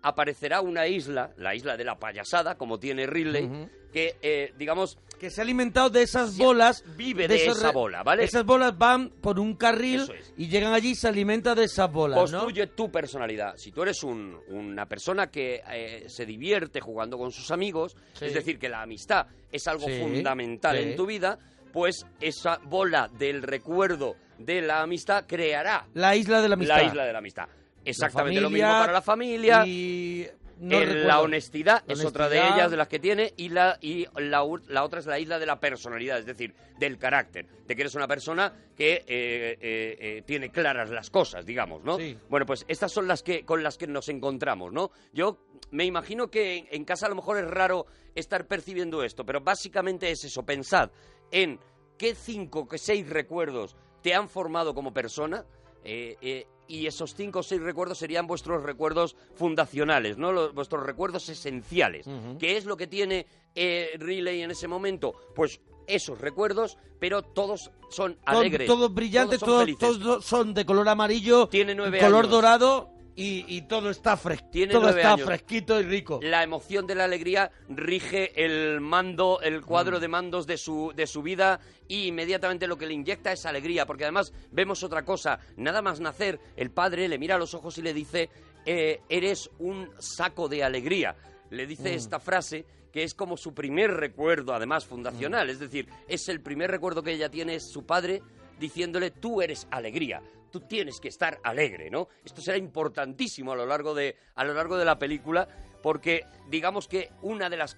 aparecerá una isla, la isla de la payasada, como tiene Ridley,
Ujú.
que eh, digamos
que se ha alimentado de esas bolas.
vive de
esos
esa
re-
bola, ¿vale?
Esas bolas van por un carril
Eso es.
y llegan allí y se alimenta de esas bolas, ¿no?
Construye tu personalidad. Si tú eres un- una persona que eh, se divierte jugando con sus amigos,
Sí.
es decir, que la amistad es algo
Sí,
fundamental
sí.
en tu vida, pues esa bola del recuerdo de la amistad creará
La isla de la amistad.
la isla de la amistad. Exactamente lo
familia
mismo para la familia.
y- no
El-
recuerdo.
la honestidad es otra de
Honestidad.
ellas, de las que tiene, y la y la, u- la otra es la isla de la personalidad, es decir, del carácter, de que eres una persona que eh, eh, eh, tiene claras las cosas, digamos, ¿no? Bueno, pues estas son las que con las que nos encontramos, ¿no? Yo me imagino que en, en casa a lo mejor es raro estar percibiendo esto, pero básicamente es eso, pensad en qué cinco, qué seis recuerdos te han formado como persona, eh, eh, y esos cinco o seis recuerdos serían vuestros recuerdos fundacionales, ¿no? Los- vuestros recuerdos esenciales.
Ujú.
¿Qué es lo que tiene eh, Riley en ese momento? Pues esos recuerdos, pero todos son
Son
alegres.
todos brillantes,
son
todos,
felices.
todos son de color amarillo,
nueve
color
años.
dorado y, y todo está fresco.
Tiene
Todo
nueve
está
años.
fresquito y rico.
La emoción de la alegría rige el mando, el cuadro de mandos de su, de su vida y inmediatamente lo que le inyecta es alegría, porque además vemos otra cosa, nada más nacer, el padre le mira a los ojos y le dice, eh, eres un saco de alegría. Le dice
Mm.
esta frase que es como su primer recuerdo, además fundacional, es decir, es el primer recuerdo que ella tiene, es su padre diciéndole, tú eres alegría. Tú tienes que estar alegre, ¿no? Esto será importantísimo a lo largo de, a lo largo de la película, porque digamos que una de las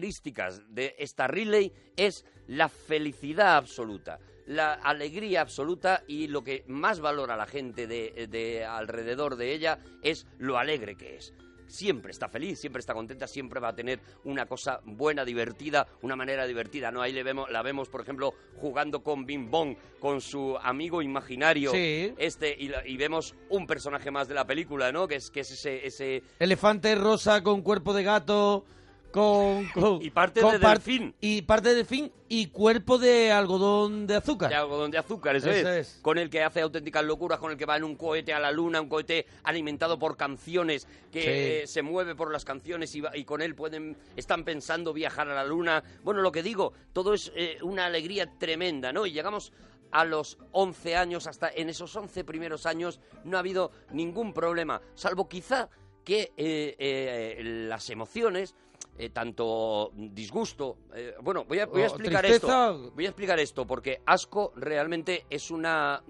características de esta Ridley es la felicidad absoluta, la alegría absoluta y lo que más valora la gente de, de alrededor de ella es lo alegre que es. Siempre está feliz, siempre está contenta, siempre va a tener una cosa buena, divertida, una manera divertida, ¿no? Ahí le vemos, la vemos, por ejemplo, jugando con Bing Bong, con su amigo imaginario,
Sí.
este, y, la- y vemos un personaje más de la película, ¿no? Que es, que es ese, ese,
Elefante rosa con cuerpo de gato, con... con-
Y parte
con
de
par-
delfín.
Y parte de delfín y cuerpo de algodón de azúcar.
De algodón de azúcar, eso,
Eso
es. Con el que hace auténticas locuras, con el que va en un cohete a la luna, un cohete alimentado por canciones, que
Sí.
eh, se mueve por las canciones y, va- y con él pueden están pensando viajar a la luna. Bueno, lo que digo, todo es eh, una alegría tremenda, ¿no? Y llegamos a los 11 años, hasta en esos 11 primeros años no ha habido ningún problema, salvo quizá que eh, eh, las emociones eh, tanto disgusto. eh, bueno, voy a, voy a
O
explicar
Oh, tristeza.
esto. Voy a explicar esto, porque asco realmente es una.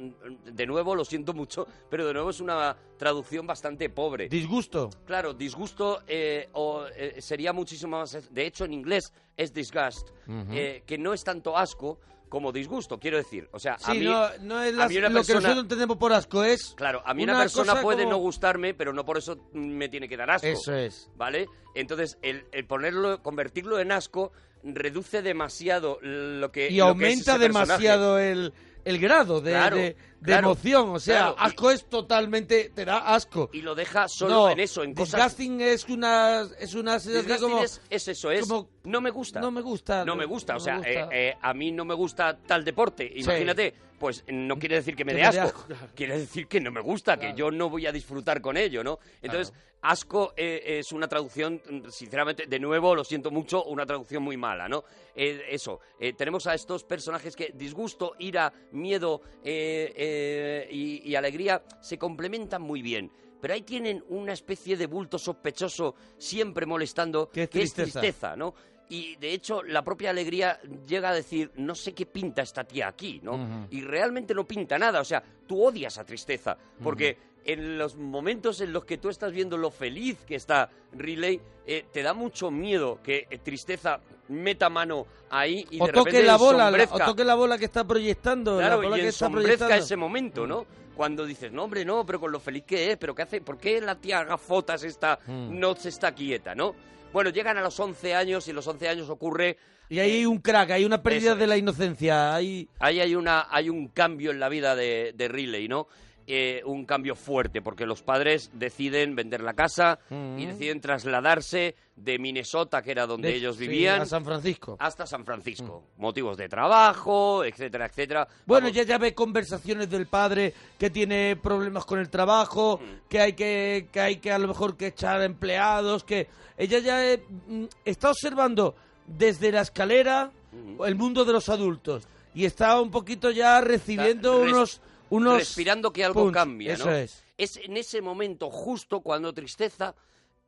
De nuevo, lo siento mucho, pero de nuevo es una traducción bastante pobre.
Disgusto.
Claro, disgusto eh, o, eh, sería muchísimo más. De hecho, en inglés es disgust,
Ujú.
eh, que no es tanto asco como disgusto, quiero decir. O sea, a
Sí,
mí,
no, no es
a
las-
mí una
lo que
persona-
nosotros entendemos por asco, es...
Claro, a mí una, persona puede no gustarme, pero no por eso me tiene que dar asco.
Eso es.
¿Vale? Entonces, el, el ponerlo, convertirlo en asco reduce demasiado Eh, lo que. lo que
Y
es
aumenta
ese personaje.
demasiado el, el grado de,
Claro,
de- de
claro,
emoción. O sea,
claro, y-
asco es totalmente... Te da asco.
Y lo deja solo
No,
en eso, en cosas.
disgusting es una... Es una sensación
Disgusting
como...
es, es eso, es.
como-
no me gusta.
no me gusta.
No me gusta. o
no
sea,
me gusta.
eh, eh, a mí no me gusta tal deporte. Imagínate, pues no quiere decir que me
Que
dé
me dé
asco. Quiere decir que no me gusta, que yo no voy a disfrutar con ello, ¿no? Entonces, asco eh, es una traducción, mm, sinceramente, de nuevo, lo siento mucho, una traducción muy mala, ¿no? Eh, eso, eh, tenemos a estos personajes que disgusto, ira, miedo eh, eh, y- y alegría se complementan muy bien. Pero ahí tienen una especie de bulto sospechoso siempre molestando
Que es
que es
tristeza.
tristeza, ¿no? Y de hecho, la propia alegría llega a decir, no sé qué pinta esta tía aquí, ¿no?
Ujú.
Y realmente no pinta nada, o sea, tú odias a tristeza, porque en los momentos en los que tú estás viendo lo feliz que está Riley, eh, te da mucho miedo que eh, tristeza meta mano ahí y
o
de
toque
repente
la bola, la- o
ensombrezca.
toque la bola que está proyectando, la
Claro,
bola
y
que está
ensombrezca
proyectando.
ese momento, ¿no? Cuando dices, no, hombre, no, pero con lo feliz que es, pero ¿qué hace? ¿Por qué la tía Gafotas está,
Mm.
no se está quieta, no? Bueno, llegan a los 11 años y los 11 años ocurre,
Y ahí hay un crack, hay una pérdida
eh, Eso
de la inocencia, hay...
ahí hay, una, hay un cambio en la vida de, de Riley, ¿no? Eh, un cambio fuerte, porque los padres deciden vender la casa y
Mm.
deciden trasladarse de Minnesota, que era donde
de-
ellos
sí,
vivían,
a San Francisco.
hasta San Francisco. Motivos de trabajo, etcétera, etcétera.
Bueno, ya ya ve conversaciones del padre que tiene problemas con el trabajo,
Mm.
que hay que, que hay que a lo mejor que echar empleados, que ella ya eh, mm, está observando desde la escalera
Mm.
el mundo de los adultos y está un poquito ya recibiendo
res-
unos unos
respirando que algo
punch.
cambia,
Eso
¿no?
es.
en ese momento justo cuando tristeza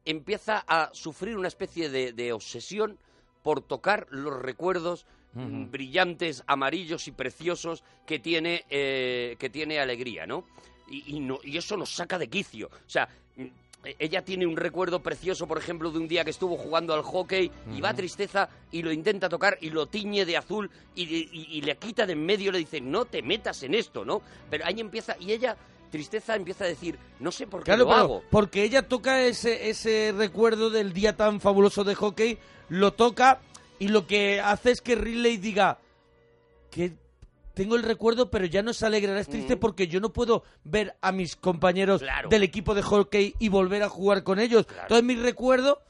empieza a sufrir una especie de, de obsesión por tocar los recuerdos
Ujú.
mm, brillantes, amarillos y preciosos que tiene eh, que tiene alegría, ¿no? Y, y no y eso nos saca de quicio, o sea. mm, e- Ella tiene un recuerdo precioso, por ejemplo, de un día que estuvo jugando al hockey y va a
Ujú.
tristeza y lo intenta tocar y lo tiñe de azul y, de- y- y le quita de en medio, le dice, no te metas en esto, ¿no? Pero ahí empieza, y ella, tristeza, empieza a decir, no sé por qué
Claro,
lo
pero
hago.
porque ella toca ese, ese recuerdo del día tan fabuloso de hockey, lo toca y lo que hace es que Ridley diga que tengo el recuerdo, pero ya no se alegrará, es triste porque yo no puedo ver a mis compañeros
Mm. Claro.
del equipo de hockey y volver a jugar con ellos. Entonces mi recuerdo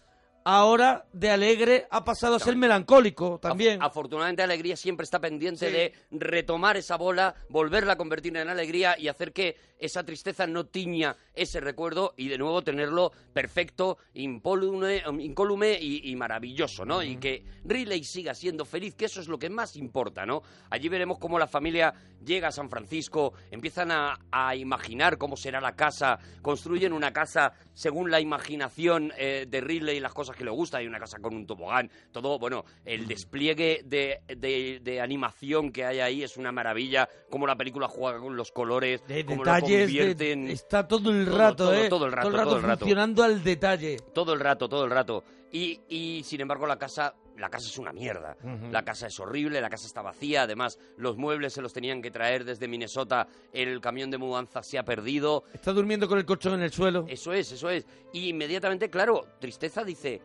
ahora de alegre ha pasado a ser melancólico también.
Af- afortunadamente, Alegría siempre está pendiente de retomar esa bola, volverla a convertir en alegría y hacer que esa tristeza no tiña ese recuerdo y de nuevo tenerlo perfecto, impolume, um, incólume y, y maravilloso, ¿no? Y que Riley siga siendo feliz, que eso es lo que más importa, ¿no? Allí veremos cómo la familia llega a San Francisco, empiezan a, a imaginar cómo será la casa, construyen una casa según la imaginación eh, de Ridley y las cosas que le gusta, hay una casa con un tobogán, todo, bueno, el despliegue de, de- de animación que hay ahí es una maravilla, cómo la película juega con los colores,
De
cómo
detalles,
lo
de-
convierte en...
está todo el
todo,
rato,
todo,
¿eh?
todo el rato, todo el rato.
funcionando al detalle.
Todo el rato, todo el rato. Y, y, sin embargo la casa, la casa es una mierda.
Ujú.
La casa es horrible, la casa está vacía, además los muebles se los tenían que traer desde Minnesota, el camión de mudanza se ha perdido.
Está durmiendo con el colchón en el suelo.
Eso es, eso es. Y inmediatamente, claro, tristeza dice,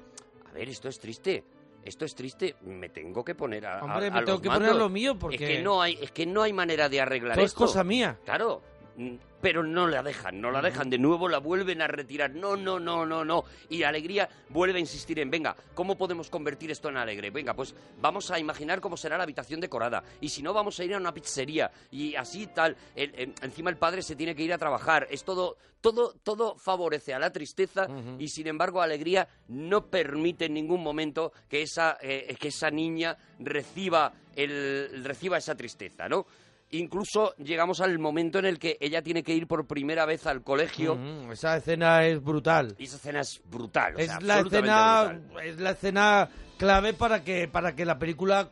a ver, esto es triste. Esto es triste, me tengo que poner a, a-
Hombre, me
a los
tengo que poner
mandos.
lo mío porque-
es que no hay es que no hay manera de arreglar
Todo es
esto.
cosa mía.
Claro, mm, pero no la dejan, no la dejan. De nuevo la vuelven a retirar. No, no, no, no, no. Y Alegría vuelve a insistir en, venga, ¿cómo podemos convertir esto en alegre? Venga, pues vamos a imaginar cómo será la habitación decorada. Y si no, vamos a ir a una pizzería. Y así tal. El- el- encima el padre se tiene que ir a trabajar. Es todo, todo, todo favorece a la tristeza y sin embargo Alegría no permite en ningún momento que esa, eh, que esa niña reciba, el, reciba esa tristeza, ¿no? Incluso llegamos al momento en el que ella tiene que ir por primera vez al colegio.
Mm, esa escena es brutal.
Y esa escena es brutal. o
Es
sea,
la
absolutamente
escena,
brutal.
es la escena clave para que para que la película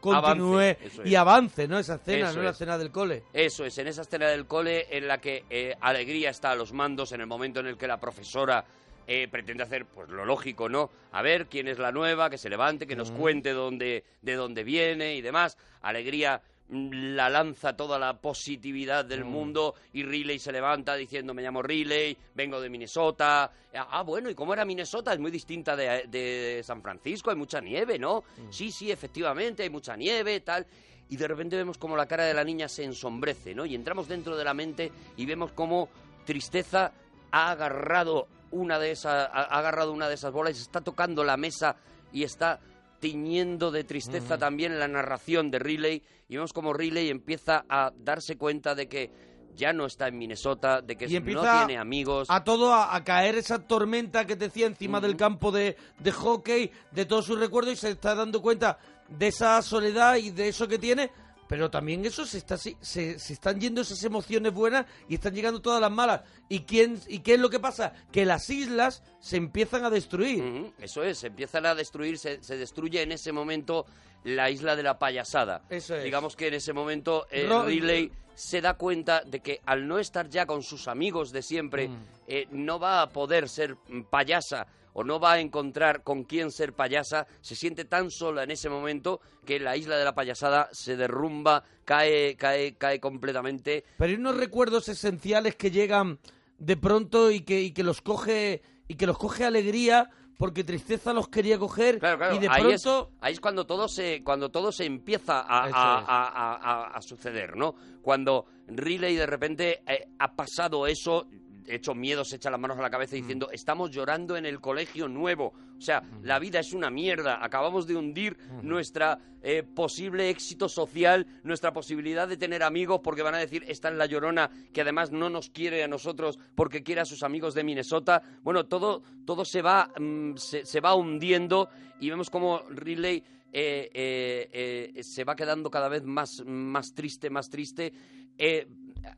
continúe
Avance, eso es.
y avance, ¿no? Esa escena,
Eso
no la
es.
escena del cole.
Eso es, en esa escena del cole en la que eh, Alegría está a los mandos en el momento en el que la profesora eh, pretende hacer pues lo lógico, ¿no? A ver quién es la nueva, que se levante, que nos
Mm.
cuente dónde, de dónde viene y demás. Alegría mm, la lanza toda la positividad del
Mm.
mundo y Riley se levanta diciendo me llamo Riley, vengo de Minnesota. Ah, bueno, ¿y cómo era Minnesota? Es muy distinta de, de San Francisco, hay mucha nieve, ¿no? Sí, sí, efectivamente, hay mucha nieve, tal. Y de repente vemos como la cara de la niña se ensombrece, ¿no? Y entramos dentro de la mente y vemos como tristeza ha agarrado una de esas, ha ha agarrado una de esas bolas y se está tocando la mesa y está tiñendo de tristeza
Ujú.
también la narración de Riley y vemos como Riley empieza a darse cuenta de que ya no está en Minnesota, de que
Y
no
empieza
tiene amigos.
a todo a, a caer esa tormenta que te decía encima del campo de, de hockey, de todos sus recuerdos y se está dando cuenta de esa soledad y de eso que tiene. Pero también eso se está si- se, se están yendo esas emociones buenas y están llegando todas las malas. ¿Y quién y qué es lo que pasa? Que las islas se empiezan a destruir.
Ujú, Eso es, se empiezan a destruir, se, se destruye en ese momento la isla de la payasada.
Eso es.
Digamos que en ese momento eh,
Ro-
Riley se da cuenta de que al no estar ya con sus amigos de siempre,
Mm.
eh, no va a poder ser mm, payasa o no va a encontrar con quién ser payasa, se siente tan sola en ese momento que la isla de la payasada se derrumba, cae, cae, cae completamente.
Pero hay unos recuerdos esenciales que llegan de pronto y que, y que los coge y que los coge alegría porque tristeza los quería coger
Claro,
y de
ahí,
pronto
es, ahí es cuando todo se cuando todo se empieza a,
Eso
a-
es.
a- a- a- a suceder, ¿no? Cuando Riley de repente eh, ha pasado eso, de hecho miedo se echa las manos a la cabeza diciendo estamos llorando en el colegio nuevo, o sea la vida es una mierda, acabamos de hundir nuestra eh, posible éxito social, nuestra posibilidad de tener amigos porque van a decir esta es la llorona que además no nos quiere a nosotros porque quiere a sus amigos de Minnesota, bueno todo todo se va mm, se, se va hundiendo y vemos como Riley eh, eh, eh, se va quedando cada vez más, más triste, más triste. Eh,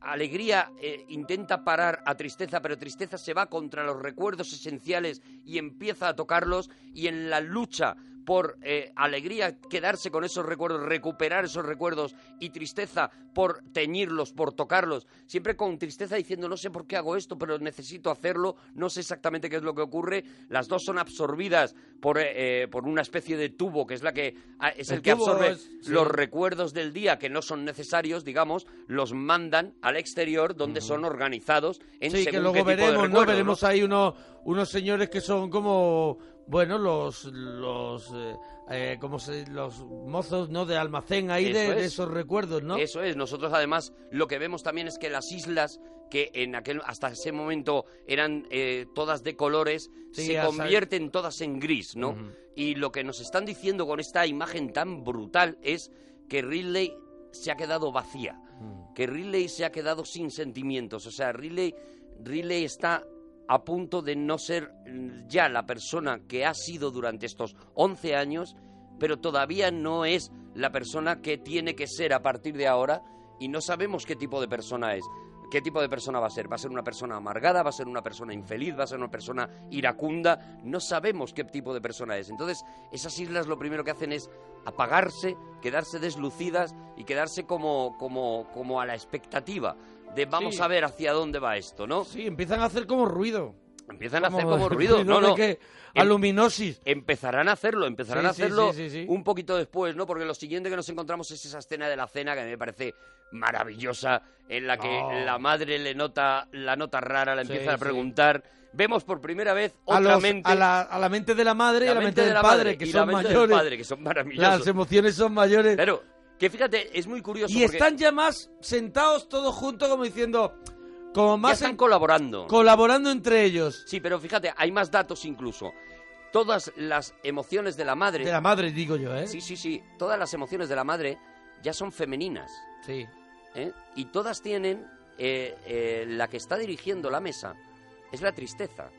alegría eh, intenta parar a tristeza, pero tristeza se va contra los recuerdos esenciales y empieza a tocarlos y en la lucha por eh, alegría quedarse con esos recuerdos, recuperar esos recuerdos y tristeza por teñirlos, por tocarlos, siempre con tristeza diciendo no sé por qué hago esto, pero necesito hacerlo, no sé exactamente qué es lo que ocurre, las dos son absorbidas por, eh, eh, por una especie de tubo que es la que ah, es el,
El
que
tubo
absorbe
es- sí.
los recuerdos del día que no son necesarios, digamos, los mandan al exterior donde son organizados en
Sí,
según
que
qué
luego
tipo de
veremos, ¿no?
recuerdos, ¿no?
Veremos ahí unos, unos señores que son como, bueno, los, los, eh, eh, ¿cómo se- los mozos, ¿no? De almacén ahí de,
Eso
de
es.
esos recuerdos, ¿no?
Eso es. Nosotros además lo que vemos también es que las islas que en aquel hasta ese momento eran eh, todas de colores
Sí,
se
ya sabes.
convierten todas en gris, ¿no? Y lo que nos están diciendo con esta imagen tan brutal es que Ridley se ha quedado vacía, que Ridley se ha quedado sin sentimientos, o sea, Ridley Ridley está a punto de no ser mm, ya la persona que ha sido durante estos 11 años, pero todavía no es la persona que tiene que ser a partir de ahora y no sabemos qué tipo de persona es. ¿Qué tipo de persona va a ser? ¿Va a ser una persona amargada? ¿Va a ser una persona infeliz? ¿Va a ser una persona iracunda? No sabemos qué tipo de persona es. Entonces, esas islas lo primero que hacen es apagarse, quedarse deslucidas y quedarse como, como, como a la expectativa de vamos
Sí.
a ver hacia dónde va esto, ¿no?
Sí, empiezan a hacer como ruido.
Empiezan a hacer como ruido, no,
de
no.
que
Em-
aluminosis.
Empezarán a hacerlo, empezarán
Sí,
a
sí,
hacerlo
sí, sí, sí.
un poquito después, ¿no? Porque lo siguiente que nos encontramos es esa escena de la cena que a mí me parece maravillosa, en la que
Oh.
la madre le nota la nota rara, la
Sí,
empieza a
sí.
preguntar. Vemos por primera vez
A,
otra
los-
mente.
a la, a la mente de la madre y a la mente,
de
del
la
padre,
madre
que
y la
son
mente del
mayores.
padre, que son maravillosos.
Las emociones son mayores.
Claro, que fíjate, es muy curioso.
Y
porque
están ya más sentados todos juntos como diciendo, como
ya
más
están
en-
colaborando.
colaborando entre ellos.
Sí, pero fíjate, hay más datos incluso. Todas las emociones de la madre.
De la madre, digo yo, ¿eh?
Sí, sí, sí. Todas las emociones de la madre ya son femeninas.
Sí.
¿eh? Y todas tienen. eh, eh, la que está dirigiendo la mesa es la tristeza.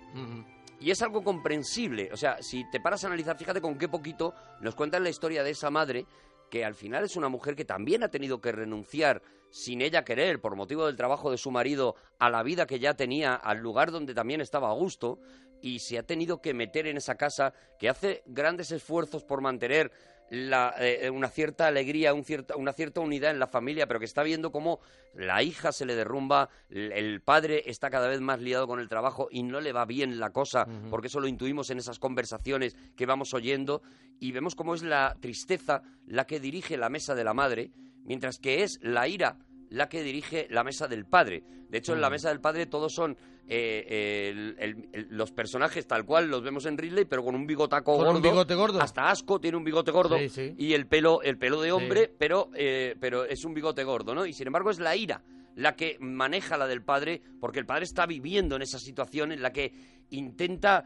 Y es algo comprensible. O sea, si te paras a analizar, fíjate con qué poquito nos cuentan la historia de esa madre que al final es una mujer que también ha tenido que renunciar sin ella querer, por motivo del trabajo de su marido, a la vida que ya tenía, al lugar donde también estaba a gusto, y se ha tenido que meter en esa casa que hace grandes esfuerzos por mantener la, eh, una cierta alegría, un cierta, una cierta unidad en la familia, pero que está viendo cómo la hija se le derrumba, l- el padre está cada vez más liado con el trabajo y no le va bien la cosa,
Ujú.
porque eso lo intuimos en esas conversaciones que vamos oyendo, y vemos cómo es la tristeza la que dirige la mesa de la madre, mientras que es la ira la que dirige la mesa del padre. De hecho, en la
Mm.
Ujú.
mesa del padre todos son eh, eh, el- el- el- los personajes tal cual los vemos en Ridley, pero con un bigotaco
Con un
gordo.
bigote gordo.
Hasta asco tiene un bigote gordo
Sí, sí.
y el pelo, el pelo de hombre,
Sí.
pero, eh, pero es un bigote gordo, ¿no? Y sin embargo es la ira la que maneja la del padre, porque el padre está viviendo en esa situación en la que intenta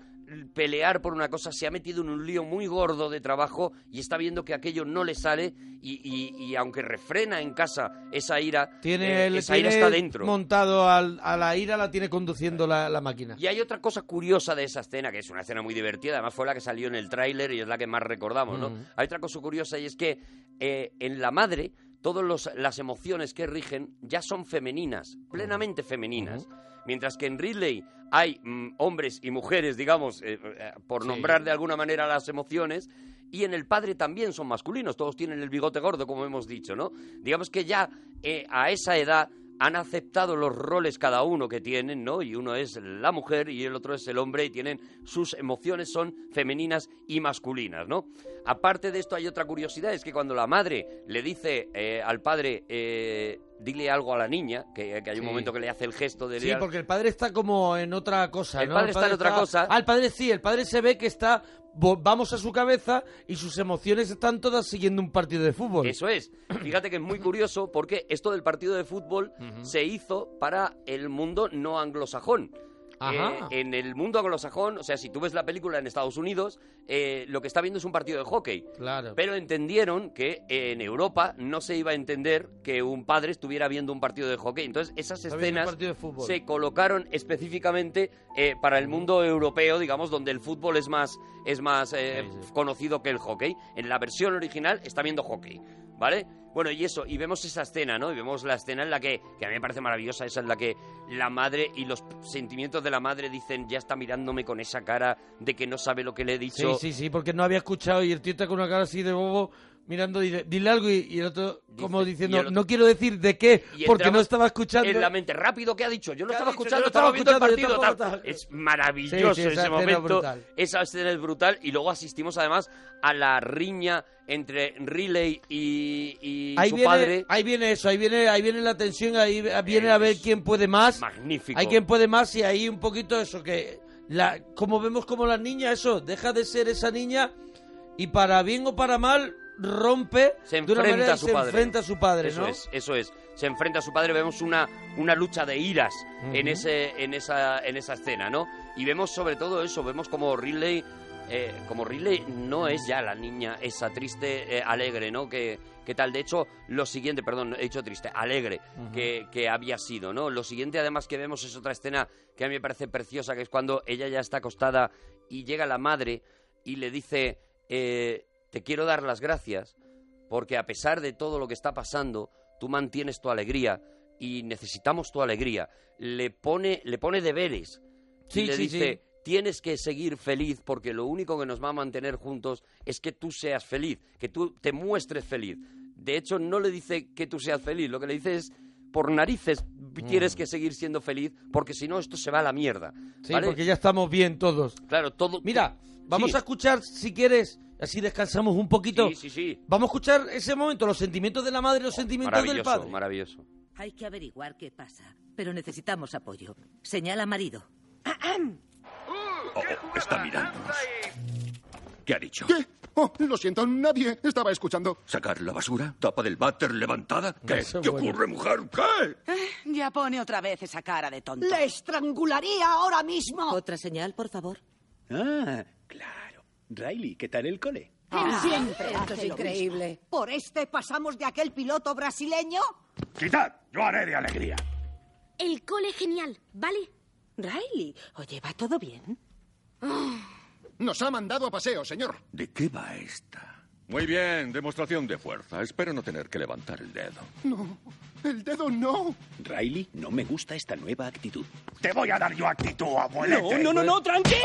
pelear por una cosa, se ha metido en un lío muy gordo de trabajo y está viendo que aquello no le sale y, y- y aunque refrena en casa esa ira,
Tiene
eh,
el
esa
tiene
ira está dentro.
montado al- a la ira, la tiene conduciendo la, la máquina.
Y hay otra cosa curiosa de esa escena, que es una escena muy divertida, además fue la que salió en el tráiler y es la que más recordamos, ¿no?
Ujú.
Hay otra cosa curiosa y es que eh, en la madre todas las emociones que rigen ya son femeninas, plenamente femeninas. Mientras que en Ridley hay mm, hombres y mujeres, digamos, eh, eh, por
Sí.
nombrar de alguna manera las emociones, y en el padre también son masculinos, todos tienen el bigote gordo, como hemos dicho, ¿no? Digamos que ya eh, a esa edad han aceptado los roles cada uno que tienen, ¿no? Y uno es la mujer y el otro es el hombre y tienen sus emociones son femeninas y masculinas, ¿no? Aparte de esto hay otra curiosidad, es que cuando la madre le dice eh, al padre, eh, dile algo a la niña, que, que hay un
Sí.
momento que le hace el gesto de...
Sí, porque el padre está como en otra cosa.
El
¿no?
padre está en otra cosa.
Ah, el padre sí, el padre se ve que está. vo- Vamos a su cabeza y sus emociones están todas siguiendo un partido de fútbol.
Eso es. Fíjate que es muy curioso porque esto del partido de fútbol se hizo para el mundo no anglosajón.
Ajá.
Eh, en el mundo anglosajón, o sea, si tú ves la película en Estados Unidos, eh, lo que está viendo es un partido de hockey.
Claro.
Pero entendieron que eh, en Europa no se iba a entender que un padre estuviera viendo un partido de hockey. Entonces, esas
Está viendo un
escenas
partido de fútbol.
se colocaron específicamente eh, para el mundo europeo, digamos, donde el fútbol es más, es más eh, conocido que el hockey. En la versión original está viendo hockey, ¿vale? Bueno, y eso, y vemos esa escena, ¿no? Y vemos la escena en la que, que a mí me parece maravillosa, esa en la que la madre y los sentimientos de la madre dicen, ya está mirándome con esa cara de que no sabe lo que le he
Sí,
dicho.
sí, sí, porque no había escuchado y el tío está con una cara así de bobo mirando y dice, dile algo y, y el otro como diciendo,
y el otro-
no quiero decir de qué,
Y
porque no
entramos
estaba escuchando.
En la mente, rápido, ¿qué ha dicho? Yo no
¿Qué ha
estaba
dicho?
escuchando,
Yo no
estaba,
estaba
viendo el
escuchando,
partido.
yo
tal.
tampoco
Es maravilloso
Sí, sí, esa
ese
escena
momento.
brutal.
Esa escena es brutal. Y luego asistimos además a la riña entre Riley y, y
ahí
su
viene,
padre.
ahí viene eso, ahí viene, ahí viene la tensión, ahí viene a ver quién puede más.
Magnífico.
Hay quien puede más y ahí un poquito eso que la como vemos como las niñas eso deja de ser esa niña y para bien o para mal rompe
se
de una
enfrenta
manera
a
y
su
se
padre.
enfrenta a su padre,
Eso
¿no?
es, eso es. Se enfrenta a su padre, vemos una, una lucha de iras en,
Ujú.
ese, en, esa, en esa escena, ¿no? Y vemos sobre todo eso, vemos como Ridley, eh, como Ridley no es ya la niña esa triste, eh, alegre, ¿no? Que, que tal, de hecho, lo siguiente, perdón, he dicho triste, alegre,
Ujú.
que, que había sido, ¿no? Lo siguiente además que vemos es otra escena que a mí me parece preciosa, que es cuando ella ya está acostada y llega la madre y le dice, eh, te quiero dar las gracias porque a pesar de todo lo que está pasando, tú mantienes tu alegría y necesitamos tu alegría. Le pone, le pone deberes y
Sí,
le
sí,
dice,
sí.
tienes que seguir feliz porque lo único que nos va a mantener juntos es que tú seas feliz, que tú te muestres feliz. De hecho, no le dice que tú seas feliz, lo que le dice es, por narices tienes que seguir siendo feliz porque si no esto se va a la mierda.
Mm. Sí,
¿vale?
porque ya estamos bien todos.
Claro, todo...
Mira, vamos
Sí.
a escuchar si quieres, así descansamos un poquito.
Sí, sí, sí.
Vamos a escuchar ese momento, los sentimientos de la madre, los sentimientos del
Maravilloso,
padre.
maravilloso.
Hay que averiguar qué pasa, pero necesitamos apoyo. Señala marido.
Oh,
Está mirándonos. ¿Qué ha dicho? ¿Qué? Oh, lo siento, nadie estaba escuchando.
¿Sacar la basura? ¿Tapa del váter levantada? ¿Qué?
Eso
¿Qué
bueno.
ocurre, mujer? ¿Qué?
Ya pone otra vez esa cara de tonto.
¡Le estrangularía ahora mismo!
Otra señal, por favor.
Ah, claro. Riley, ¿qué tal el cole?
Él
Ah,
siempre
esto
hace
es
lo mismo.
increíble.
¿Por este pasamos de aquel piloto brasileño?
¡Quitad! Yo haré de alegría.
El cole genial, ¿vale?
Riley, oye, ¿va todo bien?
Nos ha mandado a paseo, señor.
¿De qué va esta? Muy bien, demostración de fuerza. Espero no tener que levantar el dedo.
No, el dedo no.
Riley, no me gusta esta nueva actitud.
Te voy a dar yo actitud, abuelete.
No, no, no, no, tranqui.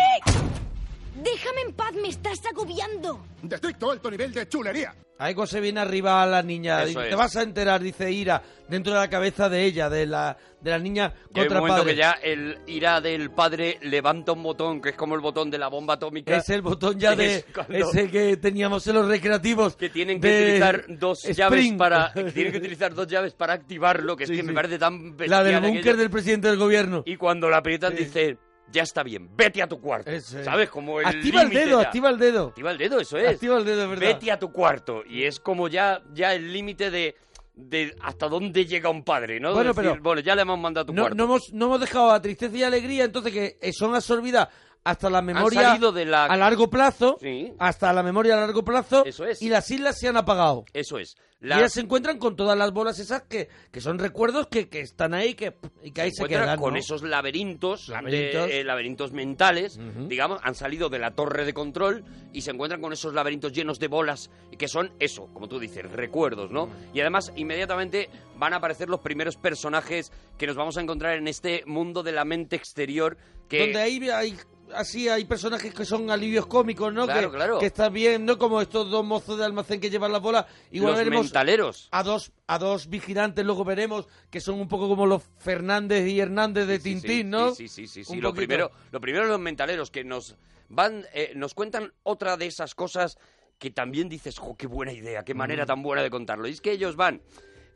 Déjame en paz, me estás agobiando.
Detecto alto nivel de chulería.
Algo se viene arriba a la niña.
Eso
Te
es.
vas a enterar, dice Ira, dentro de la cabeza de ella, de la, de la niña
Llega un
contra
momento
padre.
que ya el ira del padre levanta un botón, que es como el botón de la bomba atómica.
Es el botón ya
que
de
es cuando
ese que teníamos en los recreativos.
Que tienen que
de
utilizar dos llaves
Spring.
para que tienen que utilizar dos llaves para activarlo, que es
Sí,
que me
sí.
parece tan bestial
La del
aquello.
búnker del presidente del gobierno.
Y cuando la aprietan dice, ya está bien, vete a tu cuarto.
es.
¿Sabes? Como el
Activa el
límite
dedo,
ya.
activa el dedo.
Activa el dedo, eso es.
Activa el dedo, es verdad.
Vete a tu cuarto. Y es como ya, ya el límite de, de hasta dónde llega un padre, ¿no?
Bueno,
Decir,
pero-
bueno, ya le hemos mandado a tu
No,
cuarto.
no hemos, no hemos dejado a tristeza y alegría, entonces que eh, son absorbidas hasta la memoria
salido de la-
a largo plazo,
Sí.
hasta la memoria a largo plazo,
Eso es.
y las islas se han apagado.
Eso es.
Y
La-
ellas se encuentran con todas las bolas esas que, que son recuerdos que, que están ahí que, y que ahí se,
encuentran
quedan.
con
¿no?
esos laberintos, de-
Laberintos.
eh, laberintos mentales, digamos, han salido de la torre de control y se encuentran con esos laberintos llenos de bolas que son eso, como tú dices, recuerdos, ¿no? Y además inmediatamente van a aparecer los primeros personajes que nos vamos a encontrar en este mundo de la mente exterior que
Donde ahí hay, así hay personajes que son alivios cómicos, ¿no?
Claro,
que,
claro.
que están bien, ¿no? Como estos dos mozos de almacén que llevan las bolas. Igual
Los
veremos
mentaleros.
A dos, a dos vigilantes, luego veremos, que son un poco como los Fernández y Hernández de
Sí, sí,
Tintín, ¿no?
Sí, sí, sí, sí.
Un
Lo
poquito.
primero, lo primero los mentaleros que nos van, eh, nos cuentan otra de esas cosas que también dices, jo, qué buena idea, qué manera
Mm.
tan buena de contarlo. Y es que ellos van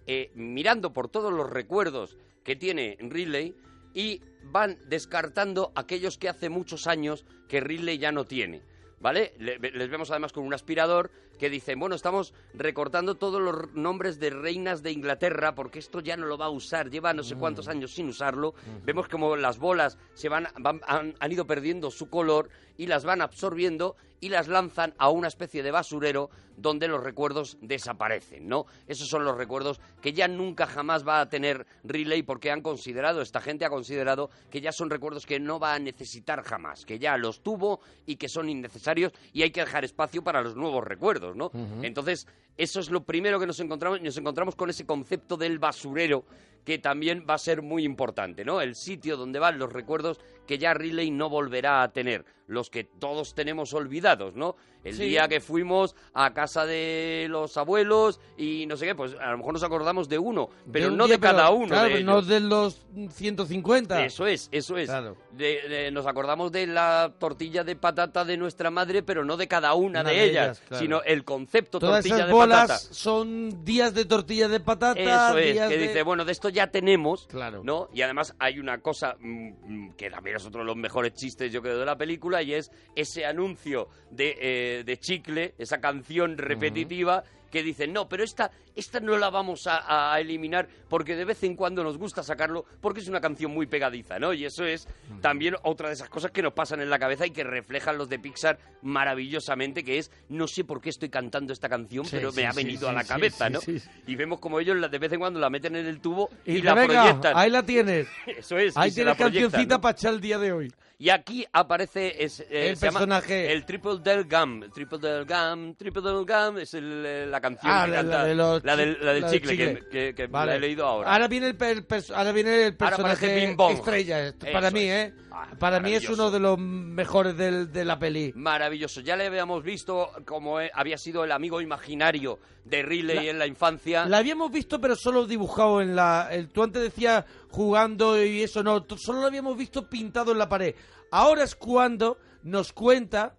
eh, mirando por todos los recuerdos que tiene Ridley y van descartando aquellos que hace muchos años que Ridley ya no tiene. ¿Vale? Le- les vemos además con un aspirador que dicen, bueno, estamos recortando todos los nombres de reinas de Inglaterra porque esto ya no lo va a usar, lleva no sé cuántos años sin usarlo. Vemos como las bolas se van, van- han, han ido perdiendo su color y las van absorbiendo y las lanzan a una especie de basurero donde los recuerdos desaparecen, ¿no? Esos son los recuerdos que ya nunca jamás va a tener Riley porque han considerado, esta gente ha considerado que ya son recuerdos que no va a necesitar jamás, que ya los tuvo y que son innecesarios y hay que dejar espacio para los nuevos recuerdos, ¿no?
Ujú.
Entonces, eso es lo primero que nos encontramos y nos encontramos con ese concepto del basurero que también va a ser muy importante, ¿no? El sitio donde van los recuerdos que ya Riley no volverá a tener, los que todos tenemos olvidados, ¿no? El
Sí.
día que fuimos a casa de los abuelos y no sé qué, pues a lo mejor nos acordamos de uno, pero
un
no
día,
de cada
pero,
uno.
claro,
de
pero
ellos.
no de los 150.
Eso es, eso es.
Claro.
De- de- nos acordamos de la tortilla de patata de nuestra madre, pero no de cada una,
Una
de,
de
ellas,
ellas, claro.
sino el concepto
Todas
tortilla
esas
de
bolas
patata.
son días de tortilla de patata.
Eso es,
días
que
de-
dice, bueno, de esto ya tenemos, ¿no? Y además hay una cosa mm, mm, que también es otro de los mejores chistes, yo creo, de la película, y es ese anuncio de, eh, de Chicle, esa canción repetitiva, que dice, no, pero esta, esta no la vamos a, a eliminar porque de vez en cuando nos gusta sacarlo porque es una canción muy pegadiza, ¿no? Y eso es también otra de esas cosas que nos pasan en la cabeza y que reflejan los de Pixar maravillosamente, que es, no sé por qué estoy cantando esta canción,
Sí,
pero
sí,
me ha
sí,
venido
sí,
a la
sí,
cabeza,
sí,
¿no?
sí, sí.
Y vemos como ellos la- de vez en cuando la meten en el tubo y,
Y
la
venga,
proyectan.
Ahí la tienes.
Eso es.
Ahí
y se la
tienes cancioncita
proyectan, ¿no?
para echar el día de hoy.
Y aquí aparece es, eh,
El
se llama
personaje.
el Triple Del Gum. El Triple Del Gum, Triple Del Gum es el, eh, la canción
Ah,
que
la,
canta-
la de los
la del,
chi-
la del
la del
chicle,
chicle.
que, que- que
Vale.
la he leído ahora.
Ahora viene el, per- pers- ahora viene el
Ahora aparece
personaje
Bing Bong.
estrella. esto- Para
Eso
mí,
es. Ah,
¿eh? para mí es
maravilloso.
uno de los mejores del- de la peli.
Maravilloso. Ya le habíamos visto como eh, había sido el amigo imaginario de Riley
La-
en la infancia.
La habíamos visto, pero solo dibujado en la. El, tú antes decías jugando y eso, no. t- Solo lo habíamos visto pintado en la pared. Ahora es cuando nos cuenta.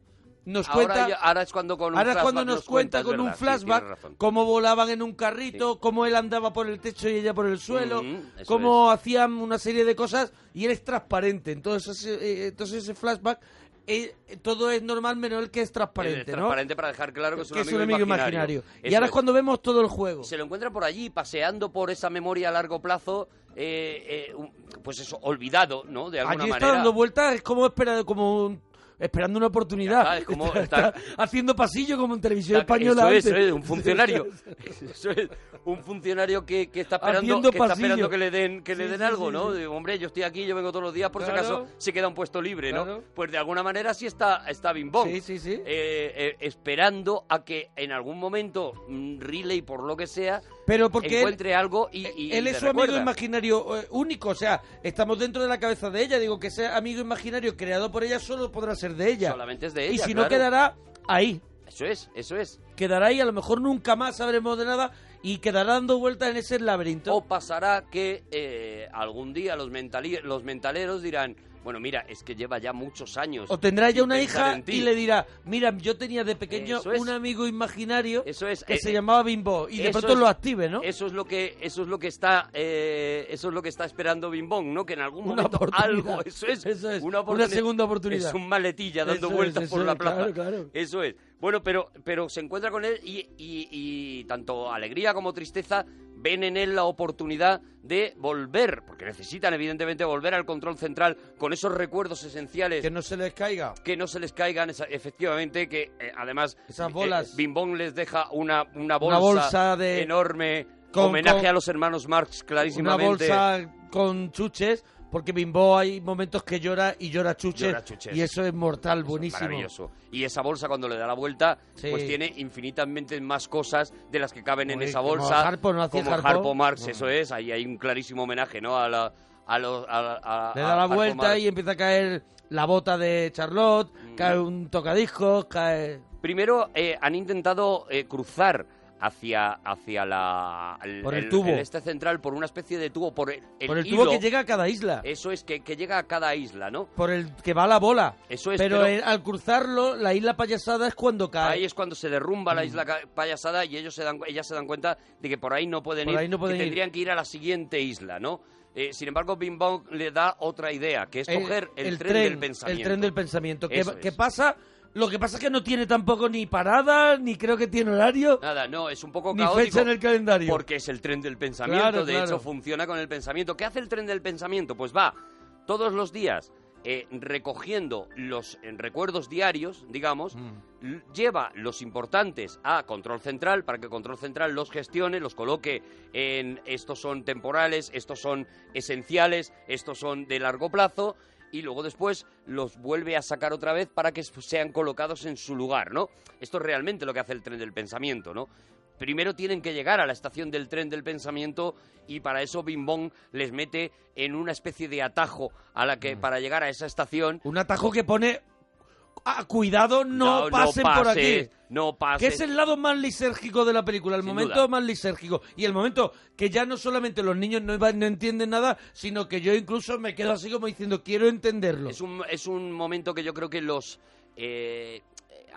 Nos
ahora,
cuenta.
ya- ahora es cuando con un
Ahora es
flashback
cuando nos cuenta
es
con un
verdad, sí, tienes
flashback
razón.
cómo volaban en un carrito, cómo él andaba por el techo y ella por el suelo,
Ujú, eso
cómo hacían una serie de cosas y él es transparente. Entonces ese, eh, entonces ese flashback, eh, todo es normal menos el que es transparente,
Es
¿no?
transparente para dejar claro que es un,
que
amigo, imaginario.
Y
Eso
ahora es
es.
cuando vemos todo el juego.
se lo encuentra por allí paseando por esa memoria a largo plazo, eh, eh, un- pues eso, olvidado, ¿no? De alguna
Allí está
manera.
dando vueltas, es como espera, como un, esperando una oportunidad.
Ya está, es como-
Está-
está-
está haciendo pasillo como en televisión
Eso
española.
es,
antes.
eso es, un funcionario. Eso es, un funcionario que, que está esperando,
Haciendo
que, está
pasillo.
esperando que le den, que le
Sí,
den
sí,
algo,
sí,
¿no?
sí.
Digo, hombre, yo estoy aquí, yo vengo todos los días, por si
Claro.
acaso se queda un puesto libre, ¿no?
Claro.
Pues de alguna manera sí está, está Bing Bong.
Sí, sí, sí.
Eh, eh, esperando a que en algún momento mm, Riley, por lo que sea,
Pero porque él-
encuentre algo y, y- y
Él es
le
su amigo
recuerda.
imaginario eh, único, o sea, estamos dentro de la cabeza de ella. Digo que ese amigo imaginario creado por ella solo podrá ser de ella.
Solamente es de
Y
ella,
si no
claro.
quedará ahí,
Eso es, eso es.
quedará ahí, a lo mejor nunca más sabremos de nada y quedará dando vueltas en ese laberinto.
O pasará que eh, algún día los, mentali- los mentaleros dirán, bueno, mira, es que lleva ya muchos años.
O tendrá ya
sin
una
pensar
hija
en ti".
y le dirá, mira, yo tenía de pequeño
Eso es.
un amigo imaginario que
eh,
se
eh,
llamaba Bimbo y de
eso
pronto
es-
lo active, ¿no?
Eso es lo que eso es lo que está eh, eso es lo que está esperando Bimbón, ¿no? Que en algún
Una
momento
oportunidad.
algo, eso es, una,
Una
oportuni-
segunda oportunidad.
Es un maletilla dando
Eso es,
vueltas
eso
por
es,
la plaza.
claro, claro.
Eso es. Bueno, pero pero se encuentra con él y, y- y tanto alegría como tristeza ven en él la oportunidad de volver, porque necesitan evidentemente volver al control central con esos recuerdos esenciales
Que no se les caiga.
que no se les caigan esa- efectivamente que eh, además
Esas
eh,
bolas.
Bing Bong les deja una una bolsa,
Una bolsa de-
enorme
con-
homenaje
con-
a los hermanos Marx
una
clarísimamente
bolsa con chuches, porque Bimbo hay momentos que llora y llora chuches.
Llora chuches.
Y eso es mortal, buenísimo.
maravilloso y esa bolsa cuando le da la vuelta
Sí.
pues tiene infinitamente más cosas de las que caben en
Uy,
esa
como
bolsa
Harpo, ¿no hacía
como
Harpo?
Marx
Bueno.
eso es ahí hay un clarísimo homenaje no a la a los a- a-
Le
a
da la
Harpo
vuelta
Marx.
y empieza a caer la bota de Charlotte,
Mm.
cae un tocadiscos, cae...
Primero eh, han intentado eh, cruzar hacia hacia la
Por el tubo.
este central por una especie de tubo por el,
por el tubo
hilo. Eh.
que llega a cada isla,
Eso es que, que llega a cada isla, ¿no?
por el que va la bola.
Eso es,
pero
pero-
el- al cruzarlo, la isla payasada es cuando cae.
Ahí es cuando se derrumba la
Mm.
isla ca- payasada y ellos se dan, ellas se dan cuenta de que por ahí no pueden
Por
ir,
ahí no
que
pueden ir.
tendrían que ir a la siguiente isla, ¿no? Eh, sin embargo, Bing Bong le da otra idea, que es coger el, tren, del pensamiento.
Eh, El tren del pensamiento. Que,
Eso
que
es.
pasa... Lo que pasa es que no tiene tampoco ni parada, ni creo que tiene horario.
Nada, no, es un poco
Ni
caótico.
fecha en el calendario.
Porque es el tren del pensamiento,
Claro,
de
claro.
hecho funciona con el pensamiento. ¿Qué hace el tren del pensamiento? Pues va todos los días eh, recogiendo los eh, recuerdos diarios, digamos,
Mm.
l- lleva los importantes a Control Central para que Control Central los gestione, los coloque en estos son temporales, estos son esenciales, estos son de largo plazo. Y luego después los vuelve a sacar otra vez para que sean colocados en su lugar, ¿no? Esto es realmente lo que hace el tren del pensamiento, ¿no? Primero tienen que llegar a la estación del tren del pensamiento y para eso Bing Bong les mete en una especie de atajo a la
Mm.
que para llegar a esa estación
Un atajo que pone... Ah, cuidado, no, pasen por aquí.
pases, no pases.
Que es el lado más lisérgico de la película, el
Sin
momento
duda.
más lisérgico. Y el momento que ya no solamente los niños no, iba- no entienden nada, sino que yo incluso me quedo así como diciendo, quiero entenderlo.
Es un, es un momento que yo creo que los... eh,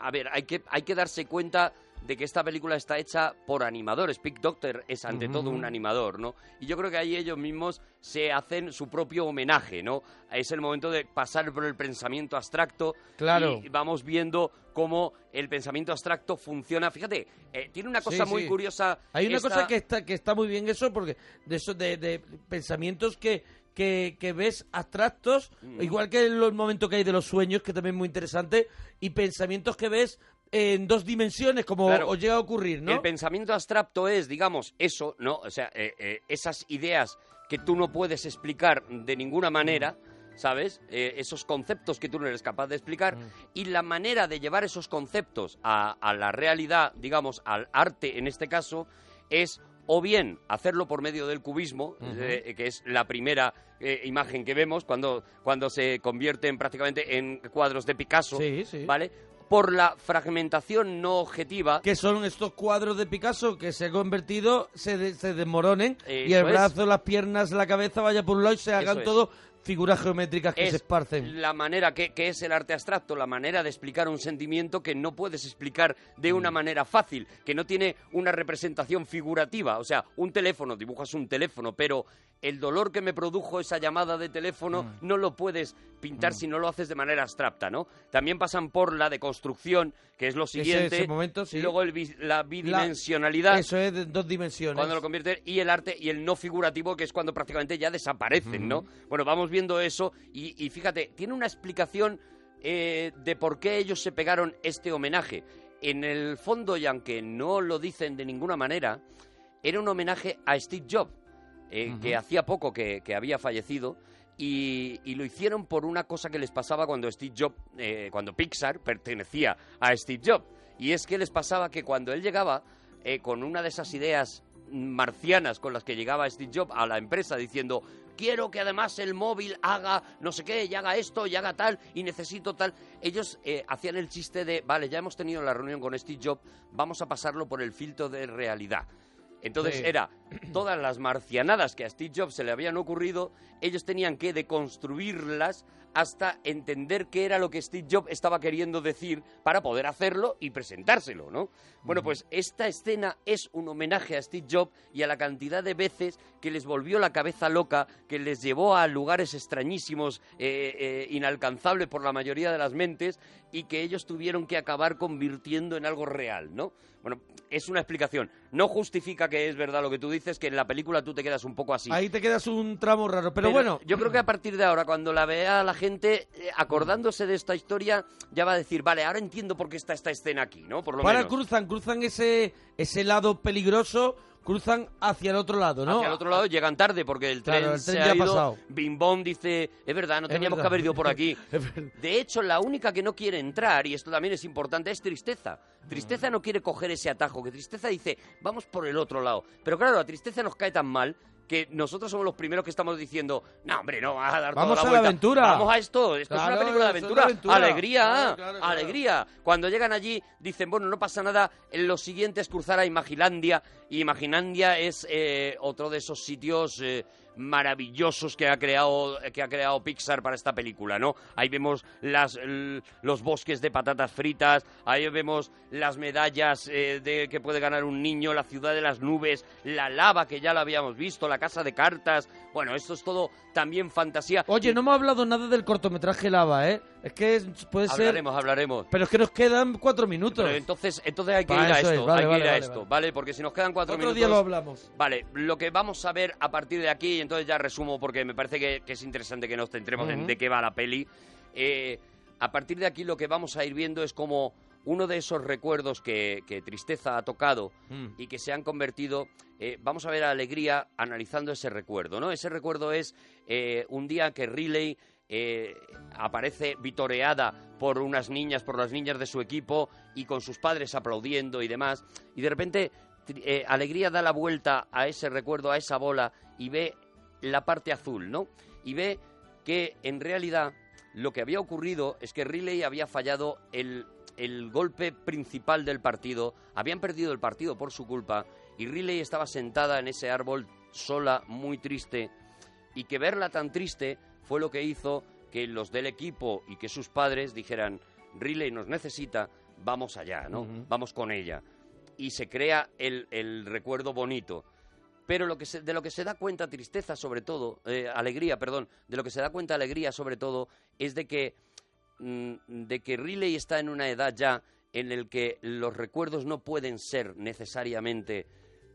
a ver, hay que, hay que darse cuenta de que esta película está hecha por animadores. Pick Doctor es ante
Ujú.
todo un animador, ¿no? Y yo creo que ahí ellos mismos se hacen su propio homenaje, ¿no? Es el momento de pasar por el pensamiento abstracto.
Claro.
Y vamos viendo cómo el pensamiento abstracto funciona. Fíjate, eh, tiene una cosa
Sí,
muy
sí.
curiosa.
Hay una
esta-
cosa que está, que está muy bien eso, porque de eso, de, de pensamientos que, que, que ves abstractos,
Mm.
igual que el momento que hay de los sueños, que también es muy interesante, y pensamientos que ves en dos dimensiones, como
Claro.
os llega a ocurrir, ¿no?
El pensamiento abstracto es, digamos, eso, ¿no? O sea, eh, eh, esas ideas que tú no puedes explicar de ninguna manera, ¿sabes? Eh, esos conceptos que tú no eres capaz de explicar
Mm.
y la manera de llevar esos conceptos a, a la realidad, digamos, al arte en este caso, es o bien hacerlo por medio del cubismo,
Ujú.
eh, que es la primera eh, imagen que vemos cuando, cuando se convierten prácticamente en cuadros de Picasso,
Sí, sí.
¿vale? Por la fragmentación no objetiva
que son estos cuadros de Picasso que se han convertido, se, de- se desmoronen y
Eso
el
es.
brazo, las piernas, la cabeza vaya por un lado y se
Eso
hagan
es.
todo figuras geométricas que
Es
se esparcen.
La manera que, que es el arte abstracto, la manera de explicar un sentimiento que no puedes explicar de
Mm.
una manera fácil, que no tiene una representación figurativa. O sea, un teléfono, dibujas un teléfono, pero el dolor que me produjo esa llamada de teléfono
Mm.
no lo puedes pintar si no lo haces de manera abstracta, ¿no? También pasan por la deconstrucción, que es lo
Ese-
siguiente.
ese momento, sí.
Luego el bis- la bidimensionalidad.
Eso es de dos dimensiones.
Cuando lo convierte y el arte y el no figurativo, que es cuando prácticamente ya desaparecen, ¿no? Bueno, vamos viendo eso y, y fíjate, tiene una explicación eh, de por qué ellos se pegaron este homenaje. En el fondo, y aunque no lo dicen de ninguna manera, era un homenaje a Steve Jobs, eh,
Ujú.
que hacía poco que, que había fallecido. Y, y lo hicieron por una cosa que les pasaba cuando Steve Jobs, eh, cuando Pixar pertenecía a Steve Jobs. Y es que les pasaba que cuando él llegaba eh, con una de esas ideas marcianas con las que llegaba Steve Jobs a la empresa diciendo quiero que además el móvil haga no sé qué y haga esto y haga tal y necesito tal. Ellos eh, hacían el chiste de vale, ya hemos tenido la reunión con Steve Jobs, vamos a pasarlo por el filtro de realidad. Entonces
Sí.
era todas las marcianadas que a Steve Jobs se le habían ocurrido, ellos tenían que deconstruirlas hasta entender qué era lo que Steve Jobs estaba queriendo decir para poder hacerlo y presentárselo, ¿no? Bueno, pues esta escena es un homenaje a Steve Jobs y a la cantidad de veces que les volvió la cabeza loca, que les llevó a lugares extrañísimos, eh, eh, inalcanzables por la mayoría de las mentes y que ellos tuvieron que acabar convirtiendo en algo real, ¿no? Bueno, es una explicación. No justifica que es verdad lo que tú dices, que en la película tú te quedas un poco así.
Ahí te quedas un tramo raro, pero, bueno.
Yo creo que a partir de ahora, cuando la vea la gente, eh, acordándose de esta historia, ya va a decir, vale, ahora entiendo por qué está esta escena aquí, ¿no? Por lo
Ahora
menos.
cruzan, cruzan ese, ese lado peligroso, cruzan hacia el otro lado, ¿no?
Hacia el otro lado llegan tarde porque el tren,
Claro, el tren
se
ya
ha
ha
ido.
pasado.
Bim Bom dice, es verdad, no
Es
teníamos
verdad.
que haber ido por aquí.
Es verdad.
De hecho, la única que no quiere entrar, y esto también es importante, es Tristeza.
Mm.
Tristeza no quiere coger ese atajo, que Tristeza dice, vamos por el otro lado. Pero claro, a Tristeza nos cae tan mal que nosotros somos los primeros que estamos diciendo, no, hombre, no, vas a dar
Vamos
toda la
a la
vuelta.
aventura.
Vamos a esto, esto es
Claro,
una película de
es una
aventura.
aventura.
Alegría,
Claro,
ah,
claro, claro.
alegría. Cuando llegan allí, dicen, bueno, no pasa nada, lo siguiente es cruzar a Imagilandia. Y Imagilandia es eh, otro de esos sitios eh, maravillosos que ha, creado, que ha creado Pixar para esta película, ¿no? Ahí vemos las, l- los bosques de patatas fritas, ahí vemos las medallas eh, de que puede ganar un niño, la ciudad de las nubes, la lava que ya la habíamos visto, la casa de cartas. Bueno, esto es todo también fantasía.
Oye, no hemos hablado nada del cortometraje Lava, ¿eh? Es que es- puede ser...
hablaremos, hablaremos.
Pero es que nos quedan cuatro minutos.
Pero entonces, entonces hay que
Va,
ir a
eso
esto,
es, vale,
hay que
vale,
ir a
vale,
esto, ¿vale? Porque si nos quedan cuatro
Otro
minutos.
día lo hablamos.
Vale, lo que vamos a ver a partir de aquí, y entonces ya resumo porque me parece que, que es interesante que nos centremos en
Ujú.
de qué va la peli. Eh, a partir de aquí lo que vamos a ir viendo es como uno de esos recuerdos que, que Tristeza ha tocado y que se han convertido. eh, vamos a ver a Alegría analizando ese recuerdo, ¿no? Ese recuerdo es eh, un día que Riley eh, aparece vitoreada por unas niñas, por las niñas de su equipo y con sus padres aplaudiendo y demás. Y de repente tri- eh, Alegría da la vuelta a ese recuerdo, a esa bola y ve la parte azul, ¿no? Y ve que en realidad lo que había ocurrido es que Riley había fallado el, el golpe principal del partido, habían perdido el partido por su culpa y Riley estaba sentada en ese árbol sola, muy triste, y que verla tan triste fue lo que hizo que los del equipo y que sus padres dijeran, Riley nos necesita, vamos allá, ¿no?
Ujú.
Vamos con ella. Y se crea el, el recuerdo bonito. Pero lo que se- de lo que se da cuenta tristeza sobre todo, eh, alegría, perdón, de lo que se da cuenta alegría sobre todo es de que, mm, de que Riley está en una edad ya en el que los recuerdos no pueden ser necesariamente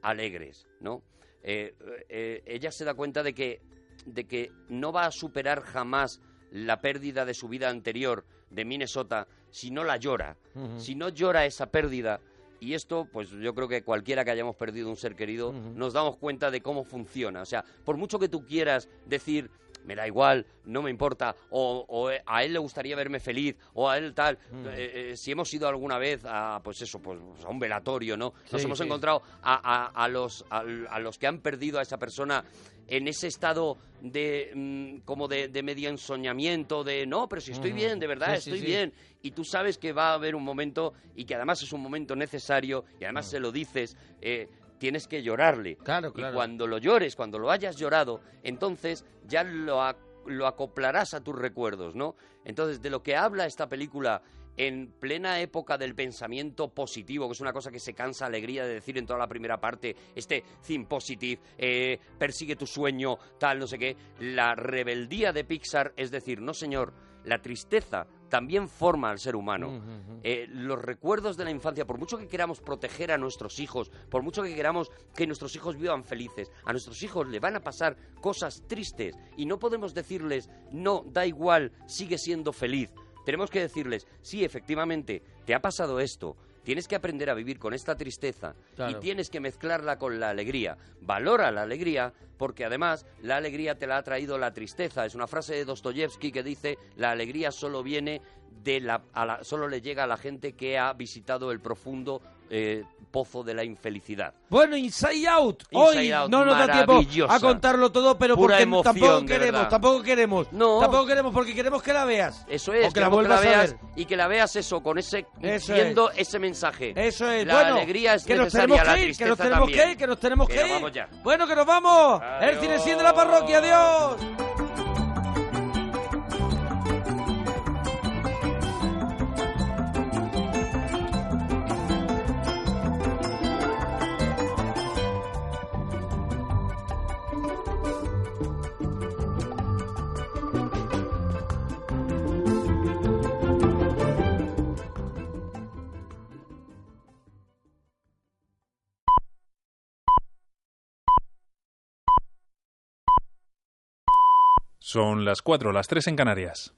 alegres, ¿no? Eh, eh, ella se da cuenta de que, de que no va a superar jamás la pérdida de su vida anterior de Minnesota si no la llora,
Ujú.
si no llora esa pérdida. Y esto, pues yo creo que cualquiera que hayamos perdido un ser querido,
Ujú.
nos damos cuenta de cómo funciona. O sea, por mucho que tú quieras decir, me da igual, no me importa, o, o, eh, a él le gustaría verme feliz, o a él tal,
Mm.
eh, eh, si hemos ido alguna vez a, pues eso, pues a un velatorio, ¿no? Nos
Sí,
hemos
sí.
encontrado a, a- a los, a, a los que han perdido a esa persona en ese estado de mm, como de, de medio ensoñamiento, de no, pero si estoy
Ujú.
bien, de verdad,
Sí, sí,
estoy
sí.
bien, y tú sabes que va a haber un momento y que además es un momento necesario y además se lo dices, eh, tienes que llorarle. Y
claro.
cuando lo llores, cuando lo hayas llorado, entonces ya lo, ac- lo acoplarás a tus recuerdos, ¿no? Entonces, de lo que habla esta película en plena época del pensamiento positivo, que es una cosa que se cansa alegría de decir en toda la primera parte, este think positive, eh, persigue tu sueño, tal, no sé qué, la rebeldía de Pixar, es decir, no señor, la tristeza también forma al ser humano. Eh, los recuerdos de la infancia, por mucho que queramos proteger a nuestros hijos, por mucho que queramos que nuestros hijos vivan felices, a nuestros hijos le van a pasar cosas tristes y no podemos decirles, no, da igual, sigue siendo feliz. tenemos que decirles, sí, efectivamente, te ha pasado esto, tienes que aprender a vivir con esta tristeza
Claro.
y tienes que mezclarla con la alegría. Valora la alegría porque además la alegría te la ha traído la tristeza. Es una frase de Dostoyevsky que dice, la alegría solo viene de la, a la- solo le llega a la gente que ha visitado el profundo eh, pozo de la infelicidad.
Bueno, Inside Out.
Inside
Hoy
Out,
no nos da tiempo
maravillosa.
a contarlo todo, pero
Pura
porque
emoción,
tampoco
de
queremos,
verdad.
tampoco queremos. Tampoco queremos porque queremos que la veas.
Eso es,
O que la
queremos
vuelvas a
veas
ver.
y que la veas eso, con ese,
Eso
viendo ese mensaje.
Eso es.
La
bueno,
alegría es
que nos
necesaria,
tenemos
la
que ir, que
tristeza
nos tenemos
también.
que ir, que nos tenemos
Pero
que ir.
vamos ya.
Bueno, que nos vamos. El cine sí de la parroquia, adiós.
Son las 4, las 3 en Canarias.